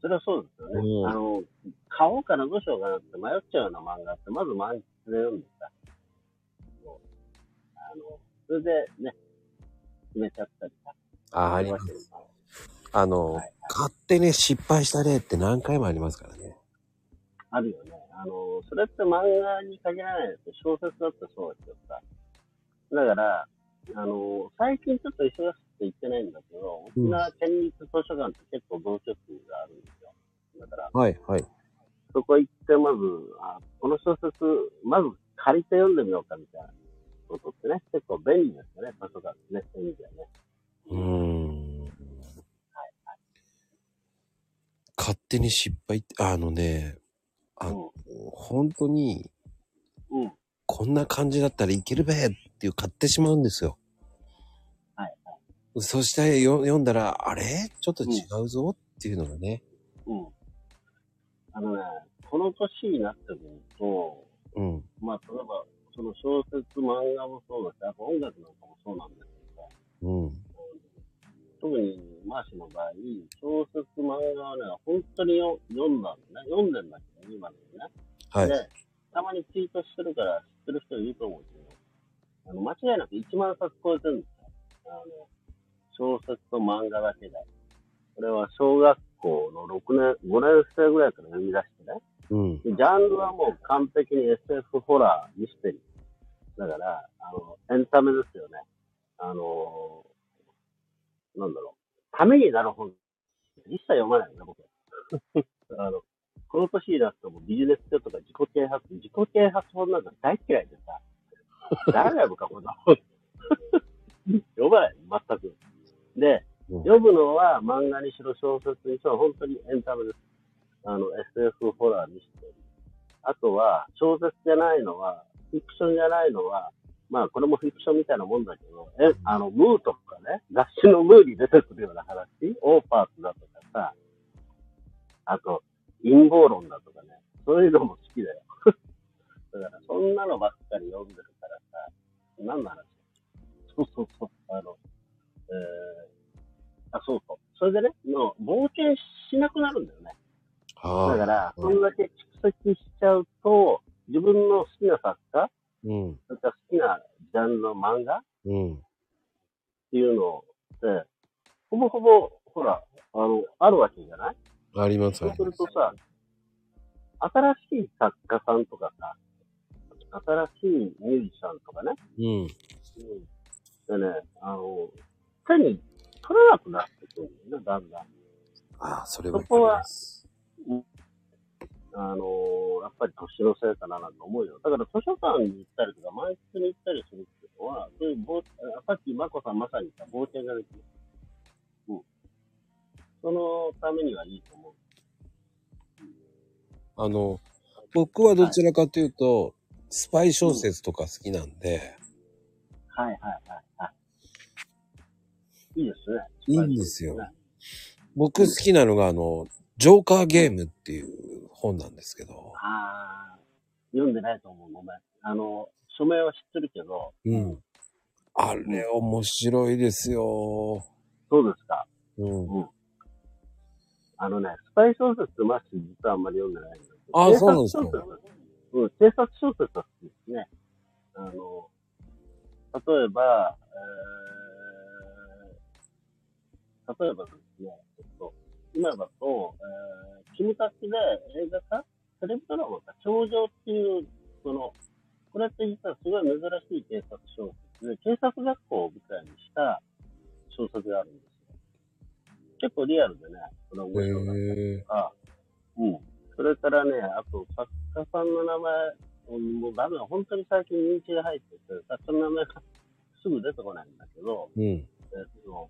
[SPEAKER 3] それはそうですよね。
[SPEAKER 1] うん
[SPEAKER 3] あの、買おうかな、どうしようかなって迷っちゃうような漫画って、まず満喫で読んでさ、そうあの、それでね、決めちゃったりさ。
[SPEAKER 1] あーあります。あの、勝手に失敗した例って何回もありますからね。
[SPEAKER 3] あるよね。あの、それって漫画に限らないですよ小説だってそうですよさ。だから、あの、最近ちょっと忙しくて行ってないんだけど、沖縄県立図書館って結構同居室があるんですよ。だから、
[SPEAKER 1] はい、はい。
[SPEAKER 3] そこ行って、まず、あ、この小説、まず借りて読んでみようかみたいなことってね、結構便利ですよね、場所がね、そういう意味ではね。
[SPEAKER 1] うーん。勝手に失敗って、あのね、あ本当に、
[SPEAKER 3] うん。うん。
[SPEAKER 1] こんな感じだったらいけるべっていう買ってしまうんですよ。
[SPEAKER 3] はい
[SPEAKER 1] そしてよ読んだら、あれちょっと違うぞっていうのがね。
[SPEAKER 3] うん。あのね、この年になってくると、
[SPEAKER 1] うん。
[SPEAKER 3] まあ、例えば、その小説、漫画もそうだし、あと音楽なんかもそうなんですけど、
[SPEAKER 1] うん。
[SPEAKER 3] 特にマーシーの場合、小説、漫画はね、本当によ読んだんだね。読んでんだけど、今でもね。
[SPEAKER 1] はい。
[SPEAKER 3] で、たまにツイートしてるから知ってる人いると思うけど、あの間違いなく1万冊超えてるんですよ。あの、小説と漫画だけで。これは小学校の6年、5年生ぐらいから読み出してね。
[SPEAKER 1] うん。
[SPEAKER 3] でジャンルはもう完璧に SF ホラー、ミステリー。だから、あの、エンタメですよね。あの、なんだろう。ためになる本、一切読まないよね、僕。 <laughs> あの、この年になってもビジネス書とか自己啓発、自己啓発本なんか大嫌いでさ、誰が読むか、こんな本。 <laughs> 読まない、全く。で、
[SPEAKER 1] うん
[SPEAKER 3] 読むのは漫画にしろ小説にしろ、本当にエンタメです。あの、SF ホラーにしてあとは、小説じゃないのは、フィクションじゃないのは、まあ、これもフィクションみたいなもんだけど、え、あの、ムーとかね、雑誌のムーに出てくるような話、オーパーツだとかさ、あと、陰謀論だとかね、そういうのも好きだよ。 <laughs> だから、そんなのばっかり読んでるからさ、何の話そうそうそう、あの、えー、あ、そうそう。分の好きな作家、
[SPEAKER 1] うん。
[SPEAKER 3] それから好きなジャンルの漫画っ
[SPEAKER 1] うん。
[SPEAKER 3] ていうのって、ほぼほぼ、ほら、あの、あるわけじゃない
[SPEAKER 1] あります、
[SPEAKER 3] そ
[SPEAKER 1] あ
[SPEAKER 3] う
[SPEAKER 1] り
[SPEAKER 3] す
[SPEAKER 1] ま
[SPEAKER 3] る
[SPEAKER 1] す
[SPEAKER 3] と。さ、新しい作家さんとかさ、新しいミュージシャンとかね、
[SPEAKER 1] うん。
[SPEAKER 3] でね、あの、手に取れなくなってくるんだよね、だんだん。
[SPEAKER 1] ああ、それはわかります。
[SPEAKER 3] あのーやっぱり年のせいかななんて思うよ。だから図書館に行ったりとか、満喫に行ったりするっていうのは、そういう冒あさっきまこさんまさに言った冒険ができる。うん。そのためにはいいと思う。
[SPEAKER 1] あの、僕はどちらかというと、スパイ小説とか好きなんで、
[SPEAKER 3] はいはいはいはい。いいですね。
[SPEAKER 1] いいんですよ。僕好きなのが、あの、ジョーカーゲームっていう本なんですけど、
[SPEAKER 3] ああ、読んでないと思う。ごめん。あの、署名は知ってるけど、
[SPEAKER 1] うん。あれ面白いですよ。
[SPEAKER 3] どうですか
[SPEAKER 1] うん。
[SPEAKER 3] あのね、スパイ小説ってマッシー実はあんまり読んでないんだけど。
[SPEAKER 1] あ
[SPEAKER 3] 警察
[SPEAKER 1] そうなんです
[SPEAKER 3] 小説うん、警察小説は好きですね。あの、例えば、えー、例えばですね、えっと、今だと、えー、キムタクで映画化テレビドラマか、頂上っていう、その、これって実はすごい珍しい警察小説で、警察学校を舞台にした小説があるんですよ。結構リアルでね、これ面白かった。
[SPEAKER 1] へえ。
[SPEAKER 3] あ、うん。それからね、あと、作家さんの名前、うんもうダメだ、本当に最近人気が入ってて、作家の名前がすぐ出てこないんだけど、
[SPEAKER 1] うん。
[SPEAKER 3] えっと、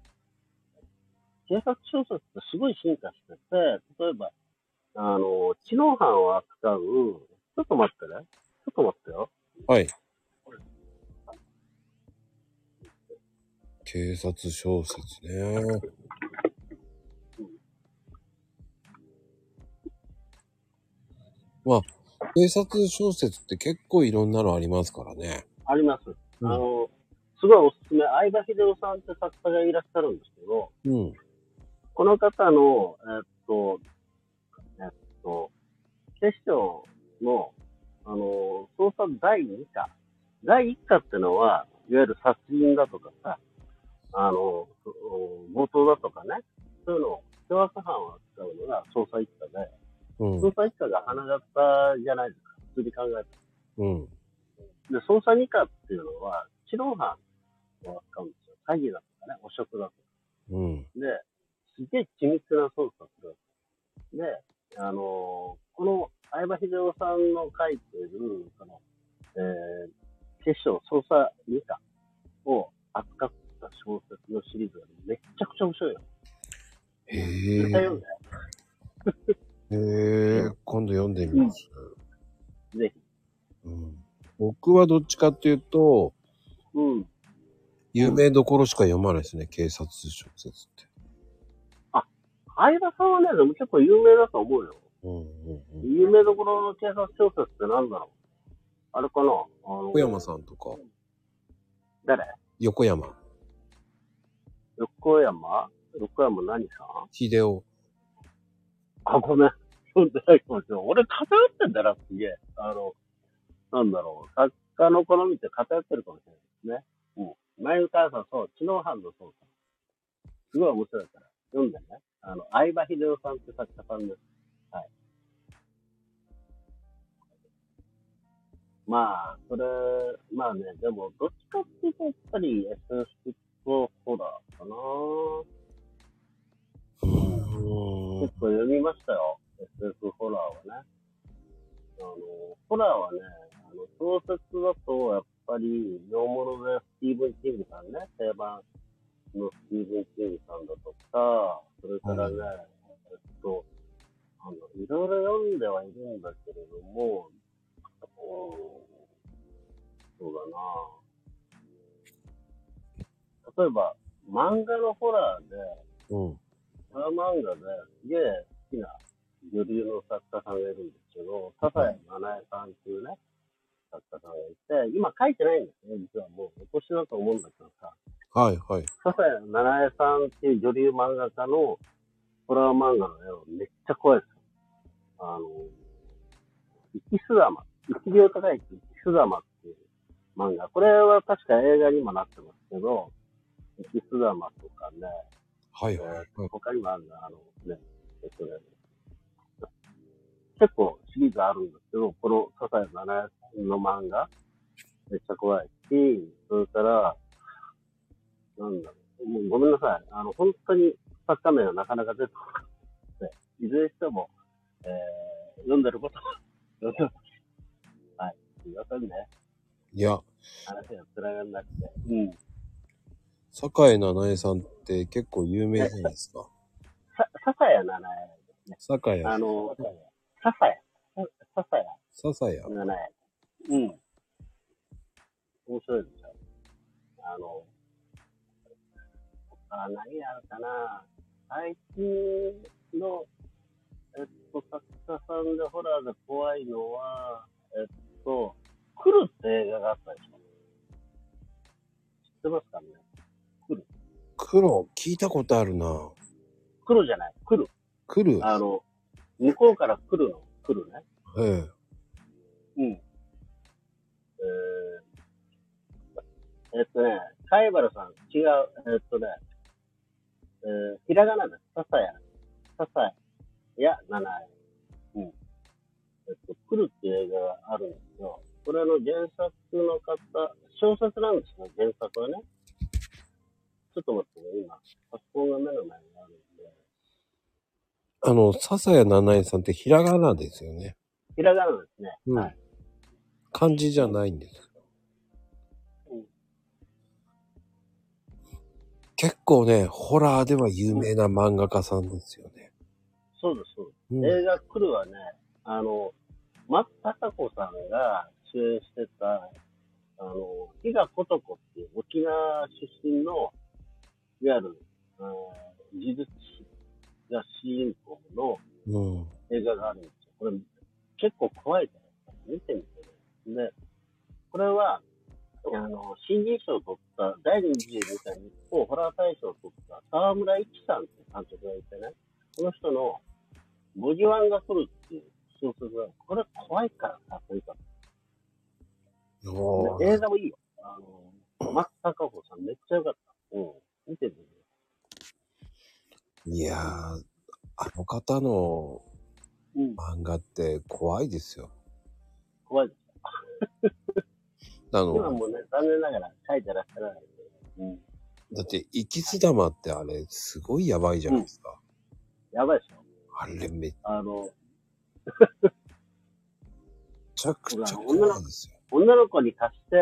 [SPEAKER 3] 警察小説ってすごい進化してて、例えば、あの、知能犯を扱う、ちょっと待ってね。ちょっと待ってよ。
[SPEAKER 1] はい。警察小説ね。まあ、警察小説って結構いろんなのありますからね。
[SPEAKER 3] あります。
[SPEAKER 1] うん
[SPEAKER 3] あの、すごいおすすめ、相葉秀夫さんって作家がいらっしゃるんですけど、
[SPEAKER 1] うん。
[SPEAKER 3] この方の、えっと、えっと、警視庁の、あの、捜査第2課。第1課ってのは、いわゆる殺人だとかさ、あの、そ強盗だとかね、そういうのを、凶悪犯を扱うのが捜査一課で、
[SPEAKER 1] うん。
[SPEAKER 3] 捜査一課が花形じゃないですか、普通に考えて。
[SPEAKER 1] うん。
[SPEAKER 3] で、捜査二課っていうのは、知能犯を扱うんですよ。詐欺だとかね、汚職だとか。
[SPEAKER 1] うん。
[SPEAKER 3] で、すげえ緻密な操作する。で、あのーこの相葉秀夫さんの書いている、その、えー、決勝捜査二課を扱った小説のシリーズがめっちゃくちゃ面白いよ。
[SPEAKER 1] へ
[SPEAKER 3] 絶
[SPEAKER 1] え。
[SPEAKER 3] 対読んで、
[SPEAKER 1] へえ。今度読んでみます。
[SPEAKER 3] ぜひ。
[SPEAKER 1] うん、僕はどっちかっていうと、
[SPEAKER 3] うん。
[SPEAKER 1] 有名どころしか読まないですね、警察小説って。
[SPEAKER 3] 相葉さんはね、でも結構有名だと思うよ。
[SPEAKER 1] うんうんうん。
[SPEAKER 3] 有名どころの警察小説ってなんだろうあれかなあの
[SPEAKER 1] 横山さんとか、
[SPEAKER 3] 誰
[SPEAKER 1] 横山、
[SPEAKER 3] 横山横山何さん
[SPEAKER 1] 秀夫。
[SPEAKER 3] あ、ごめん。読んでないかもしれない。 <laughs> 俺偏ってんだな、すげえ。あの、なんだろう。作家の好みって偏ってるかもしれないですね。うん。前の母さん、そう、知能犯のそうさん。すごい面白いから。読んでね。あの、相葉秀夫さんって作家さんです。はい。まあ、それ、まあね、でも、どっちかっていうと、やっぱり SF とホラーかな
[SPEAKER 1] う
[SPEAKER 3] 結構読みましたよ。SF ホラーはね。あの、ホラーはね、あの、小説だと、やっぱり、洋物でスティーブン・キングさんね、定番のスティーブン・キングさんだとか、それからね、
[SPEAKER 1] うん
[SPEAKER 3] えっと、あの、いろいろ読んではいるんだけれども、うん、そうだな例えば、漫画のホラーで、
[SPEAKER 1] ん。うん。
[SPEAKER 3] ホラー漫画ですげえ好きな女流の作家さんがいるんですけど、笹谷七重さんっていうね、作家さんがいて、今書いてないんですね、実はもう。お越しだと思うんだけどさ、
[SPEAKER 1] はいはい。
[SPEAKER 3] 笹谷七重さんっていう女流漫画家のホラー漫画の絵はめっちゃ怖いですよ。あの、生きす玉っ一秒高いキスダマっていう漫画。これは確か映画にもなってますけど、キスダマとかね、
[SPEAKER 1] はい
[SPEAKER 3] え
[SPEAKER 1] はいはい。
[SPEAKER 3] ー他にもあるな、あのね、えっとね、結構シリーズあるんですけど、この些細なね、の漫画、めっちゃ怖いし、それから、なんだろう、もうごめんなさい。あの、本当に作家名はなかなか出てこなくて、いずれにしても、えー、読んでることは、 <laughs> 読んでることははい。すいませんね。
[SPEAKER 1] いや、
[SPEAKER 3] 話が繋がんなくて。うん。
[SPEAKER 1] 坂井七恵さんって結構有名じゃないですか。
[SPEAKER 3] さ、ささやなね、
[SPEAKER 1] 坂井
[SPEAKER 3] あの、ささや、ささや。
[SPEAKER 1] 笹谷。
[SPEAKER 3] がね、うん。面白いですよ。あの、あ何があるかな最近の、えっと、作家さんでホラーで怖いのは、えっと、来るって映画があったでしょ知ってますかね
[SPEAKER 1] 黒、聞いたことあるな。
[SPEAKER 3] 来るじゃない来る。
[SPEAKER 1] 来る。
[SPEAKER 3] あの、向こうから来るの。来るね。
[SPEAKER 1] ええ。
[SPEAKER 3] うん。えー、えっとね、貝原さん、違う、えっとね、えー、ひらがなです。ささや、ささや、ななや。うん。えっと、来るっていう映画があるんですよ。これの原作の方、小説なんですよ、原作はね。ちょっと待ってね、今、パソコンが目の前にあるんで。
[SPEAKER 1] あの、笹谷七恵さんってひらがなですよね。
[SPEAKER 3] ひらがなですね。
[SPEAKER 1] うん
[SPEAKER 3] はい。
[SPEAKER 1] 漢字じゃないんです。
[SPEAKER 3] うん
[SPEAKER 1] 結構ね、ホラーでは有名な漫画家さんですよね。
[SPEAKER 3] そうです、そうです。
[SPEAKER 1] うん、
[SPEAKER 3] 映画来るはね、あの、松たか子さんが主演してた、あの、比嘉琴子っていう沖縄出身の、いわゆる、えー、技術が主人公の
[SPEAKER 1] うん。
[SPEAKER 3] 映画があるんですよ。これ、結構怖いから、見てみてね。で、これは、あの、新人賞を取った、第22回日本ホラー大賞を取った沢村一さんって監督がいてね、この人の、ボギワンが来るっていう小説が、これ怖いからさ、とにか
[SPEAKER 1] お
[SPEAKER 3] く。
[SPEAKER 1] ー
[SPEAKER 3] で映画もいいよ。あの、松たか子さんめっちゃよかった。うん。見てみて。
[SPEAKER 1] いやー、あの方の
[SPEAKER 3] うん。
[SPEAKER 1] 漫画って怖いですよ。
[SPEAKER 3] 怖いです。
[SPEAKER 1] あ
[SPEAKER 3] 今
[SPEAKER 1] の、
[SPEAKER 3] もね、残念ながら書いてらっしゃらないけど。うん。
[SPEAKER 1] だって、生きす玉ってあれ、すごいやばいじゃないですか。
[SPEAKER 3] やばいでしょ。
[SPEAKER 1] あれ、めっ
[SPEAKER 3] あの、
[SPEAKER 1] ちゃくちゃ怖いですよ。
[SPEAKER 3] 女の子に貸して、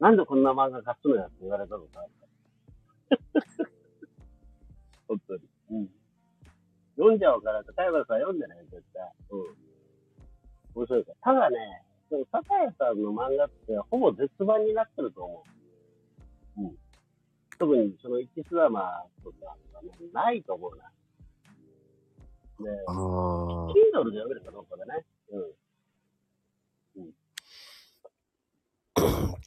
[SPEAKER 3] なんでこんな漫画貸すのよって言われたことあるから。 <laughs> 本当に。うん。読んじゃうからって、貝原さん読んでない絶対。うん。面白いから。ただね、でも、笹谷さんの漫画ってほぼ絶版になってると思う。うん。特に、その、一スダマとか、ね、ないと思うな。ね
[SPEAKER 1] ああ。
[SPEAKER 3] Kindle で読めるかどうかだね。うん。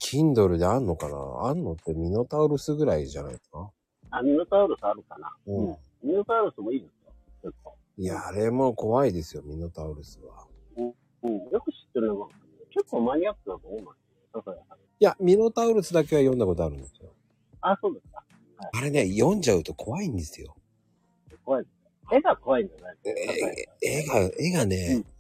[SPEAKER 1] Kindle であんのかなあんのってミノタウルスぐらいじゃないですか
[SPEAKER 3] あ、ミノタウルスあるかな。
[SPEAKER 1] うん。
[SPEAKER 3] ミノタウルスもいいですよ。結構。
[SPEAKER 1] いや、あれも怖いですよ、ミノタウルスは。
[SPEAKER 3] うん。よく知ってるのが、結構マニアックだと思うのよ。笹谷さん
[SPEAKER 1] いや、ミノタウルスだけは読んだことあるんですよ。
[SPEAKER 3] あ、そうですか。
[SPEAKER 1] あれね、読んじゃうと怖いんですよ。
[SPEAKER 3] 怖いです。絵が怖いんじゃない
[SPEAKER 1] え
[SPEAKER 3] 笹谷さん
[SPEAKER 1] 絵が、絵がね、
[SPEAKER 3] うん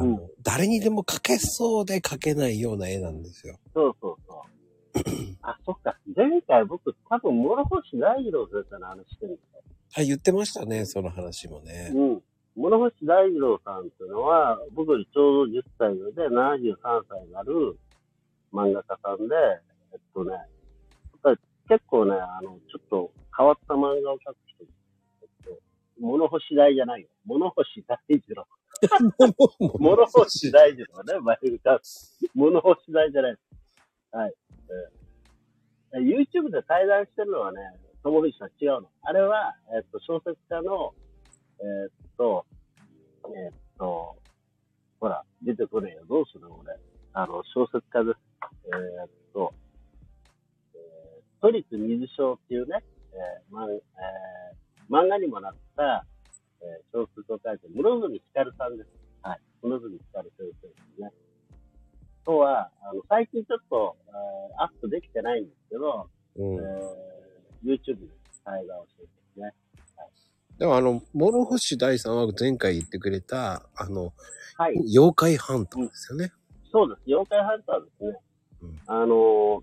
[SPEAKER 1] あの誰にでも描けそうで描けないような絵なんですよ。
[SPEAKER 3] そうそうそう。あ、そっか。前回僕、多分、諸星大二郎先生の話してるんですよ。
[SPEAKER 1] あ、言ってましたね、その話も
[SPEAKER 3] <laughs>
[SPEAKER 1] ね。
[SPEAKER 3] うん。諸星大二郎さんっていうのは、僕よりちょうど10歳上で73歳になる漫画家さんで、えっとね、やっぱり結構ね、あの、ちょっと変わった漫画を描く人です。えっと、物干し大じゃないよ。物干し大二郎。 <laughs> 物干し大二郎ね、前に歌物干し大じゃないです。はい。えー、YouTube で対談してるのはね、友藤さん違うの。あれは、えっと、小説家の、えっと、えっと、ほら、出てこねえよ。どうする俺。あの、小説家です。えっと、えー、都立水晶っていうね、えーまんえー漫画にもなった、えー小説を書いてる、室積光さんです。はい。室積光先生ですね。とは、あの最近ちょっと、えーアップできてないんですけど、
[SPEAKER 1] う
[SPEAKER 3] え
[SPEAKER 1] ん。
[SPEAKER 3] ー YouTube で対話をしてるんですね。
[SPEAKER 1] でもあの、諸星大さんは前回言ってくれた、あの、
[SPEAKER 3] はい。
[SPEAKER 1] 妖怪ハンターですよね。
[SPEAKER 3] そうです。妖怪ハンターですね。
[SPEAKER 1] うん
[SPEAKER 3] あのー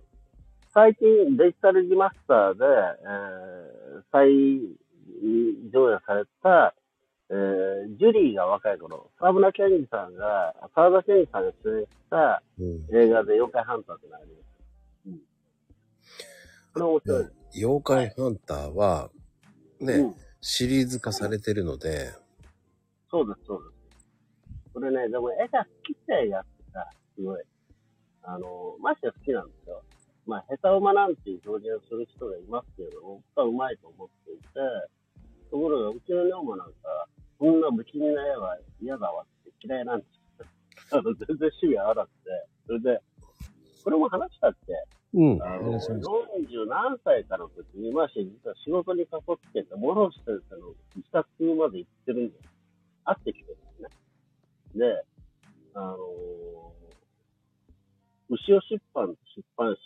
[SPEAKER 3] 最近デジタルリマスターで、えー再上映された、えージュリーが若い頃、沢村健二さんが、沢村健二さんが主演した
[SPEAKER 1] うん。
[SPEAKER 3] 映画で妖怪ハンターってのがあります。うん。これ面白いです。
[SPEAKER 1] 妖怪ハンターは、ね、
[SPEAKER 3] うん
[SPEAKER 1] シリーズ化されてるので、
[SPEAKER 3] そうです、そうです。これね、でも絵が好きってやってさ、すごい。あの、マジで好きなんですよ。まあ、下手馬なんていう表現をする人がいますけれども、僕はうまいと思っていて、ところが、うちの女房なんか、こんな不気味な絵は嫌だわって嫌いなんですよ。あの、全然趣味合わなくて。それで、これも話したって、
[SPEAKER 1] うん。
[SPEAKER 3] あの、40何歳かの時に、まあ、実は仕事にかこつけて、諸星先生の自宅まで行ってるんです。会ってきてるんですね。で、あのー、牛尾出版の出版
[SPEAKER 1] う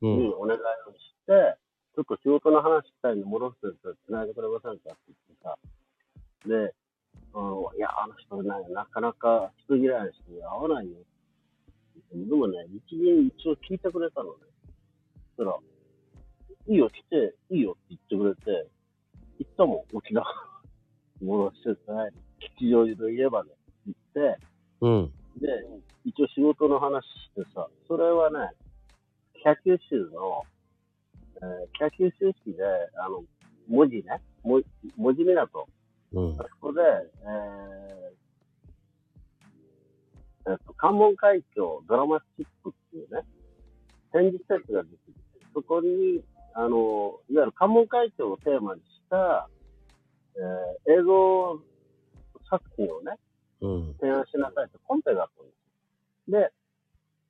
[SPEAKER 3] 社
[SPEAKER 1] ん。
[SPEAKER 3] にお願いをして、ちょっと仕事の話したいんで、諸星先生繋いでくれませんかって言ってさ。で、あの、いや、あの人ね、なかなか人嫌いな人に合わないよ。でもね、一年一応聞いてくれたのね。そしたら、いいよ、来て、いいよって言ってくれて、行ったもん、沖縄。戻してない。吉祥寺といえばね、行って、
[SPEAKER 1] うん。
[SPEAKER 3] で、一応仕事の話してさ、それはね、北九州の、えー北九州市で、あの、文字ね、も文字港。
[SPEAKER 1] うん
[SPEAKER 3] あ。そこで、えーえっと、関門海峡ドラマチックっていうね、展示施設ができて、そこに、あの、いわゆる関門海峡をテーマにした、えー映像作品をね、
[SPEAKER 1] うん。
[SPEAKER 3] 提案しなさいってコンペがあったんですよ。で、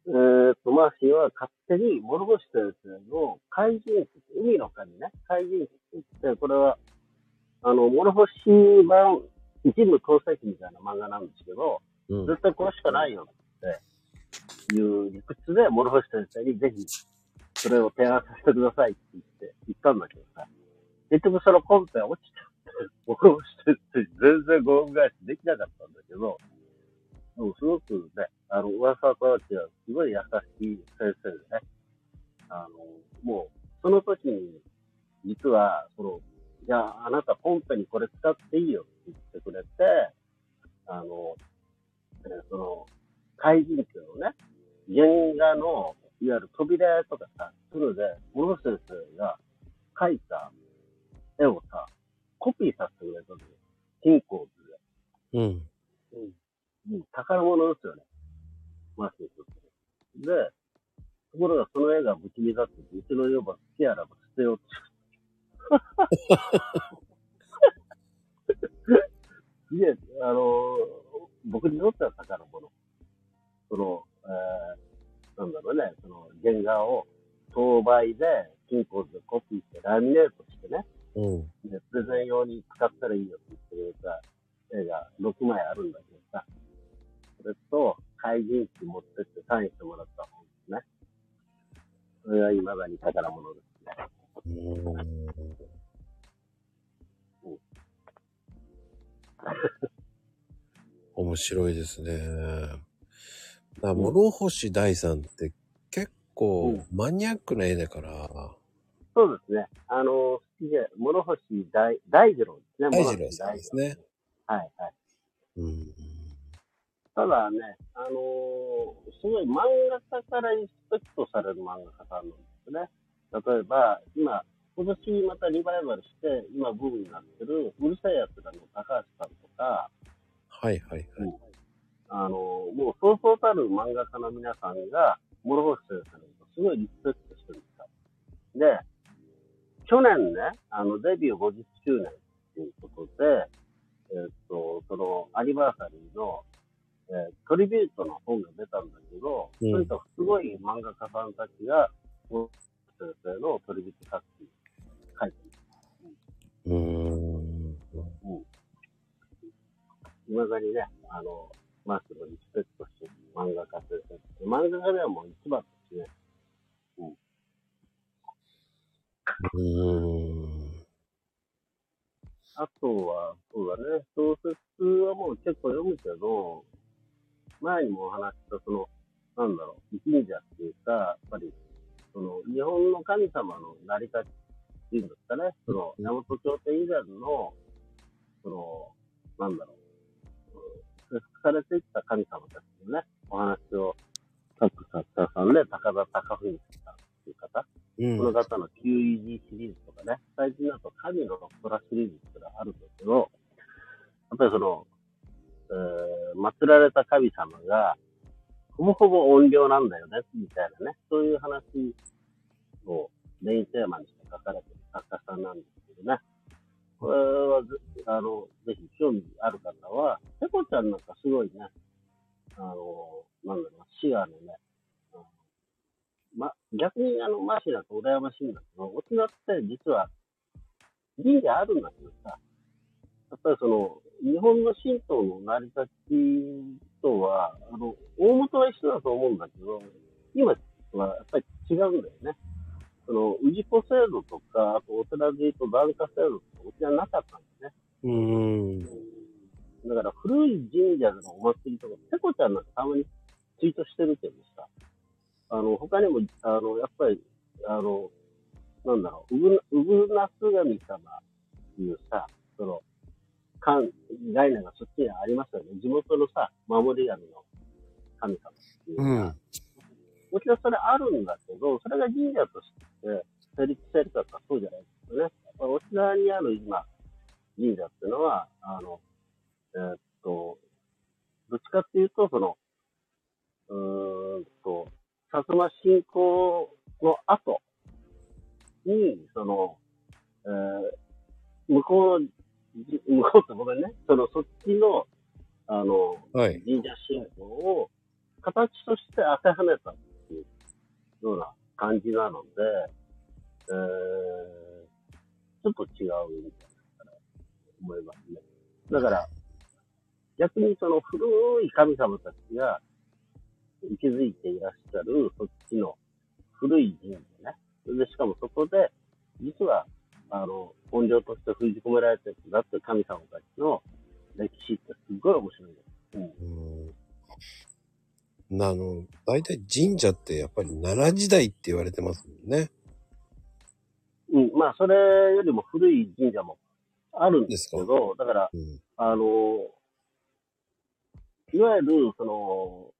[SPEAKER 3] えーっと、マーシーは勝手に、諸星先生の海人記、海の神ね、海人記って言って、これは、あの、諸星版一部透析みたいな漫画なんですけど、
[SPEAKER 1] うん。
[SPEAKER 3] 絶対これしかないよっていう理屈で、諸星先生にぜひ、それを提案させてくださいって言って、言ったんだけどさ、結局そのコンペは落ちちゃって、諸星先生に全然ご恩返しできなかったんだけど、でもすごくね、あの、噂はこうっては、すごい優しい先生でね、あの、もう、その時に、実は、その、じゃあ、あなたコンペにこれ使っていいよって言ってくれて、あの、えーその、怪人っていうのね、原画の、いわゆる扉絵とかさ、それで、諸先生が描いた絵をさ、コピーさせてくれたのよ。金庫
[SPEAKER 1] うん。
[SPEAKER 3] で。うん。宝物ですよね。マスにとって。で、ところがその絵が不気味だって言って、うちの女房が好きやらば捨てようって。 <laughs> すげえ、あの僕にとっては宝物。その、えー、なんだろうね、その原画を当売で金庫でコピーしてラミネートしてね、
[SPEAKER 1] うん。
[SPEAKER 3] で、プレゼン用に使ったらいいよって言ってくれた絵が6枚あるんだけどさ、それと、怪人機持ってってサインしてもらった本ですね。それは未だに宝物ですね。
[SPEAKER 1] うん面白いですね。だから諸星大さんって結構マニアックな絵だから、
[SPEAKER 3] そうですね。あの、好きで、諸星大、大二郎ですね。
[SPEAKER 1] 大二郎さんですね。
[SPEAKER 3] 諸星大二郎。はいはい。
[SPEAKER 1] うん。
[SPEAKER 3] ただね、あのーすごい漫画家からリスペクトされる漫画家さんなんですね。例えば、今、今年またリバイバルして、今ブームになってる、うるさいやつらの高橋さんとか、
[SPEAKER 1] はいはいはい。
[SPEAKER 3] あのーもうそうそうたる漫画家の皆さんが、諸星先生のことすごいリスペクトしてるんですよ。で、去年ね、あの、デビュー50周年っていうことで、えっと、その、アニバーサリーの、えートリビュートの本が出たんだけど、
[SPEAKER 1] うん
[SPEAKER 3] とにかくすごい漫画家さんたちが、諸星先生のトリビュート作品書いてる。
[SPEAKER 1] うん。
[SPEAKER 3] いまだにね、あの、マスクのリスペクトしてる漫画家先生ってど、漫画家ではもう一番ですね。
[SPEAKER 1] うーん。
[SPEAKER 3] あとは、そうだね、小説はもう結構読むけど、前にもお話しした、その、なんだろう、神社っていうか、やっぱり、その、日本の神様の成り立ちっていうんですかね、その、
[SPEAKER 1] うん
[SPEAKER 3] 大和朝廷以前の、その、なんだろう、うん征服されていった神様たちのね、お話を、各作家さんで、高田隆文さんっていう方、
[SPEAKER 1] うん。
[SPEAKER 3] この方の QED シリーズとかね、最近だと神の空シリーズってのがあるんですけど、やっぱりその、えー、祀られた神様が、ほぼほぼ怨霊なんだよね、みたいなね、そういう話をメインテーマにして書かれてる作家さんなんですけどね。これはぜ、あの、ぜひ興味ある方は、ペコちゃんなんかすごいね、あの、なんだろうな、視野のね、あのま、逆にあの、マシだと羨ましいんだけど、沖縄って実は、神社あるんだけどさ、やっぱりその、日本の神道の成り立ちとは、あの、大元は一緒だと思うんだけど、今はやっぱり違うんだよね。その、氏子制度とか、あとお寺で言うと檀家制度とか、うちはなかったんですね。
[SPEAKER 1] うーん。
[SPEAKER 3] だから古い神社のお祭りとか、ペコちゃんなんかたまにツイートしてるけどさ、あの、他にも、あの、やっぱり、あの、なんだろう、うぐ、うぐなす神様っていうさ、その、関概念がそっちにありましたよね。地元のさ、守り神の神様っていう
[SPEAKER 1] う
[SPEAKER 3] さ、
[SPEAKER 1] ん。
[SPEAKER 3] もちろんそれあるんだけど、それが神社として成立してるかってそうじゃないですよね。沖縄にある今、神社っていうのは、あの、えーっと、どっちかっていうと、その、うーんと、薩摩信仰の後に、その、えー向こうの、じ向こうってごめんね、その、そっちの、あの、
[SPEAKER 1] はい。
[SPEAKER 3] 神社信仰を形として当てはめたっていうような感じなので、えー、ちょっと違うんじゃないかなと思いますね。だから、逆にその古い神様たちが息づいていらっしゃる、そっちの古い神社ね。で、しかもそこで、実は、あの、本領として封じ込められてるんだっていう神様たちの歴史ってすごい面白いです。うん
[SPEAKER 1] うん。あの、大体神社ってやっぱり奈良時代って言われてますもんね。
[SPEAKER 3] うん、まあ、それよりも古い神社もあるんですけ
[SPEAKER 1] で
[SPEAKER 3] ど、だから、
[SPEAKER 1] うん。
[SPEAKER 3] あの、いわゆる、その、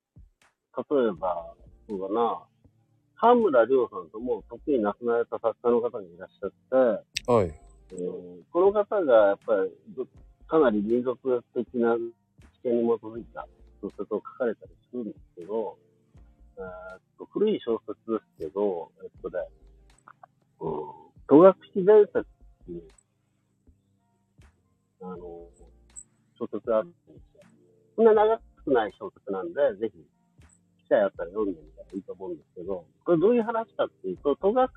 [SPEAKER 3] 例えば、そうだな、半村亮さんともうとっくに亡くなられた作家の方がいらっしゃって、
[SPEAKER 1] はい。
[SPEAKER 3] えーこの方がやっぱりど、かなり民族学的な知見に基づいた小説を書かれたりするんですけど、えーっと古い小説ですけど、えっとね、うん、戸隠伝説っていう、あの、小説があるんですよ。そんな長くない小説なんで、ぜひ、機会あったら読んでみたらいいと思うんですけど、これどういう話かっていうと、戸隠っ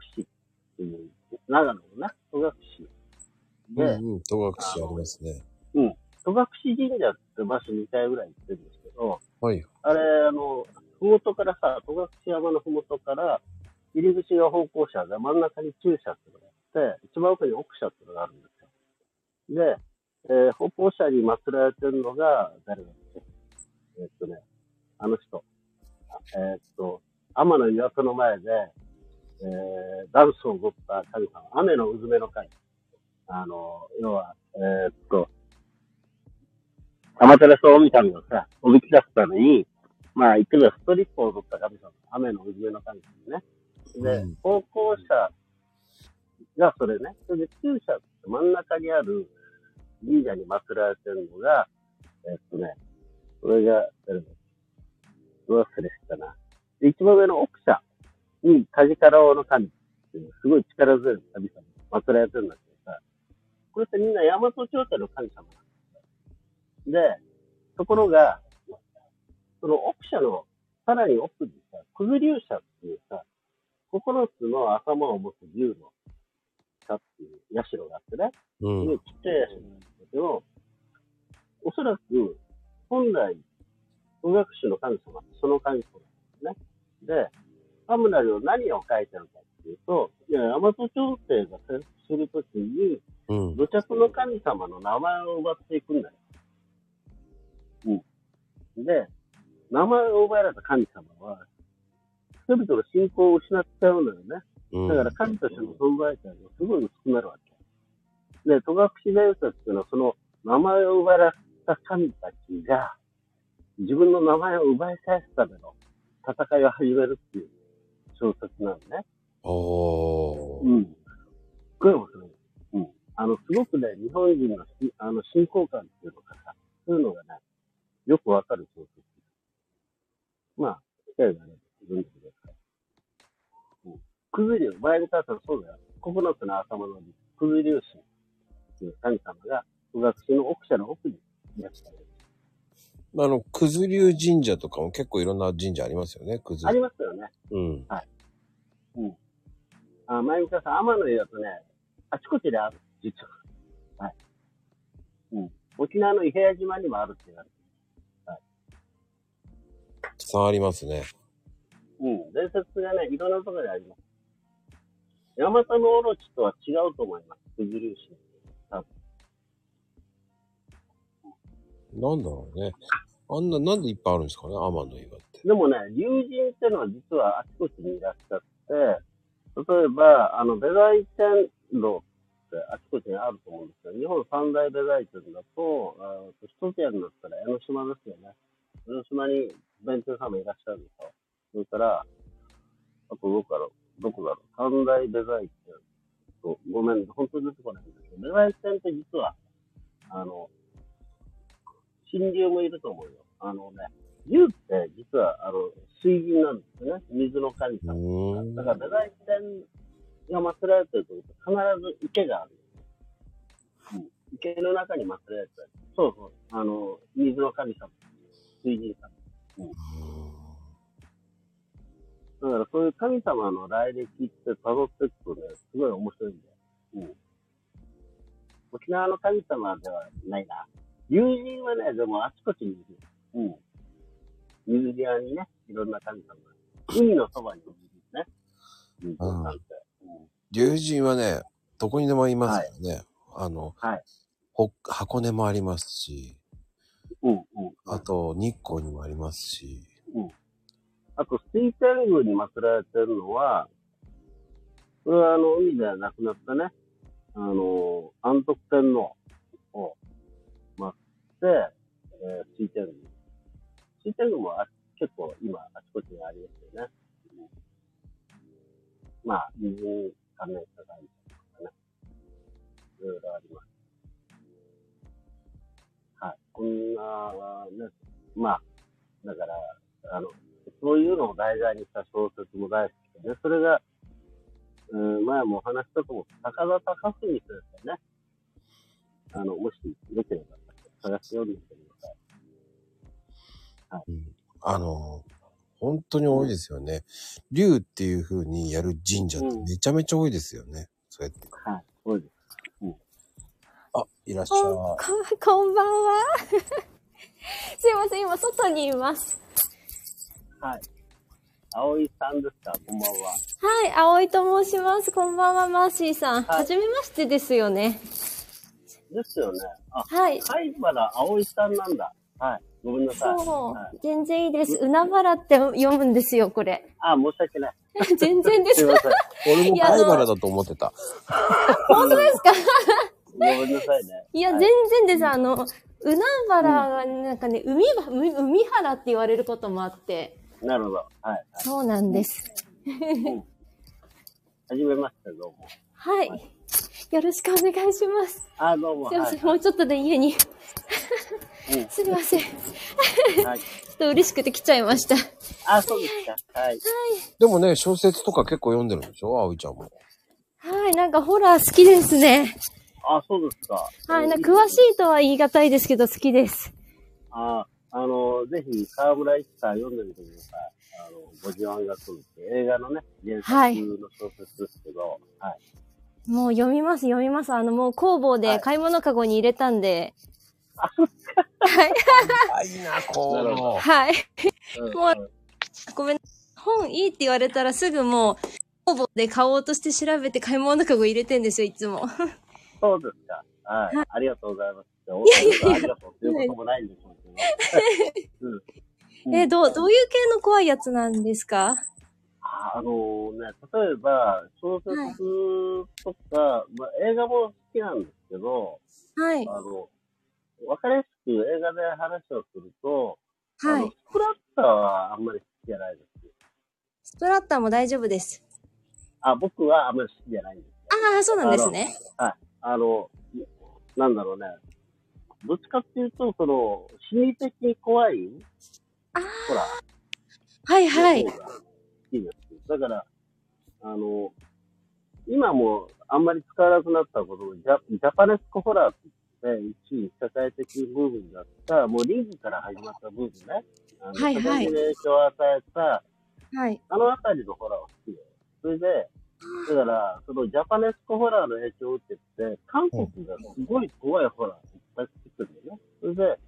[SPEAKER 3] ていう、長野のね、戸隠。
[SPEAKER 1] う
[SPEAKER 3] で、
[SPEAKER 1] んうん。戸隠市ありますね。
[SPEAKER 3] 戸隠神社って場所2回ぐらい行ってるんですけど、
[SPEAKER 1] はい。
[SPEAKER 3] あれ、あの、ふもとからさ、戸隠山のふもとから、入り口が方向車で、真ん中に中車ってのがあって、一番奥に奥車ってのがあるんですよ。で、えー方向車に祀られてるのが、誰だっけえーっとね、あの人。あえーっと、天の岩戸の前で、えー、ダンスを踊った神様、雨のうずめの神。あの、要は、えーっと、天照大神をさ、おびき出すために、まあ、言ってみればストリップを取った神様、雨のうずめの神様ね。で
[SPEAKER 1] うん、
[SPEAKER 3] 高校者がそれね。それで、旧社って真ん中にある神社に祀られてるのが、えっとね、これが、誰だどう忘れしたな。で、一番上の奥者に、カジカラオの神っていう、すごい力強い神様、祀られてるんだけどさ、これってみんな大和朝廷の神様なんですよ。で、ところが、その奥者の、さらに奥にさ、九頭竜者っていうさ、9つの頭を持つ竜の社っていう社があってね、
[SPEAKER 1] うん。
[SPEAKER 3] すごいちっちゃい社なんですけど、おそらく、本来、音楽師の神様ってその神様ね。で、タムナルを何を書いてるかっていうと、いや、大和朝廷が征服するときに、
[SPEAKER 1] うん。
[SPEAKER 3] 土着の神様の名前を奪っていくんだよ。うん。で、名前を奪われた神様は、人々の信仰を失っちゃうのよね。
[SPEAKER 1] うん。
[SPEAKER 3] だから神としての存在感がすごい薄くなるわけ。で、戸隠伝説っていうのは、その名前を奪われた神たちが、自分の名前を奪い返すための戦いを始めるっていう小説なのね。
[SPEAKER 1] おー。
[SPEAKER 3] ん。すごい面白い。うん。あの、すごくね、日本人のしあの信仰感っていうのがさ、そういうのがね、よくわかる小説。まあ、機会があれば読んでください。うん。くずりゅう、前に書いたらそうだよ。ココナッツの頭のくずりゅう神っていう神様が、富岳神の奥者の奥にいらっしゃる。
[SPEAKER 1] あの、九頭竜神社とかも結構いろんな神社ありますよね、九頭
[SPEAKER 3] あ
[SPEAKER 1] 竜。
[SPEAKER 3] りますよね。
[SPEAKER 1] うん。
[SPEAKER 3] あ、前向さん、天の湯だとね、あちこちである、実は。はい。うん。沖縄の伊平屋島にもあるって言われて
[SPEAKER 1] たくさんありますね。
[SPEAKER 3] る。うん。伝説がね、いろんなところであります。ヤマタノオロチとは違うと思います。九頭竜神。
[SPEAKER 1] なんだろうね。あんな、なんでいっぱいあるんですかね、天の岩って。
[SPEAKER 3] でもね、竜神ってのは実はあちこちにいらっしゃって、例えば、あの、ベザイ天堂ってあちこちにあると思うんですけど、日本三大ベザイ天だと、あー一つやるんだったら江ノ島ですよね。江ノ島に弁天様いらっしゃるんですよ。それから、あとどこだろう、どこだろう、三大ベザイ天と、ごめん、本当に出てこないんですけど、ベザイ天って実は、あの、神竜もいると思うよ。あのね、竜って実は、あの、水銀なんですよね。水の神
[SPEAKER 1] う
[SPEAKER 3] 様。
[SPEAKER 1] ーん。
[SPEAKER 3] だから、ベライ天が祀られてるとき必ず池がある。うん、池の中に祀られてる。そうそう。あの、水の神様。水神様。だから、そういう神様の来歴って辿っていくとね、すごい面白いんだよ。うん。沖縄の神様ではないな。友人はね、でもあちこちにいる。うん。水際にね、いろんな神様が。海のそばにいるね。うん。
[SPEAKER 1] うん
[SPEAKER 3] ってうん
[SPEAKER 1] 竜神はね、どこにでもいますからね。あの、
[SPEAKER 3] はい
[SPEAKER 1] ほ箱根もありますし、
[SPEAKER 3] うんうんうん。
[SPEAKER 1] あと日光にもありますし、
[SPEAKER 3] あと、水天宮に祀られてるのは、これはあの、海ではなくなったね、あの、安徳天皇を祀って、えー、水天宮。水天宮もあ結構今、あちこちにありますよね。うんまあ、水に関連した感じとかね。いろいろあります。はい。こんな、ね、まあ、だから、あの、そういうのを題材にした小説も大好きでね、それが、うん、前もお話ししたと思う、高田隆文先生ね、あの、もし出てれば、探して読んでみてください。
[SPEAKER 1] あの、本当に多いですよね。竜っていう風にやる神社ってめちゃめちゃ多いですよね。そうやって。
[SPEAKER 3] はい、そうです。
[SPEAKER 1] あ、いらっし
[SPEAKER 4] こん、こ
[SPEAKER 1] ゃ
[SPEAKER 4] ん、こんばんは。 <laughs> すいません、今、外にいます。
[SPEAKER 3] はい。葵さんですか、こんばんは。
[SPEAKER 4] はい、葵と申します。こんばんは、マーシーさん。
[SPEAKER 3] はい
[SPEAKER 4] はじ、めましてですよね。
[SPEAKER 3] ですよね。あ、
[SPEAKER 4] はい。
[SPEAKER 3] 貝原葵さんなんだ。はい、ごめんなさい。
[SPEAKER 4] そ、
[SPEAKER 3] はいう
[SPEAKER 4] 全然いいです。うなばらって読むんですよ、
[SPEAKER 3] <laughs>
[SPEAKER 4] これ。
[SPEAKER 3] あ、申し訳ない。
[SPEAKER 4] 全然です
[SPEAKER 3] すい。ません。
[SPEAKER 1] る。俺も
[SPEAKER 4] いやあ
[SPEAKER 1] 貝
[SPEAKER 4] の
[SPEAKER 1] 原だと思ってた。
[SPEAKER 4] 本当ですか
[SPEAKER 3] ごめんなさいね。 <laughs>
[SPEAKER 4] いや、
[SPEAKER 3] は
[SPEAKER 4] 全然です。あの、うなばらが、なんかね、海は、海海原って言われることもあって。
[SPEAKER 3] なるほど。はい。
[SPEAKER 4] そうなんです。
[SPEAKER 3] はじめまして、どうも。
[SPEAKER 4] はい。よろしくお願いします。
[SPEAKER 3] あ、どうも。
[SPEAKER 4] すいません、
[SPEAKER 3] は
[SPEAKER 4] もうちょっとで家に。
[SPEAKER 3] い。
[SPEAKER 4] <laughs> すいません。ち
[SPEAKER 3] うんはい。
[SPEAKER 4] ょっと嬉しくて来ちゃいました。
[SPEAKER 3] あ、そうですか。はい。
[SPEAKER 1] でもね、小説とか結構読んでるんでしょ葵ちゃんも。
[SPEAKER 4] はい、なんかホラー好きですね。
[SPEAKER 3] あ、そうですか。
[SPEAKER 4] はい、なん
[SPEAKER 3] えー
[SPEAKER 4] か詳しいとは言い難いですけど好きです。
[SPEAKER 3] あ、あの、ぜひ、河村一さん読んでみてください。あの、ご自慢が来るって、映画のね、原作の小説ですけど、はい。
[SPEAKER 4] もう読みます、読みます。あの、もう工房
[SPEAKER 3] は
[SPEAKER 4] で
[SPEAKER 3] い
[SPEAKER 4] 買い物かごに入れたんで。はい、
[SPEAKER 1] あ、いいな、こういうの。
[SPEAKER 4] はい。
[SPEAKER 3] うん
[SPEAKER 4] もう
[SPEAKER 3] うん
[SPEAKER 4] ごめん。本いいって言われたらすぐもう、ほぼで買おうとして調べて買い物かご入れてんですよ、いつも。
[SPEAKER 3] そうですか。はい。ありがとうございます。
[SPEAKER 4] いやいやいや
[SPEAKER 3] ありがとうっていうこともないんでしょうけど。うん
[SPEAKER 4] <laughs> え、どう、どういう系の怖いやつなんですか
[SPEAKER 3] ああのね、例えば、小説とか、まあ、映画も好きなんですけど、
[SPEAKER 4] はい。
[SPEAKER 3] あの、わかりやすく映画で話をすると、あ
[SPEAKER 4] は
[SPEAKER 3] の
[SPEAKER 4] い
[SPEAKER 3] ス。プラッターはあんまり好きじゃないです。
[SPEAKER 4] スプラッターも大丈夫です。
[SPEAKER 3] あ、僕はあんまり好きじゃないんです。
[SPEAKER 4] ああ、そうなんですね。
[SPEAKER 3] あの、なんだろうね。どっちかっていうと、その、心理的に怖い
[SPEAKER 4] あー
[SPEAKER 3] ほら、
[SPEAKER 4] はいはい
[SPEAKER 3] の。方が好きです。だから、あの、今もあんまり使わなくなったことをジャ、ジャパネスコホラーって言って、一時社会的ブームになった、もうリーグから始まったブームね。あの
[SPEAKER 4] はいはい
[SPEAKER 3] 社会的に影響を与えた、
[SPEAKER 4] はい。
[SPEAKER 3] あのあたりのホラーを好きで。それで、だから、そのジャパネスコホラーの影響を受けて、韓国がすごい怖いホラーいっぱい作ってるんだよね。それで、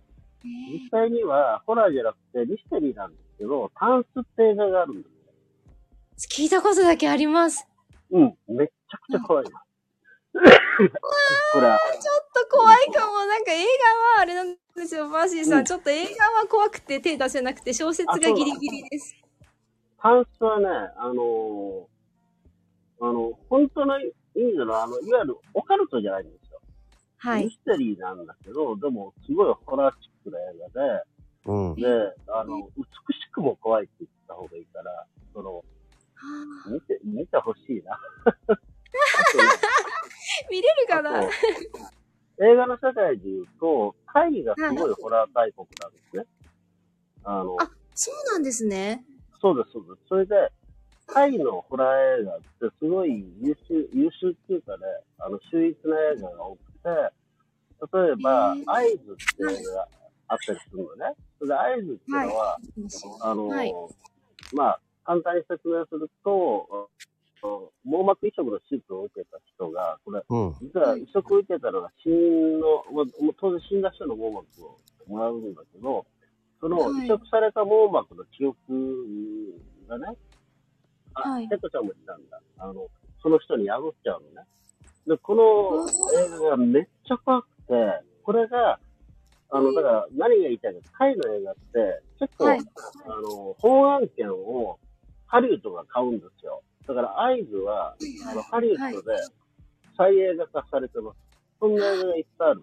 [SPEAKER 3] 実際にはホラーじゃなくてミステリーなんですけど、タンスって映画があるんですよ。
[SPEAKER 4] 聞いたことだけあります。
[SPEAKER 3] うん、めっちゃくちゃ怖いよ。ほら、
[SPEAKER 4] ちょっと怖いかも。なんか映画はあれなんですよ、バーシーさ
[SPEAKER 3] うん
[SPEAKER 4] ん。ちょっと映画は怖くて手出せなくて、小説がギリギリです。
[SPEAKER 3] タンスはね、あのーあの、本当の意味での、あの、いわゆるオカルトじゃないんですよ。
[SPEAKER 4] は
[SPEAKER 3] ミ
[SPEAKER 4] い。
[SPEAKER 3] ステリーなんだけど、でも、すごいホラーチックな映画で、
[SPEAKER 1] うん。
[SPEAKER 3] で、あの、美しくも怖いって言った方がいいから、その、見て、見てほしいな。あ
[SPEAKER 4] 見れるか
[SPEAKER 3] とね
[SPEAKER 4] な
[SPEAKER 3] あと映画の世界で言うと、タイがすごいホラー大国なんですね。あの、
[SPEAKER 4] あそうなんですね。
[SPEAKER 3] そうです、そうです。それで、タイのホラー映画ってすごい優秀、優秀っていうかね、あの、秀逸な映画が多くて、例えば
[SPEAKER 4] へー、
[SPEAKER 3] アイズっていう映画があったりするのね。それで、アイズっていうのは、あの、
[SPEAKER 4] はい
[SPEAKER 3] まあ、簡単に説明すると、あの網膜移植の手術を受けた人が、これ、
[SPEAKER 1] うん。
[SPEAKER 3] 実は移植を受けたのが死因の、まあ、もう当然死んだ人の網膜をもらうんだけど、その
[SPEAKER 4] はい
[SPEAKER 3] 移植された網膜の記憶がね、あ、
[SPEAKER 4] はい
[SPEAKER 3] ペコちゃんもいたんだ。あの、その人に宿っちゃうのね。で、この映画がめっちゃ怖くて、これが、あの、だから何が言いたいか、タイの映画って、結構、
[SPEAKER 4] はい
[SPEAKER 3] あの、法案権をハリウッドが買うんですよ。だから合図は、あの、ハリウッドで再映画化されてます。そんな映画がいっぱいある。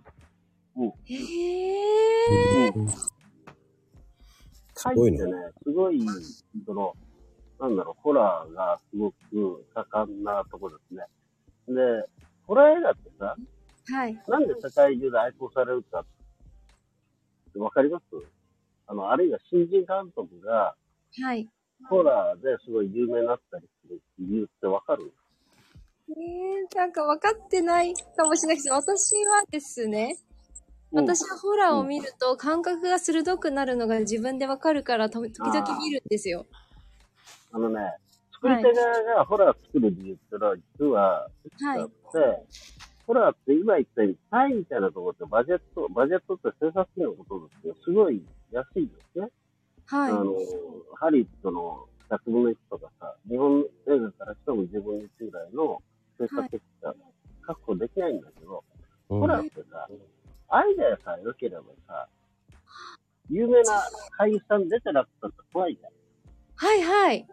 [SPEAKER 4] へ
[SPEAKER 3] う
[SPEAKER 4] え。
[SPEAKER 3] ん。
[SPEAKER 1] す
[SPEAKER 3] タイっ
[SPEAKER 1] ご
[SPEAKER 3] て
[SPEAKER 1] い
[SPEAKER 3] ね
[SPEAKER 1] ね。、
[SPEAKER 3] すごい、その、なんだろう、ホラーがすごく盛んなとこですね。で、ホラー映画ってさ、
[SPEAKER 4] はい。
[SPEAKER 3] なんで世界中で愛好されるかってわかりますあの、あるいは新人監督が
[SPEAKER 4] はい。
[SPEAKER 3] ホラーですごい有名になったりする理由ってわかる
[SPEAKER 4] えー、なんか分かってないかもしれないです。私はですね、私はホラーを見ると感覚が鋭くなるのが自分で分かるから、と時々見るんですよ。
[SPEAKER 3] あのね、作り手側がホラー作る理由ってのは実は、
[SPEAKER 4] はい
[SPEAKER 3] だっ。て、ホラーって今言ったように、タイみたいなところってバジェット、バジェットって制作費のことですけど、すごい安いんですね。
[SPEAKER 4] はい
[SPEAKER 3] あ。の、ハリウッドの100分の1とかさ、日本映画からしても10分の1ぐらいの制作費が確保できないんだけど、
[SPEAKER 1] うん
[SPEAKER 3] ホラーってさ、アイデアさえ良ければさ、有名な俳優さん出てなくたって怖いじゃん。
[SPEAKER 4] はいはい。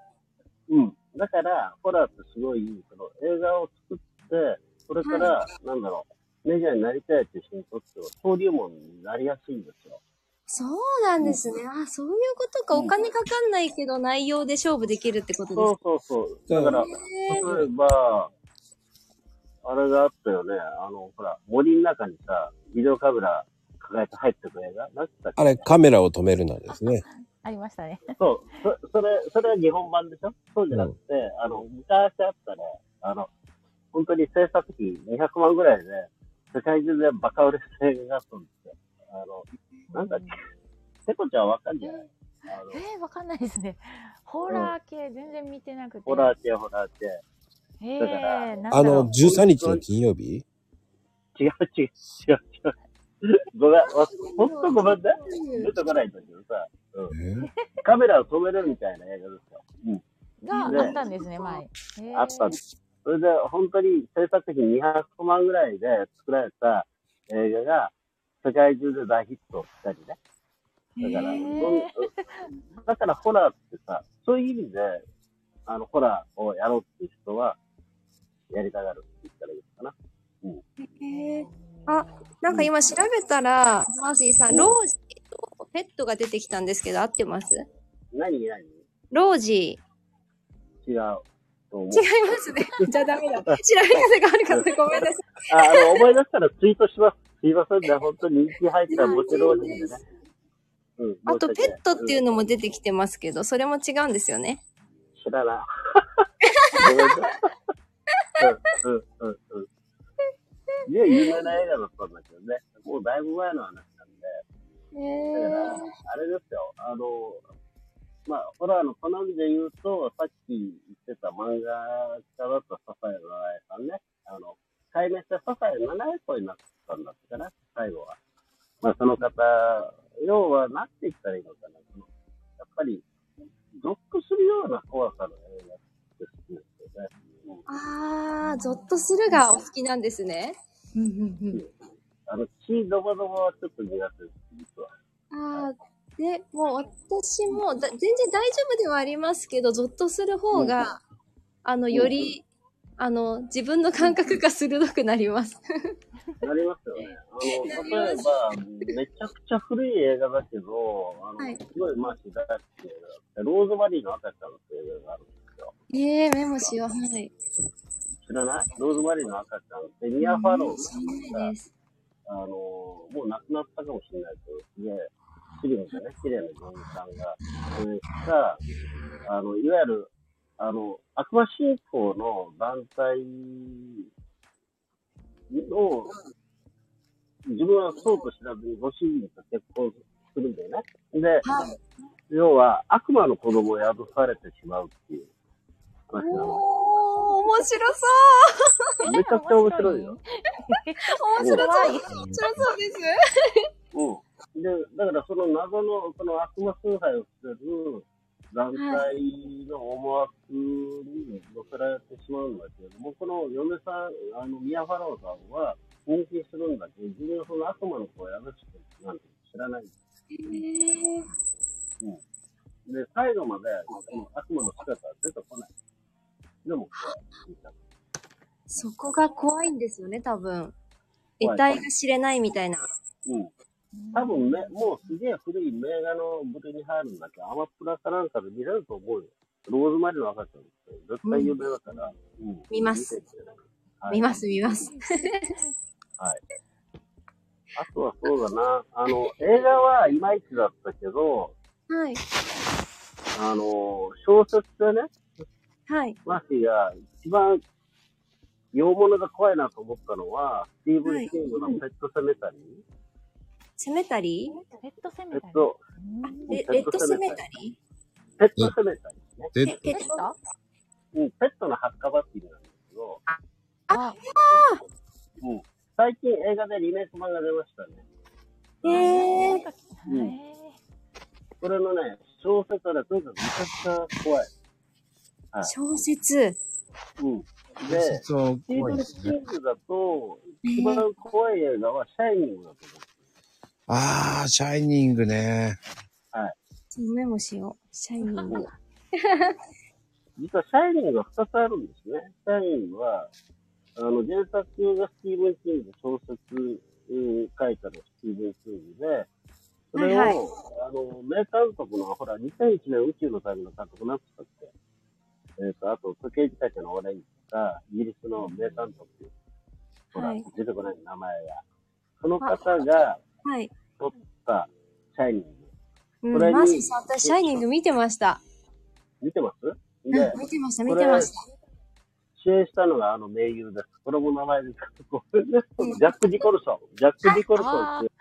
[SPEAKER 3] うん。だから、ホラーってすごい、その映画を作って、それから、なんだろう、メジャーになりたいっていう人にとっては、登竜門になりやすいんですよ。
[SPEAKER 4] そうなんですね。あ、そういうことか。
[SPEAKER 3] うん
[SPEAKER 4] お金かかんないけど内容で勝負できるってことで
[SPEAKER 3] そうそうそう。だから、
[SPEAKER 4] す
[SPEAKER 3] 例
[SPEAKER 4] ね。
[SPEAKER 3] えば、あれがあったよね。あの、ほら、森の中にさ、ビデオカメラ抱えて入ってく映画なんて言ったっけ
[SPEAKER 1] あれ、カメラを止めるなんですね。
[SPEAKER 5] ありましたね。
[SPEAKER 3] そう、そそれ、それは日本版でしょそうじゃなくて、あの、昔あったね、あの、本当に制作費200万ぐらいで、世界中でバカ売れした映画があったんですよ。あの、なんだっけ、ペコちゃんわかんじゃないあの、
[SPEAKER 5] えー、わかんないですね。ホラー系全然見てなくて。
[SPEAKER 3] ホラー系、ホラー系。
[SPEAKER 5] え
[SPEAKER 3] だから
[SPEAKER 5] ー、なんだ
[SPEAKER 1] あ
[SPEAKER 5] ろ
[SPEAKER 1] の、
[SPEAKER 5] う。
[SPEAKER 1] 13日の金曜日
[SPEAKER 3] 違う違う違う違う。ごめん、わほんとごめんね。出てこないんだけどさ、カメラを止めるみたいな映画ですよ。
[SPEAKER 5] があったんですね、前。へー
[SPEAKER 3] あったんです。それで、本当に制作費200万ぐらいで作られた映画が、世界中で大ヒットしたりね。だから、
[SPEAKER 5] へー
[SPEAKER 3] そうだからホラーってさ、そういう意味で、あの、ホラーをやろうっていう人は、やりたがるって言ったらいいのかな。
[SPEAKER 4] へえ。あ、なんか今調べたら、マーシーさん、ロージーとペットが出てきたんですけど、合ってます
[SPEAKER 3] 何何
[SPEAKER 4] ロージー。
[SPEAKER 3] 違うと思う
[SPEAKER 4] 違い。ますね。 <laughs> じゃあダメだ。調べ方があるからごめんなさい。
[SPEAKER 3] あ、あの、思い出したらツイートします。すいませんね。本当に人気入ったらもちろんでね。うん、
[SPEAKER 4] <laughs> <laughs> あと、ペットっていう
[SPEAKER 3] の、
[SPEAKER 4] のも出てきてますけど、それも違うんですよね。
[SPEAKER 3] 知らない。ごめんなさい。うん、うん、うん、うん。いや、有名な映画だったんだけどね。もうだいぶ前の話なんで。
[SPEAKER 4] へ
[SPEAKER 3] だから、あれですよ。あの、まあ、ホラーの好みで言うと、さっき言ってた漫画家だった笹谷七重さんね。あの、解明して笹谷七重子になったんだったかな、最後は。まあ、その方、要は、なんて言ったらいいのかな。そのやっぱり、ゾッとするような怖さの映画って好きですよね。うん
[SPEAKER 4] あー、ゾッとするがお好きなんですね。
[SPEAKER 5] うんうんうん
[SPEAKER 3] あの、血ドバドバはちょっと苦手です、実は。
[SPEAKER 4] あー、で、もう私もだ、全然大丈夫ではありますけど、ゾッとする方が、あの、より、あの、自分の感覚が鋭くなります。
[SPEAKER 3] なりますよね。あの、例えば、めちゃくちゃ古い映画だけど、あの、
[SPEAKER 4] はい
[SPEAKER 3] すごい、まあ、知らなくて、ローズマリーの赤ちゃんっていう映画があるんですよ。
[SPEAKER 4] ええメモしよう。はい。
[SPEAKER 3] 知らないローズマリーの赤ちゃんって、ミア・ファロー
[SPEAKER 4] 知らないです。
[SPEAKER 3] あの、もう亡くなったかもしれないけど、すげえ、綺麗なね、綺麗な女優さんが、それした、あの、いわゆる、あの、悪魔信仰の団体の、自分はそうと知らずにご主人と結婚するんだよね。で、
[SPEAKER 4] はい。
[SPEAKER 3] 要は悪魔の子供を宿されてしまうっていう話なの。
[SPEAKER 4] おー、面白そう
[SPEAKER 3] めちゃくちゃ面白いよ。
[SPEAKER 4] 面白
[SPEAKER 5] 怖
[SPEAKER 4] そ
[SPEAKER 5] いう
[SPEAKER 4] 面白そうです。
[SPEAKER 3] うん。で、だからその謎の、その悪魔崇拝をしてる団体の思惑に乗せられてしまうんだけれども、この嫁さん、あの、ミヤ・ファローさんは、認識するんだけど、自分はその悪魔の子を宿してるなんて知らない。
[SPEAKER 4] へー
[SPEAKER 3] で、最後まで、その悪魔の姿は出てこない。でも、こう見た
[SPEAKER 4] そこが怖いんですよね、多分。
[SPEAKER 3] 怖い
[SPEAKER 4] 得体が知れないみたいな。
[SPEAKER 3] うん。多分ね、もうすげえ古い名画の部類に入るんだけど、アマプラかなんかで見れると思うよ。ローズマリーの赤ちゃんって絶対有名だから。うん
[SPEAKER 4] 見ます。
[SPEAKER 3] てみてねはい
[SPEAKER 4] 見ます、見ます。
[SPEAKER 3] あとはそうだな。あの、映画はいまいちだったけど、
[SPEAKER 4] はい。
[SPEAKER 3] あの、小説でね、
[SPEAKER 4] はい。
[SPEAKER 3] マーシーが一番洋物が怖いなと思ったのは、スティーブン・キングのペットセメタリー。
[SPEAKER 4] セメタリー
[SPEAKER 5] ペットセ
[SPEAKER 3] ペ
[SPEAKER 5] メタ
[SPEAKER 3] ッ
[SPEAKER 5] リー。
[SPEAKER 3] ト、
[SPEAKER 5] うん
[SPEAKER 4] レレッドセメタリ
[SPEAKER 3] ペットセメタリー
[SPEAKER 1] で
[SPEAKER 3] ね。
[SPEAKER 4] ーペペ
[SPEAKER 5] ペ
[SPEAKER 4] ット
[SPEAKER 5] ット
[SPEAKER 3] うん、ペットの発火バッティングなんですけど、
[SPEAKER 5] あ、
[SPEAKER 3] うん、最近映画でリメイク版が出ましたね。
[SPEAKER 4] へー
[SPEAKER 5] なんか
[SPEAKER 3] うん
[SPEAKER 5] へー
[SPEAKER 3] これのね、小説はね、とにかくめちゃくちゃ怖い。
[SPEAKER 4] 小説。
[SPEAKER 3] うん。で、ス
[SPEAKER 1] 説は
[SPEAKER 3] ティー
[SPEAKER 1] 怖い
[SPEAKER 3] ブ
[SPEAKER 1] で
[SPEAKER 3] ン・
[SPEAKER 1] す
[SPEAKER 3] キ
[SPEAKER 1] ね。
[SPEAKER 3] ングだと、
[SPEAKER 4] え
[SPEAKER 3] 一
[SPEAKER 4] ー
[SPEAKER 3] 番怖い映画はシャイニングだと思
[SPEAKER 1] あー、シャイニングね。
[SPEAKER 4] ちょっとメモしよう。シャイニング。
[SPEAKER 3] う。実はシャイニングが2つあるんですね。シャイニングは、あの、原作がスティーブン・キング小説、うん、書いたのスティーブン・キングで、それを、
[SPEAKER 4] はいはい
[SPEAKER 3] あの、名監督の、ほら、2001年宇宙の旅の監督なんつったっけえっ、と、あと、時計仕掛けのオレンジとか、イギリスの名監督、ほら、
[SPEAKER 4] はい
[SPEAKER 3] 出てこない名前が。その方が
[SPEAKER 4] はい。
[SPEAKER 3] 撮った、シャイニング。
[SPEAKER 4] うん
[SPEAKER 3] これ、に
[SPEAKER 4] マーシーさん、私、シャイニング見てました。
[SPEAKER 3] 見てます
[SPEAKER 4] うん
[SPEAKER 3] で、
[SPEAKER 4] 見てました、
[SPEAKER 3] こ
[SPEAKER 4] 見
[SPEAKER 3] れ
[SPEAKER 4] てました。
[SPEAKER 3] 主演したのがあの名優です。これも名前です。これねジャック・ディコルソン。ジャック・ディコルソンって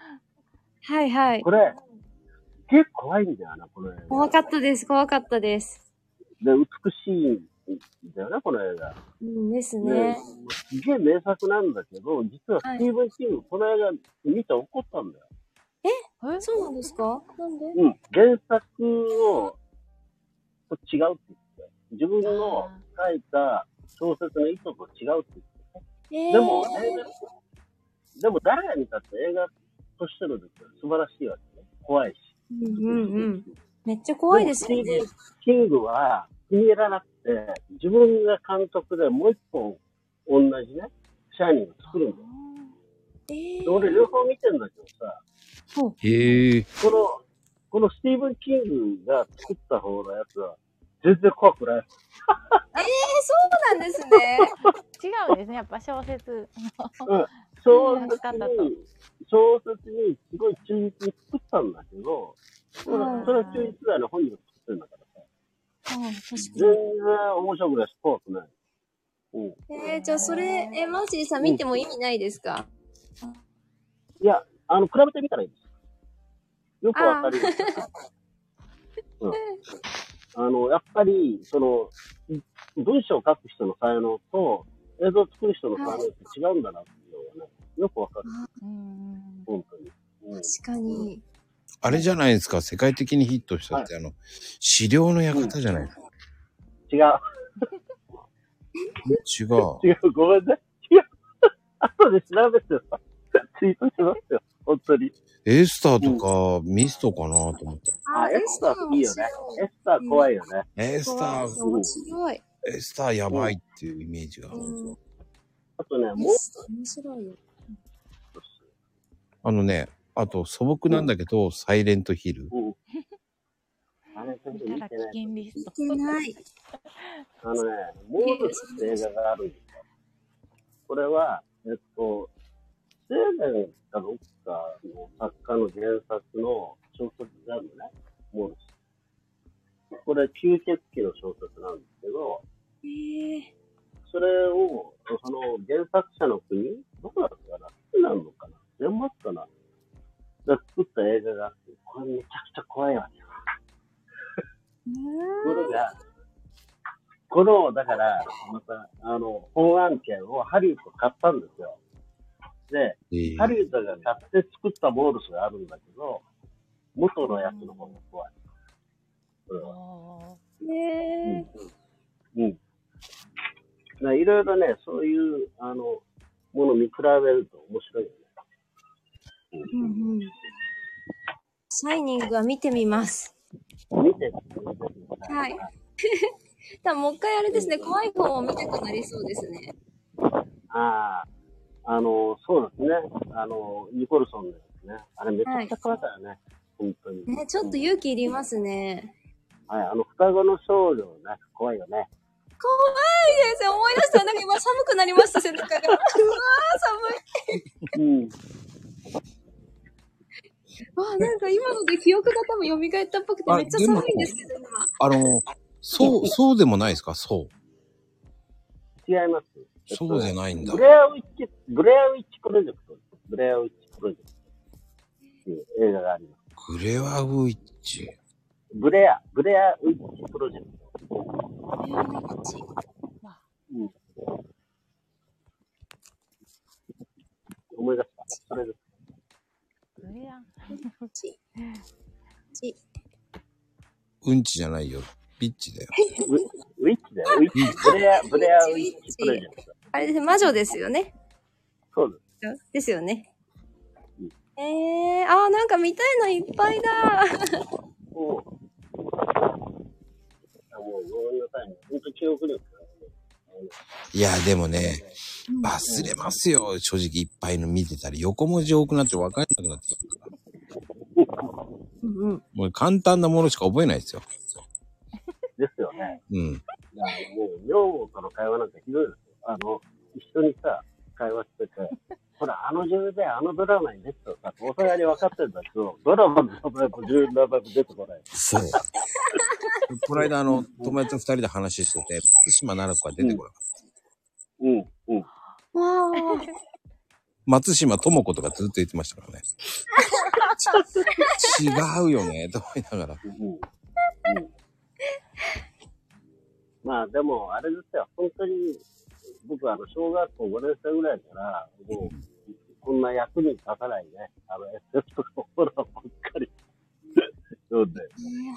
[SPEAKER 4] はいはい
[SPEAKER 3] こ。れ、結構怖いんだよな、この映画
[SPEAKER 4] 怖かったです、怖かったです。
[SPEAKER 3] で、美しいだよね、この映画。
[SPEAKER 4] うんですね。
[SPEAKER 3] すげえ名作なんだけど、実はスティーブン・キング、この映画見て怒ったんだよ。
[SPEAKER 5] え
[SPEAKER 4] そうなんですかなんで
[SPEAKER 3] うん。原作を、と違うって言って。自分の書いた小説の意図と違うって言って。
[SPEAKER 4] えー、
[SPEAKER 3] でも、映画、でも誰が見たって映画としてのですよ素晴らしいわけね。怖いし。
[SPEAKER 4] うんうんうん。めっちゃ怖いです
[SPEAKER 3] で
[SPEAKER 4] よね
[SPEAKER 3] も。スティーブンキングは気に入らなくて、自分が監督でもう一本同じね、シャーニング作るんだよ。
[SPEAKER 4] え
[SPEAKER 3] で
[SPEAKER 4] ー、
[SPEAKER 3] 俺両方見てんだけどさ、
[SPEAKER 1] へえ。
[SPEAKER 3] この、このスティーブン・キングが作った方のやつは、全然怖くない。
[SPEAKER 4] そうなんですね。
[SPEAKER 5] 違うんですね。やっぱ小説の。
[SPEAKER 3] うん。小
[SPEAKER 5] うん
[SPEAKER 3] 説
[SPEAKER 5] わかんなか
[SPEAKER 3] に、小説にすごい忠実に作ったんだけど、それ
[SPEAKER 4] うん
[SPEAKER 3] それは忠実だよね、本人が作ってるんだからさ。
[SPEAKER 4] うん確
[SPEAKER 3] 全然面白くないし、怖くない。うん。い
[SPEAKER 4] かにえー、じゃあそれ、え、マーシーさん見ても意味ないですか
[SPEAKER 3] や、あの、比べてみたらいいです。よくわかるよ。
[SPEAKER 4] <laughs>
[SPEAKER 3] うん。あの、やっぱり、その、文章を書く人の才能と、映像を作る人の才能って違うんだなっていうのがね、よくわかる。
[SPEAKER 5] うん。
[SPEAKER 3] 本当に。うん
[SPEAKER 4] 確かに。
[SPEAKER 1] あれじゃないですか、世界的にヒットしたって、あの、資料の館じゃないですか。
[SPEAKER 3] 違う。
[SPEAKER 1] 違う。
[SPEAKER 3] 違う、ごめんね。違う。 <laughs> 後で調べてさ、ツイートしますよ。本当に。エ
[SPEAKER 1] エスターとか、ミストかなと思った。
[SPEAKER 3] あエスターいいよね
[SPEAKER 4] ね。
[SPEAKER 3] スター怖いよね。
[SPEAKER 1] エスター、
[SPEAKER 4] 面白い。
[SPEAKER 1] エスターやばいっていうイメージがあるんですよ。
[SPEAKER 3] あとね、もう
[SPEAKER 4] 面白いよ。
[SPEAKER 3] 一つ。
[SPEAKER 1] あのね、あと素朴なんだけど、サイレントヒル。
[SPEAKER 3] <laughs> うん。あれ、全
[SPEAKER 5] 見
[SPEAKER 3] 然見
[SPEAKER 5] たら
[SPEAKER 3] て
[SPEAKER 5] 危
[SPEAKER 3] ない。
[SPEAKER 5] 険リス
[SPEAKER 4] 見
[SPEAKER 5] ト。
[SPEAKER 4] てない。
[SPEAKER 3] あのね、モーズスって映画があるんですよ。これは、えっと、スウェーデンかどっかの作家の原作の小説があるのね。モーズス。これ、吸血鬼の小説なんですけど、
[SPEAKER 4] えー、
[SPEAKER 3] それを、その原作者の国、どこだったかな何なのかなデンマークかなが作った映画があって、これめちゃくちゃ怖いわけよ。ところが、この、だから、また、あの、本案件をハリウッド買ったんですよ。で、
[SPEAKER 1] えー
[SPEAKER 3] ハリウッドが買って作ったモールスがあるんだけど、元のやつの方が怖い。うん
[SPEAKER 5] お
[SPEAKER 4] ね
[SPEAKER 3] うん。だからいろいろね、そういう、あの、もの見比べると面白いよね。
[SPEAKER 4] え。うんうん。シャイニングは見てみます。
[SPEAKER 3] 見てみてくださ
[SPEAKER 4] はい。だもう一回あれですね、怖い方も見たくなりそうですね。
[SPEAKER 3] ああ、あの、そうですね。あの、ニコルソンのやつね。あれめちゃくちゃ怖かったよね。本当に。
[SPEAKER 4] ね、ちょっと勇気いりますね。
[SPEAKER 3] はい、あの、双子の少女ね、怖いよね。
[SPEAKER 4] 怖いです思い出した。なんか今寒くなりました、背中が。うわー、
[SPEAKER 3] うん。
[SPEAKER 4] 寒い。わあ、なんか今ので記憶が多分蘇ったっぽくて
[SPEAKER 1] あ
[SPEAKER 4] めっちゃ寒いんですけど、今。
[SPEAKER 1] あの、そう、そうでもないですかそう。
[SPEAKER 3] 違います。えっと
[SPEAKER 1] そうじゃないんだ
[SPEAKER 3] ブ。レアウィッチ、ブレアウィッチプロジェクト。ブレアウィッチプロジェクト。っていう映画があります。
[SPEAKER 1] グレワウイッチ。
[SPEAKER 3] ブレア、ブレアウィッチプロジェクト。思い出した。それです。
[SPEAKER 5] ーいやん。
[SPEAKER 4] ちち
[SPEAKER 1] うんちじゃないよ。ピッチだよ。
[SPEAKER 3] ウィウィッチだよ、ウィッチ。ブレア、ブレアウィッチプロジェクト。
[SPEAKER 4] あれですね、魔女ですよね。
[SPEAKER 3] そうです。
[SPEAKER 4] ですよね。えー、あー、なんか見たいのいっ
[SPEAKER 3] <laughs>
[SPEAKER 4] ぱいだ。
[SPEAKER 3] おうあもうごめんなさいね。本当記憶力が
[SPEAKER 1] いや、でもね、忘れますよ。正直いっぱいの見てたり、横文字多くなって分かんなくなってくるから。
[SPEAKER 4] うんうん。
[SPEAKER 1] もう簡単なものしか覚えないですよ。
[SPEAKER 3] ですよね。
[SPEAKER 1] うん。
[SPEAKER 3] いや、もう、女房との会話なんかひどいですよ。あの、一緒にさ、会話してて、ほら、あの女優であのドラマに出てたさ、お互いに分かってるんだけど、ドラマの名前も女優の名前も出てこない。
[SPEAKER 1] そう。 <laughs> この間、あの、友達と二人で話してて、福島奈々子が出てこなかった。
[SPEAKER 3] うん、うん。
[SPEAKER 4] わー。
[SPEAKER 1] 松島智子とかずっと言ってました
[SPEAKER 4] <laughs>
[SPEAKER 1] からね。違うよね、と思いながら。
[SPEAKER 3] うんまあでも、あれですよ、本当に、僕はあの、小学校5年生ぐらいから、もう、こんな役に立たないね、あの、SF とかホラーばっかり読んで、
[SPEAKER 4] ね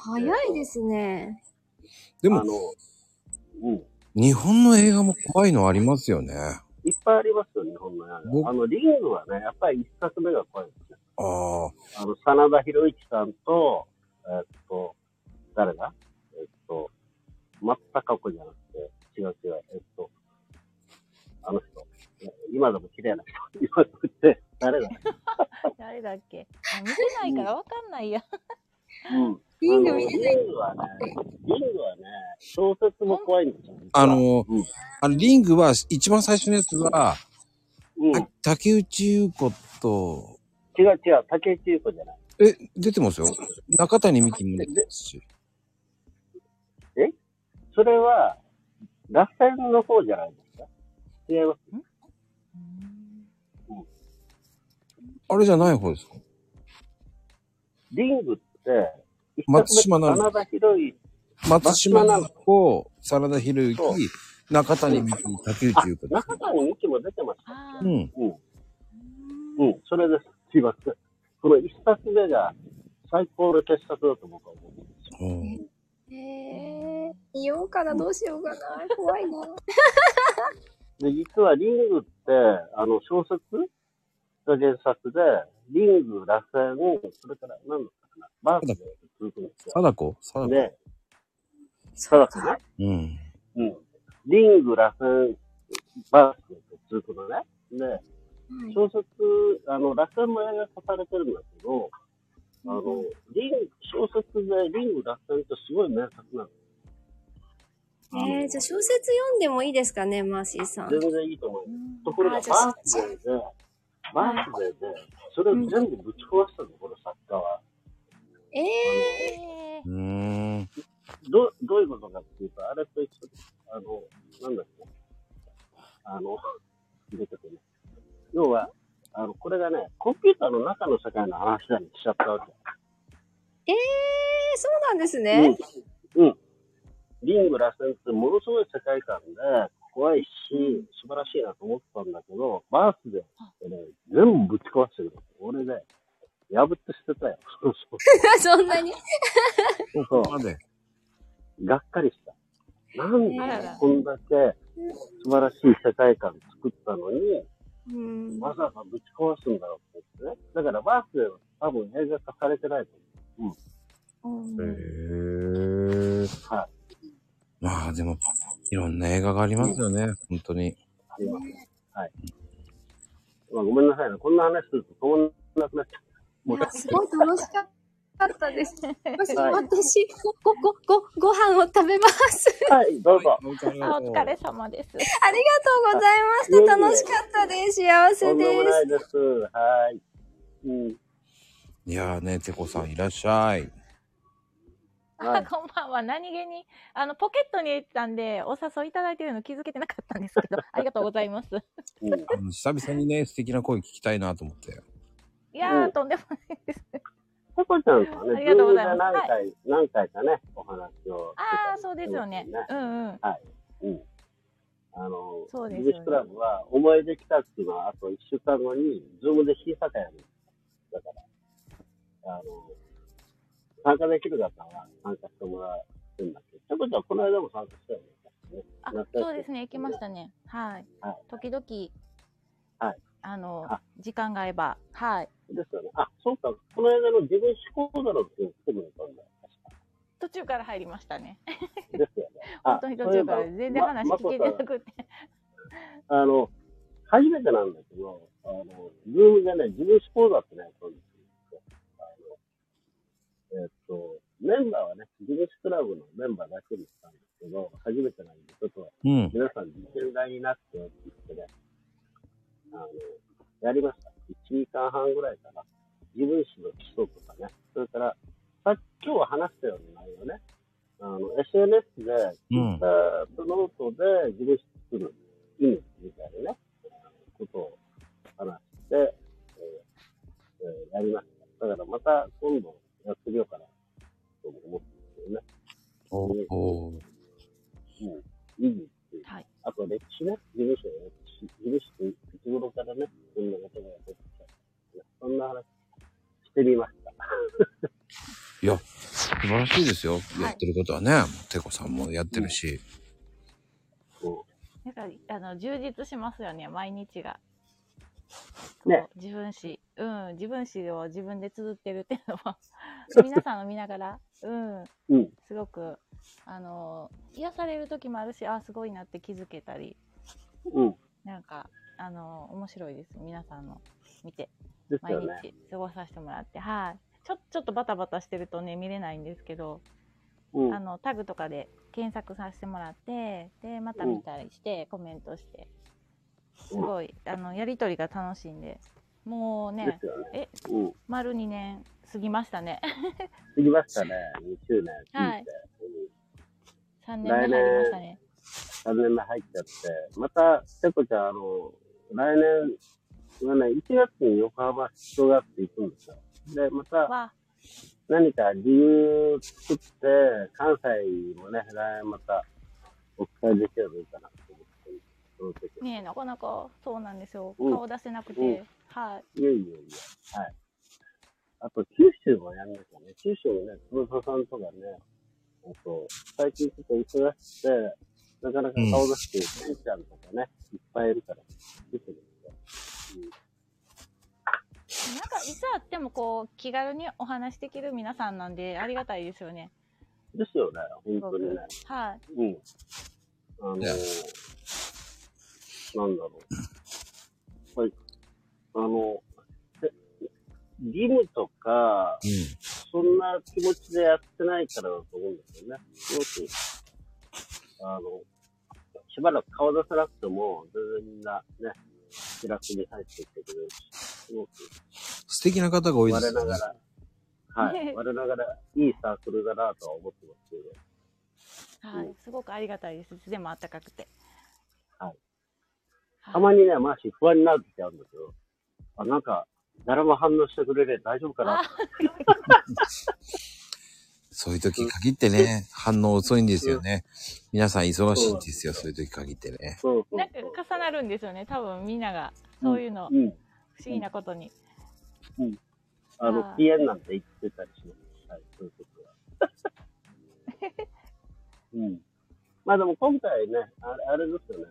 [SPEAKER 4] 早いですね。
[SPEAKER 1] で
[SPEAKER 3] あ
[SPEAKER 1] も、
[SPEAKER 3] の、うん、
[SPEAKER 1] 日本の映画も怖いのありますよね。
[SPEAKER 3] いっぱいありますよ、日本の映
[SPEAKER 1] 僕
[SPEAKER 3] 画。あの、リングはね、やっぱり一作目が怖いですね。
[SPEAKER 1] ああ、
[SPEAKER 3] あの、真田広之さんと、えっと、誰だえっと、松たか子じゃなくて、違う違う、えっと、あの人、え今でも綺麗な人、 <laughs> 今でもって、誰だ
[SPEAKER 5] 誰だっけあ見てないからわかんないや。
[SPEAKER 3] うん。
[SPEAKER 4] リング見てない
[SPEAKER 3] リングはね、リングはね、小説も怖いんですよ。
[SPEAKER 1] あの、
[SPEAKER 3] うん
[SPEAKER 1] あのリングは一番最初のやつは、
[SPEAKER 3] うん。違
[SPEAKER 1] あ竹内優子と、
[SPEAKER 3] う違う、竹内優子じゃない。
[SPEAKER 1] え、出てますよ。中谷美紀も出てますし。
[SPEAKER 3] それは、脱線の方じゃないですか違います。
[SPEAKER 1] あれじゃない方ですか
[SPEAKER 3] リングって、
[SPEAKER 1] 松島な
[SPEAKER 3] な
[SPEAKER 1] の
[SPEAKER 3] 真田広い
[SPEAKER 1] 松島
[SPEAKER 3] 松島
[SPEAKER 1] 直
[SPEAKER 3] 直
[SPEAKER 1] 子、真田広之
[SPEAKER 3] そ、
[SPEAKER 1] 中谷美紀、竹内優子です。
[SPEAKER 3] 中谷美紀も出てました。
[SPEAKER 5] あ
[SPEAKER 1] う
[SPEAKER 5] ー
[SPEAKER 1] ん。
[SPEAKER 3] うん。うん、それです。すいません。この一冊目が最高の傑作だと僕は思うんですよ。
[SPEAKER 1] うん
[SPEAKER 4] えー、見ようかな、どうしようかな。怖いな。
[SPEAKER 3] で、実はリングって、あの、小説が原作で、リング、螺旋、それから何だったかな、バースで続くんですよ。
[SPEAKER 1] 貞子貞子。
[SPEAKER 3] で、ただね、
[SPEAKER 1] うん。
[SPEAKER 3] うん。リング、螺旋、バースで続くのね。で、
[SPEAKER 4] はい
[SPEAKER 3] 小説、あの、螺旋も映画化されてるんだけど、あの、リング、小説でリング螺旋ってすごい名作なの。
[SPEAKER 4] えー、じゃあ小説読んでもいいですかね、マーシーさん。
[SPEAKER 3] 全然いいと思います。ところが、バ
[SPEAKER 4] あじゃあ
[SPEAKER 3] ースデーで、バースデーで、それを全部ぶち壊したの、この作家は。
[SPEAKER 4] えー、
[SPEAKER 5] え
[SPEAKER 1] うーん。
[SPEAKER 3] ど、どういうことかっていうと、あれと一緒です。あの、なんだっけ。あの、出てこない。要は、あの、これがね、コンピューターの中の世界の話だにしちゃったわけ。
[SPEAKER 4] えー、そうなんですね。
[SPEAKER 3] うん。うん。リング螺旋ってものすごい世界観で、怖いし、素晴らしいなと思ったんだけど、バースで、ね、全部ぶち壊してるの。俺ね、破って捨てたよ。そうそう。
[SPEAKER 4] <laughs> そんなに。
[SPEAKER 1] ここまで。
[SPEAKER 3] がっかりした。なんで
[SPEAKER 5] あらら
[SPEAKER 3] こんだけ素晴らしい世界観作ったのに、
[SPEAKER 4] うん。
[SPEAKER 3] わざわざぶち壊すんだろうって言ってね。だからバースでは多分映画化されてないと思う。
[SPEAKER 1] へー
[SPEAKER 3] は
[SPEAKER 1] まあでも、いろんな映画がありますよね、本当に。
[SPEAKER 3] あります。はい。まあ、ごめんなさいね。こんな話すると止まんなくなっちゃう。もう
[SPEAKER 4] いやすごい楽しかったです。もし
[SPEAKER 3] はい
[SPEAKER 4] 私、ご、ご、ご、ご、ご飯を食べます。
[SPEAKER 3] はい、どうぞ。
[SPEAKER 1] お疲れ
[SPEAKER 5] あお疲れ様です。
[SPEAKER 4] ありがとうございました。楽しかったです。幸
[SPEAKER 3] と
[SPEAKER 4] せ
[SPEAKER 3] んでも
[SPEAKER 4] で
[SPEAKER 3] な
[SPEAKER 4] す。
[SPEAKER 3] いです。はい。うん。
[SPEAKER 1] いやーね、てこさんいらっしゃい。
[SPEAKER 3] は
[SPEAKER 5] あ、
[SPEAKER 3] い
[SPEAKER 5] <laughs> こんばんは。何気に、あの、ポケットに入れてたんで、お誘いいただいてるの気づけてなかったんです
[SPEAKER 3] <laughs>
[SPEAKER 5] けど、ありがとうございます。
[SPEAKER 3] うん。
[SPEAKER 1] あの久々にね、素敵な声聞きたいなと思って。
[SPEAKER 5] いや
[SPEAKER 3] う
[SPEAKER 5] ー、
[SPEAKER 3] ん
[SPEAKER 5] とんでもないです。
[SPEAKER 3] <laughs> ペコちゃんとはね、
[SPEAKER 5] ありがとうござい
[SPEAKER 3] 12で
[SPEAKER 5] ます
[SPEAKER 3] 何回、何回かね、お話をしてた
[SPEAKER 5] あ
[SPEAKER 3] り
[SPEAKER 5] あ、そうですよね
[SPEAKER 3] しま。
[SPEAKER 5] うんうん。
[SPEAKER 3] あの、
[SPEAKER 5] そうですよ
[SPEAKER 3] イ
[SPEAKER 5] ね
[SPEAKER 3] ギリスクラブは、思い出来たっていうのは、あと1週間後に、ズームで引いたかやる。だから、あの、参加できる方は参加してもらってるんだけど、ペコちゃん、この間も参加したよね。
[SPEAKER 5] あ
[SPEAKER 3] 夏、休み
[SPEAKER 5] そうですね。行きましたね。はい
[SPEAKER 3] はい。
[SPEAKER 5] 時々、
[SPEAKER 3] はい
[SPEAKER 5] あの
[SPEAKER 3] あ、
[SPEAKER 5] 時間が合えば、はい。
[SPEAKER 3] ですよね。あ、そうか、この間の自分思考だろうって言ってくれたんだよ。
[SPEAKER 5] 途中から入りましたね。
[SPEAKER 3] 確かですよね。
[SPEAKER 5] 本当に <laughs> 途中から全然話聞けてな
[SPEAKER 3] て
[SPEAKER 5] くて。
[SPEAKER 3] あの、初めてなんだけど、あの、ズームでね、自分志向座ってね、そうですあの、えっと、メンバーはね、自分クラブのメンバーだけにしたんですけど、初めてなんで、ちょっと
[SPEAKER 1] うん。
[SPEAKER 3] 皆さん実験台になってって言ってね、あの、やりました。1時間半ぐらいかな。自分史の基礎とかね。それから、さっき今日話したような内容ね。あの、SNS で、
[SPEAKER 1] うん。
[SPEAKER 3] えーノートで自分史作る意味みたいなね、ことを話して、えーえーやりました。だからまた今度やってみようかなと思ってるんですよね。
[SPEAKER 1] おおー。
[SPEAKER 3] うんいいですし、
[SPEAKER 5] はい。
[SPEAKER 3] あと歴史ね、事務所の歴史、事務所っていつ頃からね、こんなことが出てきたのかそんな話してみました。
[SPEAKER 1] いや、素晴らしいですよ。
[SPEAKER 5] い
[SPEAKER 1] やってることはね、てこさんもやってるし。
[SPEAKER 3] こ
[SPEAKER 5] なんか、あの、充実しますよね、毎日が。
[SPEAKER 3] ね
[SPEAKER 5] こう自分史、うん、自分史を自分で綴ってるっていう
[SPEAKER 3] <laughs>
[SPEAKER 5] のは、皆さんの見ながら、うん、
[SPEAKER 3] う、うん、
[SPEAKER 5] すごく、あの、癒される時もあるし、あ、すごいなって気づけたり、
[SPEAKER 3] うん、
[SPEAKER 5] なんか、あの、面白いです、皆さんの見て。
[SPEAKER 3] です
[SPEAKER 5] 毎
[SPEAKER 3] よね。
[SPEAKER 5] 日過ごさせてもらって、はい。ちょ、ちょっとバタバタしてるとね、見れないんですけど、
[SPEAKER 3] うん
[SPEAKER 5] あ、の、タグとかで検索させてもらって、で、また見たりして、コメントして、すごい、あの、やりとりが楽しいんで、もう
[SPEAKER 3] で
[SPEAKER 5] ね
[SPEAKER 3] す、よね。
[SPEAKER 5] え、
[SPEAKER 3] うん。
[SPEAKER 5] 丸2年過ぎまし
[SPEAKER 3] <laughs>
[SPEAKER 5] たね。
[SPEAKER 3] 過ぎましたね、2周年。
[SPEAKER 5] はい
[SPEAKER 3] い。
[SPEAKER 5] 3年目入りましたね。
[SPEAKER 3] 3年目入っちゃって、また、てこちゃん、あの、来年はね、1月に横浜出張があって行くんですよ。で、また、
[SPEAKER 5] わ、
[SPEAKER 3] 何か理由作って、関西もね、来年またお伝えできればいいかなと思ってる、その時
[SPEAKER 5] ねえ、なかなかそうなんですよ。
[SPEAKER 3] うん
[SPEAKER 5] 顔出せなくて、
[SPEAKER 3] うん
[SPEAKER 5] はい。
[SPEAKER 3] いやいやいや、はい。あと、九州もやんなきゃね、九州もね、つぶささんとかね、あと、最近ちょっと忙しくて、なかなか顔出して、ケ、ン、ちゃんとかね、いっぱいいるから、九州
[SPEAKER 5] なんか、いつあってもこう、気軽にお話しできる皆さんなんで、ありがたいですよね。
[SPEAKER 3] ですよね、本
[SPEAKER 5] すご
[SPEAKER 3] 当にね
[SPEAKER 5] く。。はい。
[SPEAKER 3] うん。あのー
[SPEAKER 1] ね
[SPEAKER 3] なんだろう。はい。あの、え義務とか、
[SPEAKER 1] うん。
[SPEAKER 3] そんな気持ちでやってないからだと思うんですよね。すごく、あの、しばらく顔出さなくても、全然みんなね、気楽に入ってきてくれるし、すごく、
[SPEAKER 1] 素敵な方が多いで
[SPEAKER 3] 我
[SPEAKER 1] す
[SPEAKER 3] な
[SPEAKER 1] よね
[SPEAKER 3] が。ら、はい、我ながら、いいサークルだなとは思ってますけど、
[SPEAKER 5] はい。すごくありがたいです。いつでも暖かくて。
[SPEAKER 3] はい
[SPEAKER 5] はい。
[SPEAKER 3] たまにね、マーシー不安になる時あるんだけど、あ、なんか、誰も反応してくれねえ、大丈夫かなって
[SPEAKER 1] そういう時限ってね、反応遅いんですよね。皆さん忙しいんですよ、そういう時限ってね。
[SPEAKER 3] そうそう
[SPEAKER 5] なん
[SPEAKER 3] そう。
[SPEAKER 5] か重なるんですよね。多分みんなが、そういうの、
[SPEAKER 3] う
[SPEAKER 5] 不
[SPEAKER 3] ん。
[SPEAKER 5] 思議なことに。
[SPEAKER 3] あの、
[SPEAKER 5] あー
[SPEAKER 3] PN なんて言ってたりします。はい、そういうことは。うん。まあでも今回ね、あれあれですよね。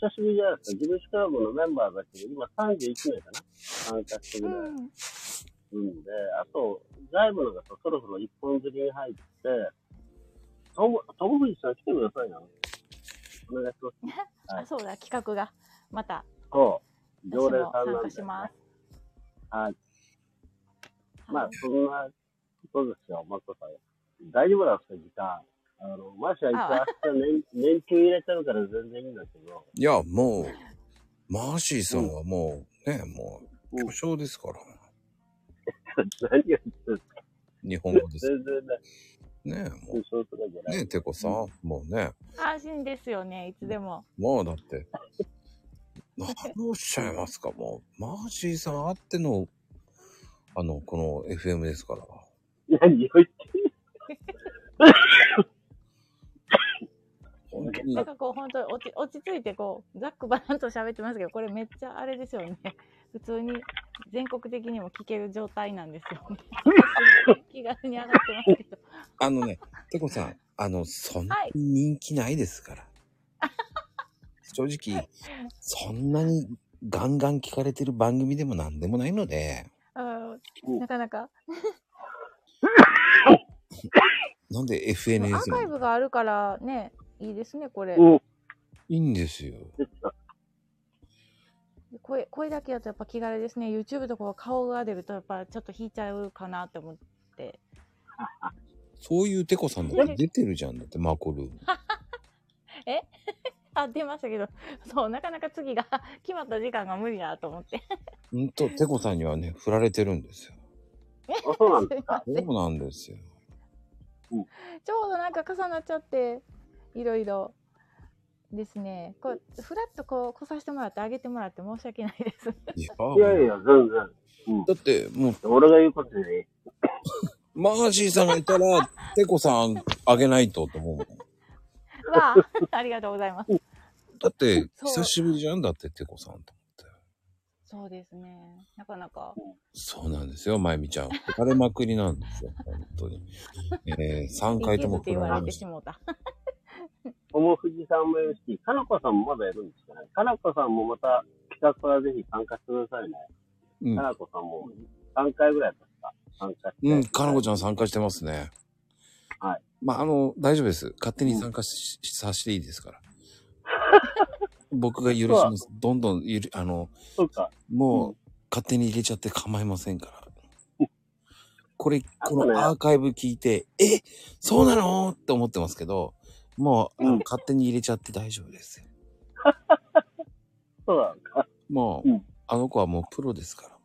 [SPEAKER 3] 久しぶりじゃないですか。事務所クラブのメンバーだけど、今31名かな参加して
[SPEAKER 5] う
[SPEAKER 3] るぐらい。う
[SPEAKER 5] ん。
[SPEAKER 3] んで、あと、外部の方、そろそろ一本釣りに入って、とも、ともふじさん来てくださいな。お願いします。は
[SPEAKER 5] あ、
[SPEAKER 3] い
[SPEAKER 5] そうだ、企画が、また、
[SPEAKER 3] そう、
[SPEAKER 5] 私も
[SPEAKER 3] 常連さんな
[SPEAKER 5] 参
[SPEAKER 3] ん
[SPEAKER 5] 加
[SPEAKER 3] で、
[SPEAKER 5] します。
[SPEAKER 3] はい。まあ、そんなことですよ、マコさん。大丈夫なんですか、時間。あの、マシは一
[SPEAKER 5] あ
[SPEAKER 3] 応明日年、年金入れちゃうから全然いいんだけど。
[SPEAKER 1] いや、もう、マーシーさんはもう、ね、もう、
[SPEAKER 3] うん
[SPEAKER 1] 巨匠ですから。
[SPEAKER 3] 何を言ってる
[SPEAKER 1] 日本語です。
[SPEAKER 3] 全然
[SPEAKER 1] ね、
[SPEAKER 3] ね、
[SPEAKER 1] も
[SPEAKER 3] 優勝とかじゃ
[SPEAKER 1] う。
[SPEAKER 3] ない。
[SPEAKER 1] ね、てこさん、もうね、
[SPEAKER 5] 安心ですよね、いつでも。
[SPEAKER 1] もうだって、何をおっしゃいますか、もう。マーシーさんあっての、あの、この FM ですから。
[SPEAKER 3] 何を言って
[SPEAKER 1] 本当
[SPEAKER 5] なん
[SPEAKER 1] に、
[SPEAKER 5] かこう、本当に落ち落ち着いて、こう、ざっくばらんと喋ってますけど、これめっちゃあれですよね。普通に、全国的にも聞ける状態なんですよね。 <laughs> 気軽に上がってますけど。
[SPEAKER 1] あのね、 <laughs> てこさん、あの、そんな
[SPEAKER 5] はい
[SPEAKER 1] に人気ないですから。
[SPEAKER 5] <laughs>
[SPEAKER 1] 正直、そんなにガンガン聞かれてる番組でも何でもないので、
[SPEAKER 5] うん、なかなか。
[SPEAKER 1] なんで
[SPEAKER 5] アー
[SPEAKER 1] FNS
[SPEAKER 5] カイ
[SPEAKER 1] も
[SPEAKER 5] ブがあるから、ね、いいですね、これ。
[SPEAKER 3] うん。
[SPEAKER 5] <laughs>
[SPEAKER 1] いいんですよ。
[SPEAKER 5] 声声だけだとやっぱ気軽ですね YouTube とかは顔が出るとやっぱちょっと引いちゃうかなって思って
[SPEAKER 1] そういうてこさんだって出てるじゃんだって、マコルーム。
[SPEAKER 5] あ出ましたけど <laughs> そうなかなか次が <laughs> 決まった時間が無理だと思って <laughs>
[SPEAKER 1] うんと、てこさんにはね、振られてるんですよ。
[SPEAKER 3] あ、そうなん
[SPEAKER 5] す
[SPEAKER 3] だ。
[SPEAKER 5] いません
[SPEAKER 1] そうなんですよ。
[SPEAKER 5] ちょうどなんか重なっちゃっていろいろですねこうふらっとこう来させてもらってあげてもらって申し訳ないです <laughs>
[SPEAKER 1] いや
[SPEAKER 3] いやいや、全然。うん
[SPEAKER 1] だって、もう、
[SPEAKER 3] 俺が言うことでいい。
[SPEAKER 1] マーシーさんがいたら、てこさんあげないとと思うもん。
[SPEAKER 5] わあ、ありがとうございます。
[SPEAKER 1] だって、
[SPEAKER 5] そう
[SPEAKER 1] 久しぶりじゃんだって、てこさんと。
[SPEAKER 5] そうですね。なかなか。
[SPEAKER 1] そうなんですよ、まゆみちゃん。枯れまくりなんですよ、本当に。えー、
[SPEAKER 3] <laughs>
[SPEAKER 1] 3回とも
[SPEAKER 5] いけずって言
[SPEAKER 1] ら
[SPEAKER 5] わ
[SPEAKER 1] れ
[SPEAKER 5] れ
[SPEAKER 1] ま
[SPEAKER 5] て
[SPEAKER 1] し。
[SPEAKER 5] したもうた。
[SPEAKER 3] 友藤さんもいるし、かなこさんもまだやるんですかね。かなこさんもまた企画はぜひ参加してくださいね。
[SPEAKER 1] うん
[SPEAKER 3] か、なこさんも3回ぐらいですか参加して。
[SPEAKER 1] うん、かなこちゃん参加してますね。
[SPEAKER 3] はい。
[SPEAKER 1] まあ、あの、大丈夫です。勝手に参加し、させていいです
[SPEAKER 3] <laughs>
[SPEAKER 1] から。僕が許します。どんどんゆる、あの、
[SPEAKER 3] そうか。
[SPEAKER 1] もう、
[SPEAKER 3] う
[SPEAKER 1] 勝手に入れちゃって構いませんから。これ、
[SPEAKER 3] あ
[SPEAKER 1] こと
[SPEAKER 3] ね
[SPEAKER 1] のアーカイブ聞いて、えそうなのって思ってますけど、もう、あの
[SPEAKER 3] うん
[SPEAKER 1] 勝手に入れちゃって大丈夫ですよ。
[SPEAKER 3] そうだ。
[SPEAKER 1] もう、
[SPEAKER 3] うん
[SPEAKER 1] あの子はもうプロですから。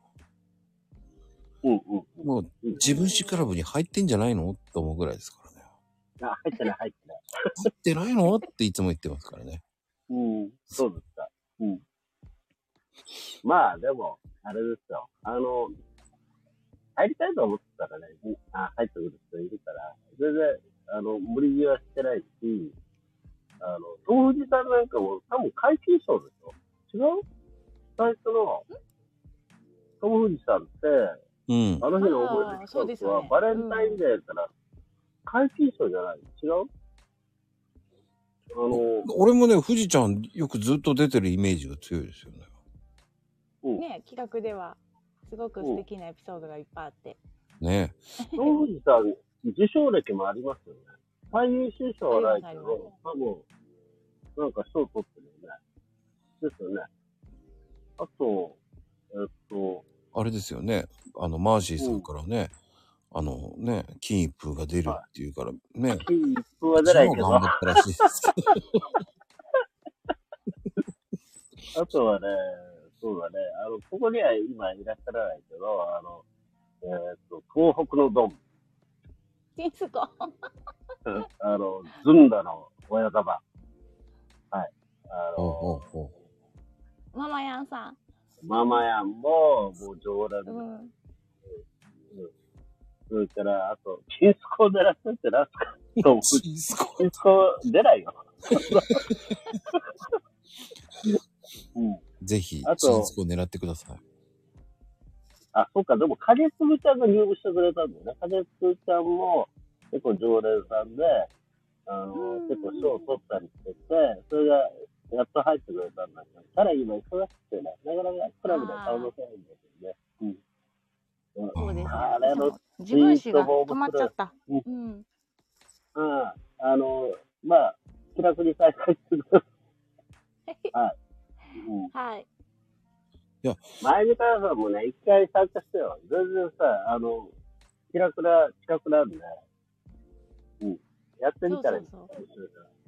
[SPEAKER 3] うんうんうん。
[SPEAKER 1] もう、自分史クラブに入ってんじゃないのって思うぐらいですからね。
[SPEAKER 3] あ、入ってない入ってない。
[SPEAKER 1] 入ってないのっていつも言ってますからね。
[SPEAKER 3] うん、そうですか。うん。まあ、でも、あれですよ。あの、入りたいと思ってたらね、うんあ入ってくる人いるから、全然、あの、無理強いはしてないし、あの、東藤さんなんかも多分皆勤賞でしょ違う最初の、東藤さんって、
[SPEAKER 1] うん。
[SPEAKER 3] あの日の思い
[SPEAKER 5] あーそう
[SPEAKER 3] 出企
[SPEAKER 5] です
[SPEAKER 3] 画は、
[SPEAKER 5] よね
[SPEAKER 3] バレンタインデーから、皆勤賞じゃない違うあの、
[SPEAKER 1] 俺もね、富士ちゃんよくずっと出てるイメージが強いですよね。
[SPEAKER 3] うん、
[SPEAKER 5] ね、企画では、すごく素敵なエピソードがいっぱいあって。 <laughs>
[SPEAKER 1] ね
[SPEAKER 3] 当時さん、受賞歴もありますよね。最優秀賞はないけど、多分、なんか賞取ってるよね。ですよね。あと、えっと、
[SPEAKER 1] あれですよね。あの、マーシーさんからね、あのね、金一封が出るっていうからね、
[SPEAKER 3] 金一封は出ないけ
[SPEAKER 1] 超
[SPEAKER 3] ど、
[SPEAKER 1] 頑張
[SPEAKER 3] あ
[SPEAKER 1] ったらしいです。
[SPEAKER 3] とはね、そうだね、あの、ここには今いらっしゃらないけど、あの、えっと、東北のドン、 <laughs>
[SPEAKER 5] チンスコ。
[SPEAKER 3] あの、ズンダの親玉。はい。あ
[SPEAKER 1] おうお
[SPEAKER 3] の
[SPEAKER 1] う、おう
[SPEAKER 5] ママヤンさん。
[SPEAKER 3] ママヤンも、もう常連
[SPEAKER 5] う
[SPEAKER 3] で
[SPEAKER 5] ん。
[SPEAKER 3] それから、あと、キンスコを狙ってってなんすかと思う。
[SPEAKER 1] チーズコ
[SPEAKER 3] キンスコ出ないよ。うん。
[SPEAKER 1] ぜひ、チ
[SPEAKER 3] あと
[SPEAKER 1] ーズコ狙ってください。
[SPEAKER 3] あ、そうか、でも、影粒ちゃんが入部してくれたんだよね。影粒ちゃんも、結構常連さんで、あの、
[SPEAKER 5] うん
[SPEAKER 3] 結構賞を取ったりしてて、それが、やっと入ってくれたんだけど、ただ今忙しくてね、なかなかクラブで顔のせないんだけどね。
[SPEAKER 5] そうですね
[SPEAKER 3] あれの。
[SPEAKER 5] 自分史が止まっちゃった。うん。
[SPEAKER 3] うん。あの、まあ、気楽に再開する。はい。うん
[SPEAKER 5] はい。
[SPEAKER 3] 前みからさんもね、一回参加してよ。全然さ、あの、気楽な、近くなんで。うん。やって
[SPEAKER 5] そ
[SPEAKER 3] み
[SPEAKER 5] う
[SPEAKER 3] た
[SPEAKER 5] そ
[SPEAKER 3] らいうい
[SPEAKER 5] そう。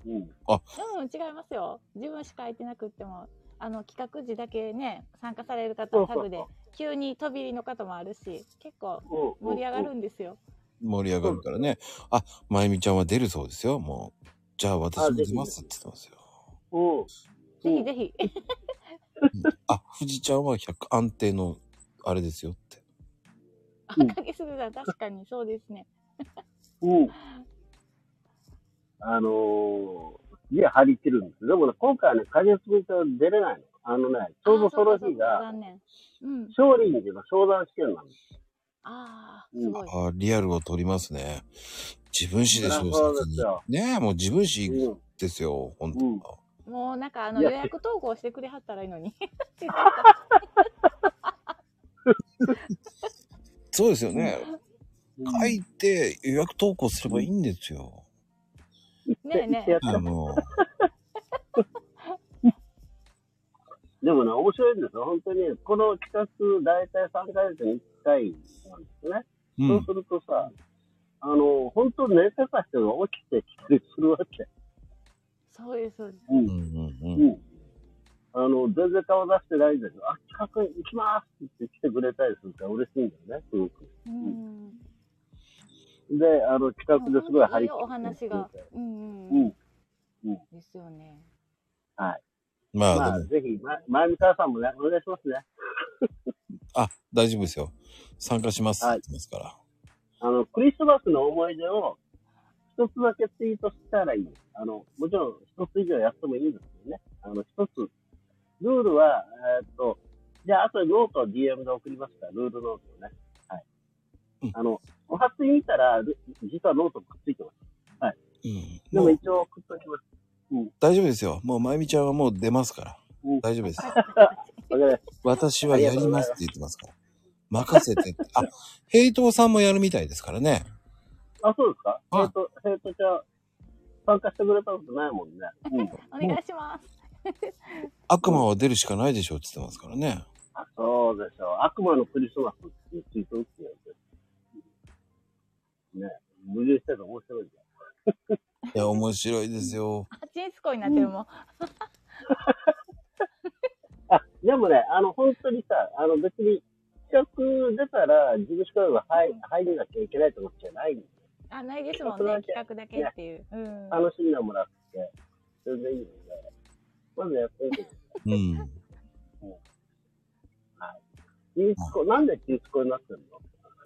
[SPEAKER 3] うん。
[SPEAKER 5] でも違いますよ。自分しか空いてなくっても、あの企画時だけね、参加される方はタグで
[SPEAKER 3] そう、
[SPEAKER 5] 急に飛び入りの方もあるし、結構
[SPEAKER 3] うん。
[SPEAKER 5] 盛り上がるんですよ。
[SPEAKER 1] 盛り上がるからね。あ、まゆみちゃんは出るそうですよ。もう、じゃあ私
[SPEAKER 3] あ
[SPEAKER 1] も
[SPEAKER 3] ぜひ
[SPEAKER 1] 出ますって言ってますよ。
[SPEAKER 3] うん。うん。
[SPEAKER 5] ぜ
[SPEAKER 3] う
[SPEAKER 5] ひ
[SPEAKER 3] ん
[SPEAKER 5] ぜひ。
[SPEAKER 1] あ、富士ちゃんは100安定の、あれですよって。
[SPEAKER 3] うん
[SPEAKER 5] 赤木すずさん、確かにそうですね。
[SPEAKER 3] うん。あのー、いや、張り切るんです。でもね、今回はね、影すぐちゃん出れないの。あのね、ちょうどその
[SPEAKER 5] あー
[SPEAKER 3] 日
[SPEAKER 5] うかうか
[SPEAKER 3] が、
[SPEAKER 5] 残念。うん。
[SPEAKER 3] 少林寺の商談試験なんです。
[SPEAKER 5] ああ、
[SPEAKER 3] うん
[SPEAKER 5] すごい。
[SPEAKER 1] あリアルを取りますね。自分史でしょ、
[SPEAKER 3] そう
[SPEAKER 1] 先
[SPEAKER 3] で
[SPEAKER 1] に
[SPEAKER 3] すよ。
[SPEAKER 1] ねえ、もう自分史
[SPEAKER 3] うん。
[SPEAKER 1] ですよ、本当、
[SPEAKER 3] うん
[SPEAKER 5] もうなんかあの
[SPEAKER 3] い
[SPEAKER 5] 予
[SPEAKER 3] や
[SPEAKER 5] 約投稿してくれはったらいい
[SPEAKER 3] <laughs>
[SPEAKER 5] のに。
[SPEAKER 1] そうですよね。
[SPEAKER 3] うん
[SPEAKER 1] 書いて予約投稿すればいいんですよ。
[SPEAKER 5] ねえね
[SPEAKER 3] で
[SPEAKER 5] え。
[SPEAKER 1] あ
[SPEAKER 3] <laughs>
[SPEAKER 1] の、
[SPEAKER 3] でもね、面白いんですよ。本当に、この企画、大体3ヶ月に1回なんですね。
[SPEAKER 1] う
[SPEAKER 3] そうんす。るとさ、あの、本当寝てた人が起きてきたりするわけ。
[SPEAKER 5] そうです、そうです。
[SPEAKER 3] う
[SPEAKER 1] うん
[SPEAKER 3] ん。
[SPEAKER 1] うん
[SPEAKER 3] う
[SPEAKER 1] うん。
[SPEAKER 3] ん。あの、全然顔出してないんだけど、あ、企画行きますって言って来てくれたりするから嬉しいんだよね、すごく。
[SPEAKER 5] うん。
[SPEAKER 3] で、あの、企画ですごい張り
[SPEAKER 5] いいお話が。うん
[SPEAKER 3] う
[SPEAKER 5] うん。
[SPEAKER 3] ん。
[SPEAKER 5] ですよね。
[SPEAKER 1] まあ
[SPEAKER 3] ま
[SPEAKER 1] で
[SPEAKER 3] あ、
[SPEAKER 1] も、
[SPEAKER 3] ぜひ、ま、前見川さんもね、お願いしますね。
[SPEAKER 1] あ、大丈夫ですよ。参加しますって言ってますから。
[SPEAKER 3] あの、クリスマスの思い出を一つだけツイートしたらいいです。あの、もちろん一つ以上やってもいいんですけどね。あの、一つ、ルールは、えーっと、じゃあ、あとノートを DM で送りますから、ルールノートをね。は
[SPEAKER 1] うん
[SPEAKER 3] い。あの、お初に見たら、ル実はノートもくっついてます。
[SPEAKER 1] うん。
[SPEAKER 3] で
[SPEAKER 1] も
[SPEAKER 3] も
[SPEAKER 1] う
[SPEAKER 3] 一応送っときます。
[SPEAKER 1] 大丈夫ですよ。もう、まゆみちゃんはもう出ますから
[SPEAKER 3] うん。
[SPEAKER 1] 大丈夫です。
[SPEAKER 3] わかりまし
[SPEAKER 1] 私はやりますって言ってますから。任せてって。あ、平等さんもやるみたいですからね。
[SPEAKER 3] た。あ、そうですか
[SPEAKER 1] はい
[SPEAKER 3] えっと、えっと、じゃあ、参加してくれたことないもんね。うん。
[SPEAKER 5] お願いします。
[SPEAKER 1] 悪魔は出るしかないでしょうって言ってますからね。
[SPEAKER 3] あそうでしょう。悪魔のクリスマスっていうツイート打ってやるね矛盾してるの面白いじ
[SPEAKER 1] いや、面白いですよ。
[SPEAKER 5] あ、チンスコになってるもん。
[SPEAKER 3] ゃん。あ、でもね、あの、本当にさ、あの、別に、企画出たら、自分しかが入入んなきゃいけないってことじゃないんで、
[SPEAKER 5] あ、ないですもんね。企画だけっていう。うん。
[SPEAKER 3] 楽しんでもらって、全然いいので、まずやってみてくださ
[SPEAKER 1] うん。
[SPEAKER 3] い。チンスコ、なんでチンスコになってるの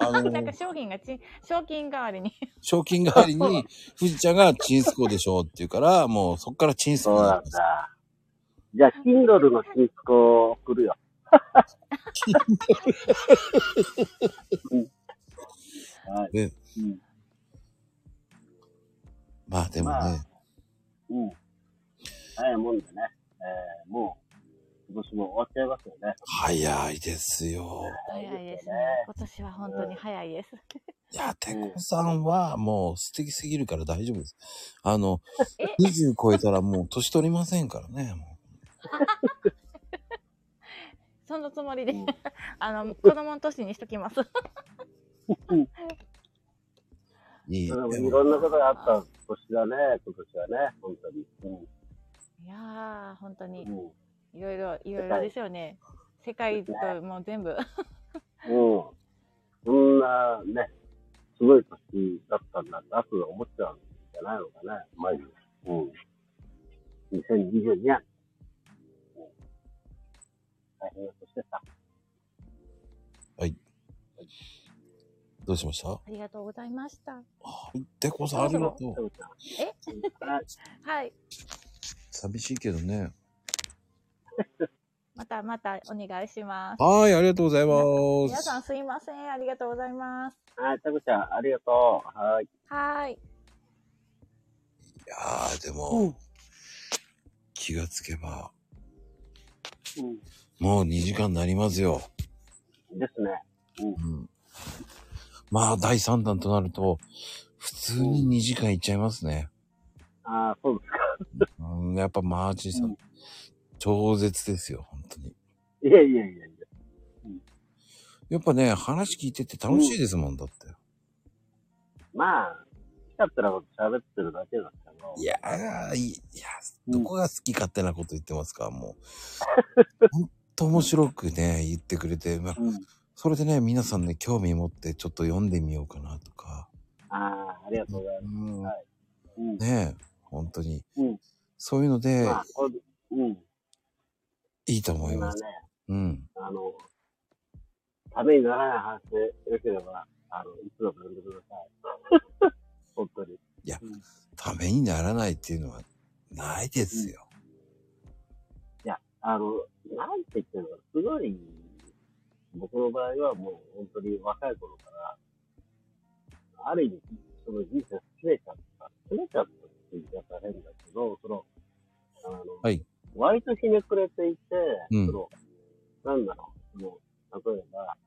[SPEAKER 1] あ
[SPEAKER 5] <laughs> なん
[SPEAKER 1] の
[SPEAKER 5] か、商品がちん、賞金代わりに。
[SPEAKER 1] 賞金代わりに、富士ちゃんがチンスコでしょうって言うから、もうそっからチンスコ
[SPEAKER 3] そう
[SPEAKER 1] に
[SPEAKER 3] な
[SPEAKER 1] なんります。
[SPEAKER 3] だ。じゃあ、キンドルのチンスコを送るよ。はい。
[SPEAKER 1] <laughs> ね
[SPEAKER 3] うん
[SPEAKER 1] まあでも
[SPEAKER 3] ま
[SPEAKER 1] ね
[SPEAKER 3] あ、うん。早いもんでね、えー、もう、今年も終わっちゃいますよね。
[SPEAKER 1] 早いですよ。
[SPEAKER 5] 早いですね。今年は本当に早いです。
[SPEAKER 1] いや、てこさんはもう素敵すぎるから大丈夫です。あの、20超えたらもう年取りませんからね。も
[SPEAKER 5] そのつもりで、 <laughs> あの、子供の年にしときます。
[SPEAKER 1] ういい。
[SPEAKER 3] で
[SPEAKER 1] で
[SPEAKER 3] もい
[SPEAKER 1] も
[SPEAKER 3] ろんなことがあった年だね、今年はね、本当に。う
[SPEAKER 5] いやー、本当に
[SPEAKER 3] ん。、
[SPEAKER 5] いろいろ、いろいろですよね。世界ともう全部。
[SPEAKER 3] うん。うん。そんな、ね、すごい年だったんだって、後で思っちゃうんじゃないのかね、前に。うん。2022年。うん大変な年でした。
[SPEAKER 1] どうしました
[SPEAKER 5] ありがとうございました。
[SPEAKER 1] はいてこさんありがとう。
[SPEAKER 5] え
[SPEAKER 3] えはい。
[SPEAKER 5] はい。
[SPEAKER 1] 寂しいけどね。
[SPEAKER 5] またまたお願いします。
[SPEAKER 1] はい、ありがとうござい
[SPEAKER 5] 皆
[SPEAKER 1] ます
[SPEAKER 5] さ。んすいません。ありがとうございます。
[SPEAKER 3] はい、タコちゃん、ありがとう。はい。
[SPEAKER 5] はーい。
[SPEAKER 1] いやー、でも、気がつけば、
[SPEAKER 3] うん。
[SPEAKER 1] もう2時間になりますよ。
[SPEAKER 3] ですね。
[SPEAKER 1] うん。まあ、第3弾となると、普通に2時間いっちゃいますね。
[SPEAKER 3] ああ、そうですか。
[SPEAKER 1] うん、やっぱマーチンさん、超絶ですよ、本当に。
[SPEAKER 3] いやいやいやいや。
[SPEAKER 1] やっぱね、話聞いてて楽しいですもん、だって。
[SPEAKER 3] まあ、来たったら喋ってるだけだけど。
[SPEAKER 1] いやー、いいいや、
[SPEAKER 3] うん
[SPEAKER 1] どこが好き勝手なこと言ってますか、もう。ほんと面白くね、言ってくれて、まあ、
[SPEAKER 3] うん。
[SPEAKER 1] それでね、皆さんね、興味持ってちょっと読んでみようかなとか。
[SPEAKER 3] ああ、ありがとうございま
[SPEAKER 1] うん
[SPEAKER 3] はす。うん。
[SPEAKER 1] ねえ、本当に。
[SPEAKER 3] うん
[SPEAKER 1] そういうので、
[SPEAKER 3] まあ、これうん。
[SPEAKER 1] いいと思い
[SPEAKER 3] 今
[SPEAKER 1] ま
[SPEAKER 3] ね
[SPEAKER 1] す。、うん。
[SPEAKER 3] あの、ためにならない話でよければ、あの、いつでも呼んでください。本当に。
[SPEAKER 1] ためにならないっていうのはないですよ。
[SPEAKER 3] あの、なんて言ってるのか、すごい、僕の場合はもう本当に若い頃から、ある意味、その人生すれちゃった。すれちゃったって言い方変だけど、その、あの、
[SPEAKER 1] はい
[SPEAKER 3] 割とひねくれていて、
[SPEAKER 1] うん
[SPEAKER 3] その、なんだろう、その、例えば、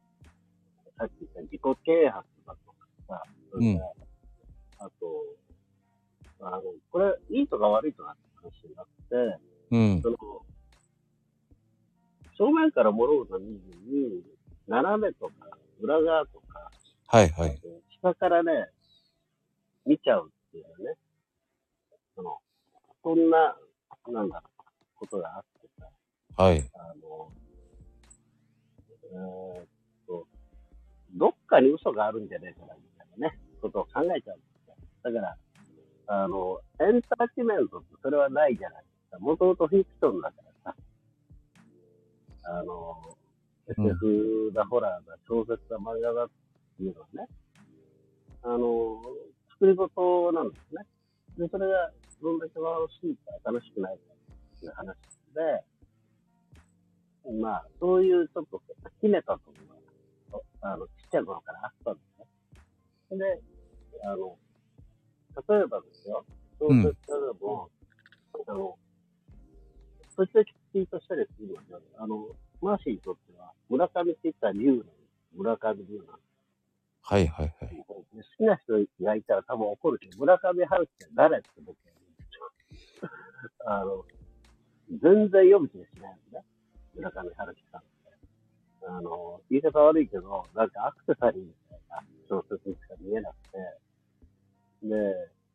[SPEAKER 3] さっき言った自己啓発だとかさ、それからあと、あの、これ、いいとか悪いとかって話になって、
[SPEAKER 1] うん。
[SPEAKER 3] その、正面から物事を見ずに、斜めとか、裏側とか、
[SPEAKER 1] はいはい。
[SPEAKER 3] 下からね、見ちゃうっていうね。その、そんな、なんだろう、ことがあってさ、
[SPEAKER 1] はい。
[SPEAKER 3] あの、えーっと、どっかに嘘があるんじゃねえかな、みたいなね、ことを考えちゃうんですよ。だから、あの、エンターテイメントってそれはないじゃないですか。もともとフィクションだからさ。あの、
[SPEAKER 1] うん
[SPEAKER 3] SF だ、ホラーだ、小説だ、漫画だっていうのはね、あの、作作り事なんですね。で、それがどんだけ楽しいか楽しくないかっていう話で、まあ、そういうちょっとひねたところが、あの、ちっちゃい頃からあったんですね。で、あの、例えばですよ、小
[SPEAKER 1] うん
[SPEAKER 3] 説家でも、あの、そしてツイートしたりするので、あの、マーシーにとっては、村上って言ったら竜なんです。村上竜なんです。
[SPEAKER 1] はいはいはい。
[SPEAKER 3] 好きな人がいたら多分怒るけど、村上春樹って誰って僕は言うんですよあの、全然読む気がしないんですね。村上春樹さんって。あの、言い方悪いけど、なんかアクセサリーみたいな小説にしか見えなくて。で、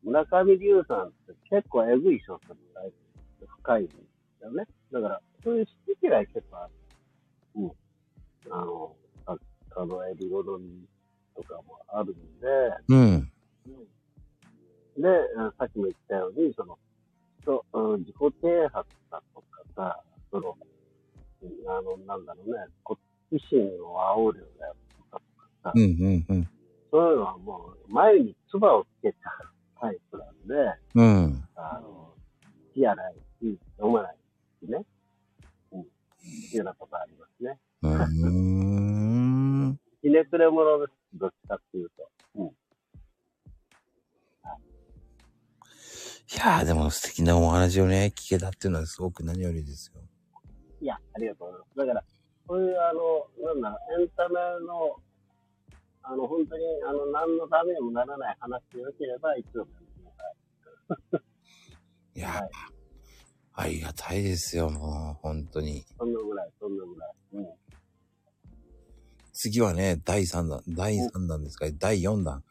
[SPEAKER 3] 村上龍さんって結構エグい小説が書いてる深いんですよね。だから、そういう好き嫌い結構ある。うん。あの、作家のエビ好みとかもあるんで、
[SPEAKER 1] うん。
[SPEAKER 3] で、うんさっきも言ったように、その、人うん、自己啓発だとかさ、その、うんあの、なんだろうね、好奇心を煽るよね、
[SPEAKER 1] うんうんうん。
[SPEAKER 3] そういうのはもう、前に唾をつけたタイプなんで、
[SPEAKER 1] うん。
[SPEAKER 3] あの、好きやないし、飲まないしね、うん、っていうようなことありますね。
[SPEAKER 1] うーん。
[SPEAKER 3] ひねくれ者です、どっちかっていうと。
[SPEAKER 1] いやーでも素敵なお話をね、聞けたっていうのはすごく何よりですよ。
[SPEAKER 3] いや、ありがとうございます。だから、そういう、あの、なんだろう、エンタメの、あの、本当に、あの、何のためにもならない話でよければ、いつでもやってください。
[SPEAKER 1] いやー、
[SPEAKER 3] はい
[SPEAKER 1] ありがたいですよ、もう、本当に。
[SPEAKER 3] そんなぐらい、そんなぐらい。うん。
[SPEAKER 1] 次はね、第3弾、第3弾ですか、第4弾。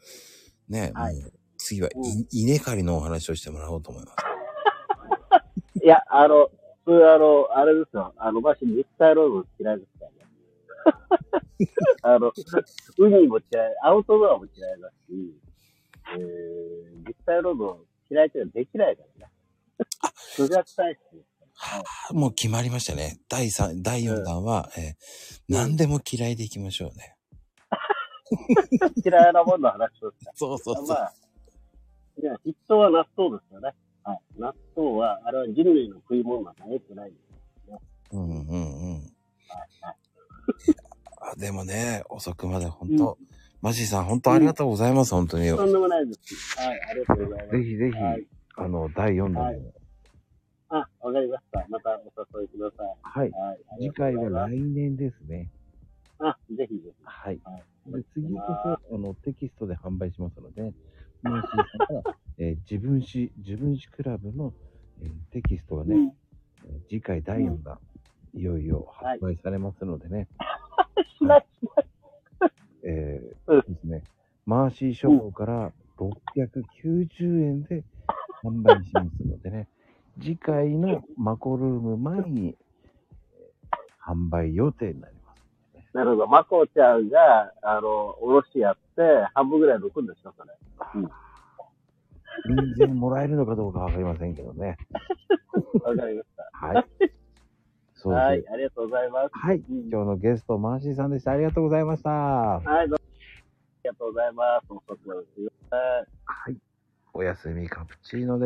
[SPEAKER 1] ね、
[SPEAKER 3] はい
[SPEAKER 1] もう次は
[SPEAKER 3] う
[SPEAKER 1] い、稲刈りのお話をしてもらおうと思います。
[SPEAKER 3] いや、あの、そういう、あの、あれですよ。あの、私、ミスターロード嫌いですからね。 <laughs> あの、海も嫌い、アウトドアも嫌いだし、えー、ミスターロード嫌いっていうのはできないからね。数学体質。
[SPEAKER 1] もう決まりましたね。第3、第4弾は、えー何でも嫌いでいきましょうね。
[SPEAKER 3] 嫌いなものの話をした。
[SPEAKER 1] そうそうそ
[SPEAKER 3] ま
[SPEAKER 1] う。
[SPEAKER 3] あ、いや、一等は納豆ですよね。はい。納豆は、あれは人類の食い物なんか良くない。
[SPEAKER 1] うんうんうん。あでもね、遅くまで本当、マジーさん本当ありがとうございます、本当に。
[SPEAKER 3] とんでもないです。はい。ありがとうございます。
[SPEAKER 1] ぜひぜひ、
[SPEAKER 3] はい。
[SPEAKER 1] あの、第4弾も。
[SPEAKER 3] はいあ、わかりました。またお誘いください。
[SPEAKER 1] はい。
[SPEAKER 3] はい。あり
[SPEAKER 1] 次
[SPEAKER 3] がとう
[SPEAKER 1] 回
[SPEAKER 3] ござい
[SPEAKER 1] は
[SPEAKER 3] ます
[SPEAKER 1] 来年ですね。
[SPEAKER 3] あ、ぜひぜひ。
[SPEAKER 1] はい。
[SPEAKER 3] はい
[SPEAKER 1] で次こそ、あの、テキストで販売しますので、マーシーさ
[SPEAKER 3] <laughs>
[SPEAKER 1] んから、えー自分史、自分史クラブの、えーテキストがね、
[SPEAKER 3] うん
[SPEAKER 1] えー次回第4弾、いよいよ発売されますのでね。
[SPEAKER 3] しない
[SPEAKER 1] <laughs> えー
[SPEAKER 3] うん
[SPEAKER 1] ですね。マーシーショーから690円で販売しますのでね。次回のマコルーム前に、えー販売予定になります。
[SPEAKER 3] なるほど。まこちゃんが、あの、おろしやって、半分ぐらい抜くんでしょ、それ。
[SPEAKER 1] 臨時もらえるのかどうかわかりませんけどね。
[SPEAKER 3] わかりまし
[SPEAKER 1] はい。 <laughs> そうです。
[SPEAKER 3] た。は
[SPEAKER 1] はいい。。
[SPEAKER 3] ありがとうございます。
[SPEAKER 1] はい。
[SPEAKER 3] うん
[SPEAKER 1] 今日のゲスト、マーシーさんでした。ありがとうございました。
[SPEAKER 3] はい、どうもありがとうございます。遅くまですいません
[SPEAKER 1] おやすみカプチーノです。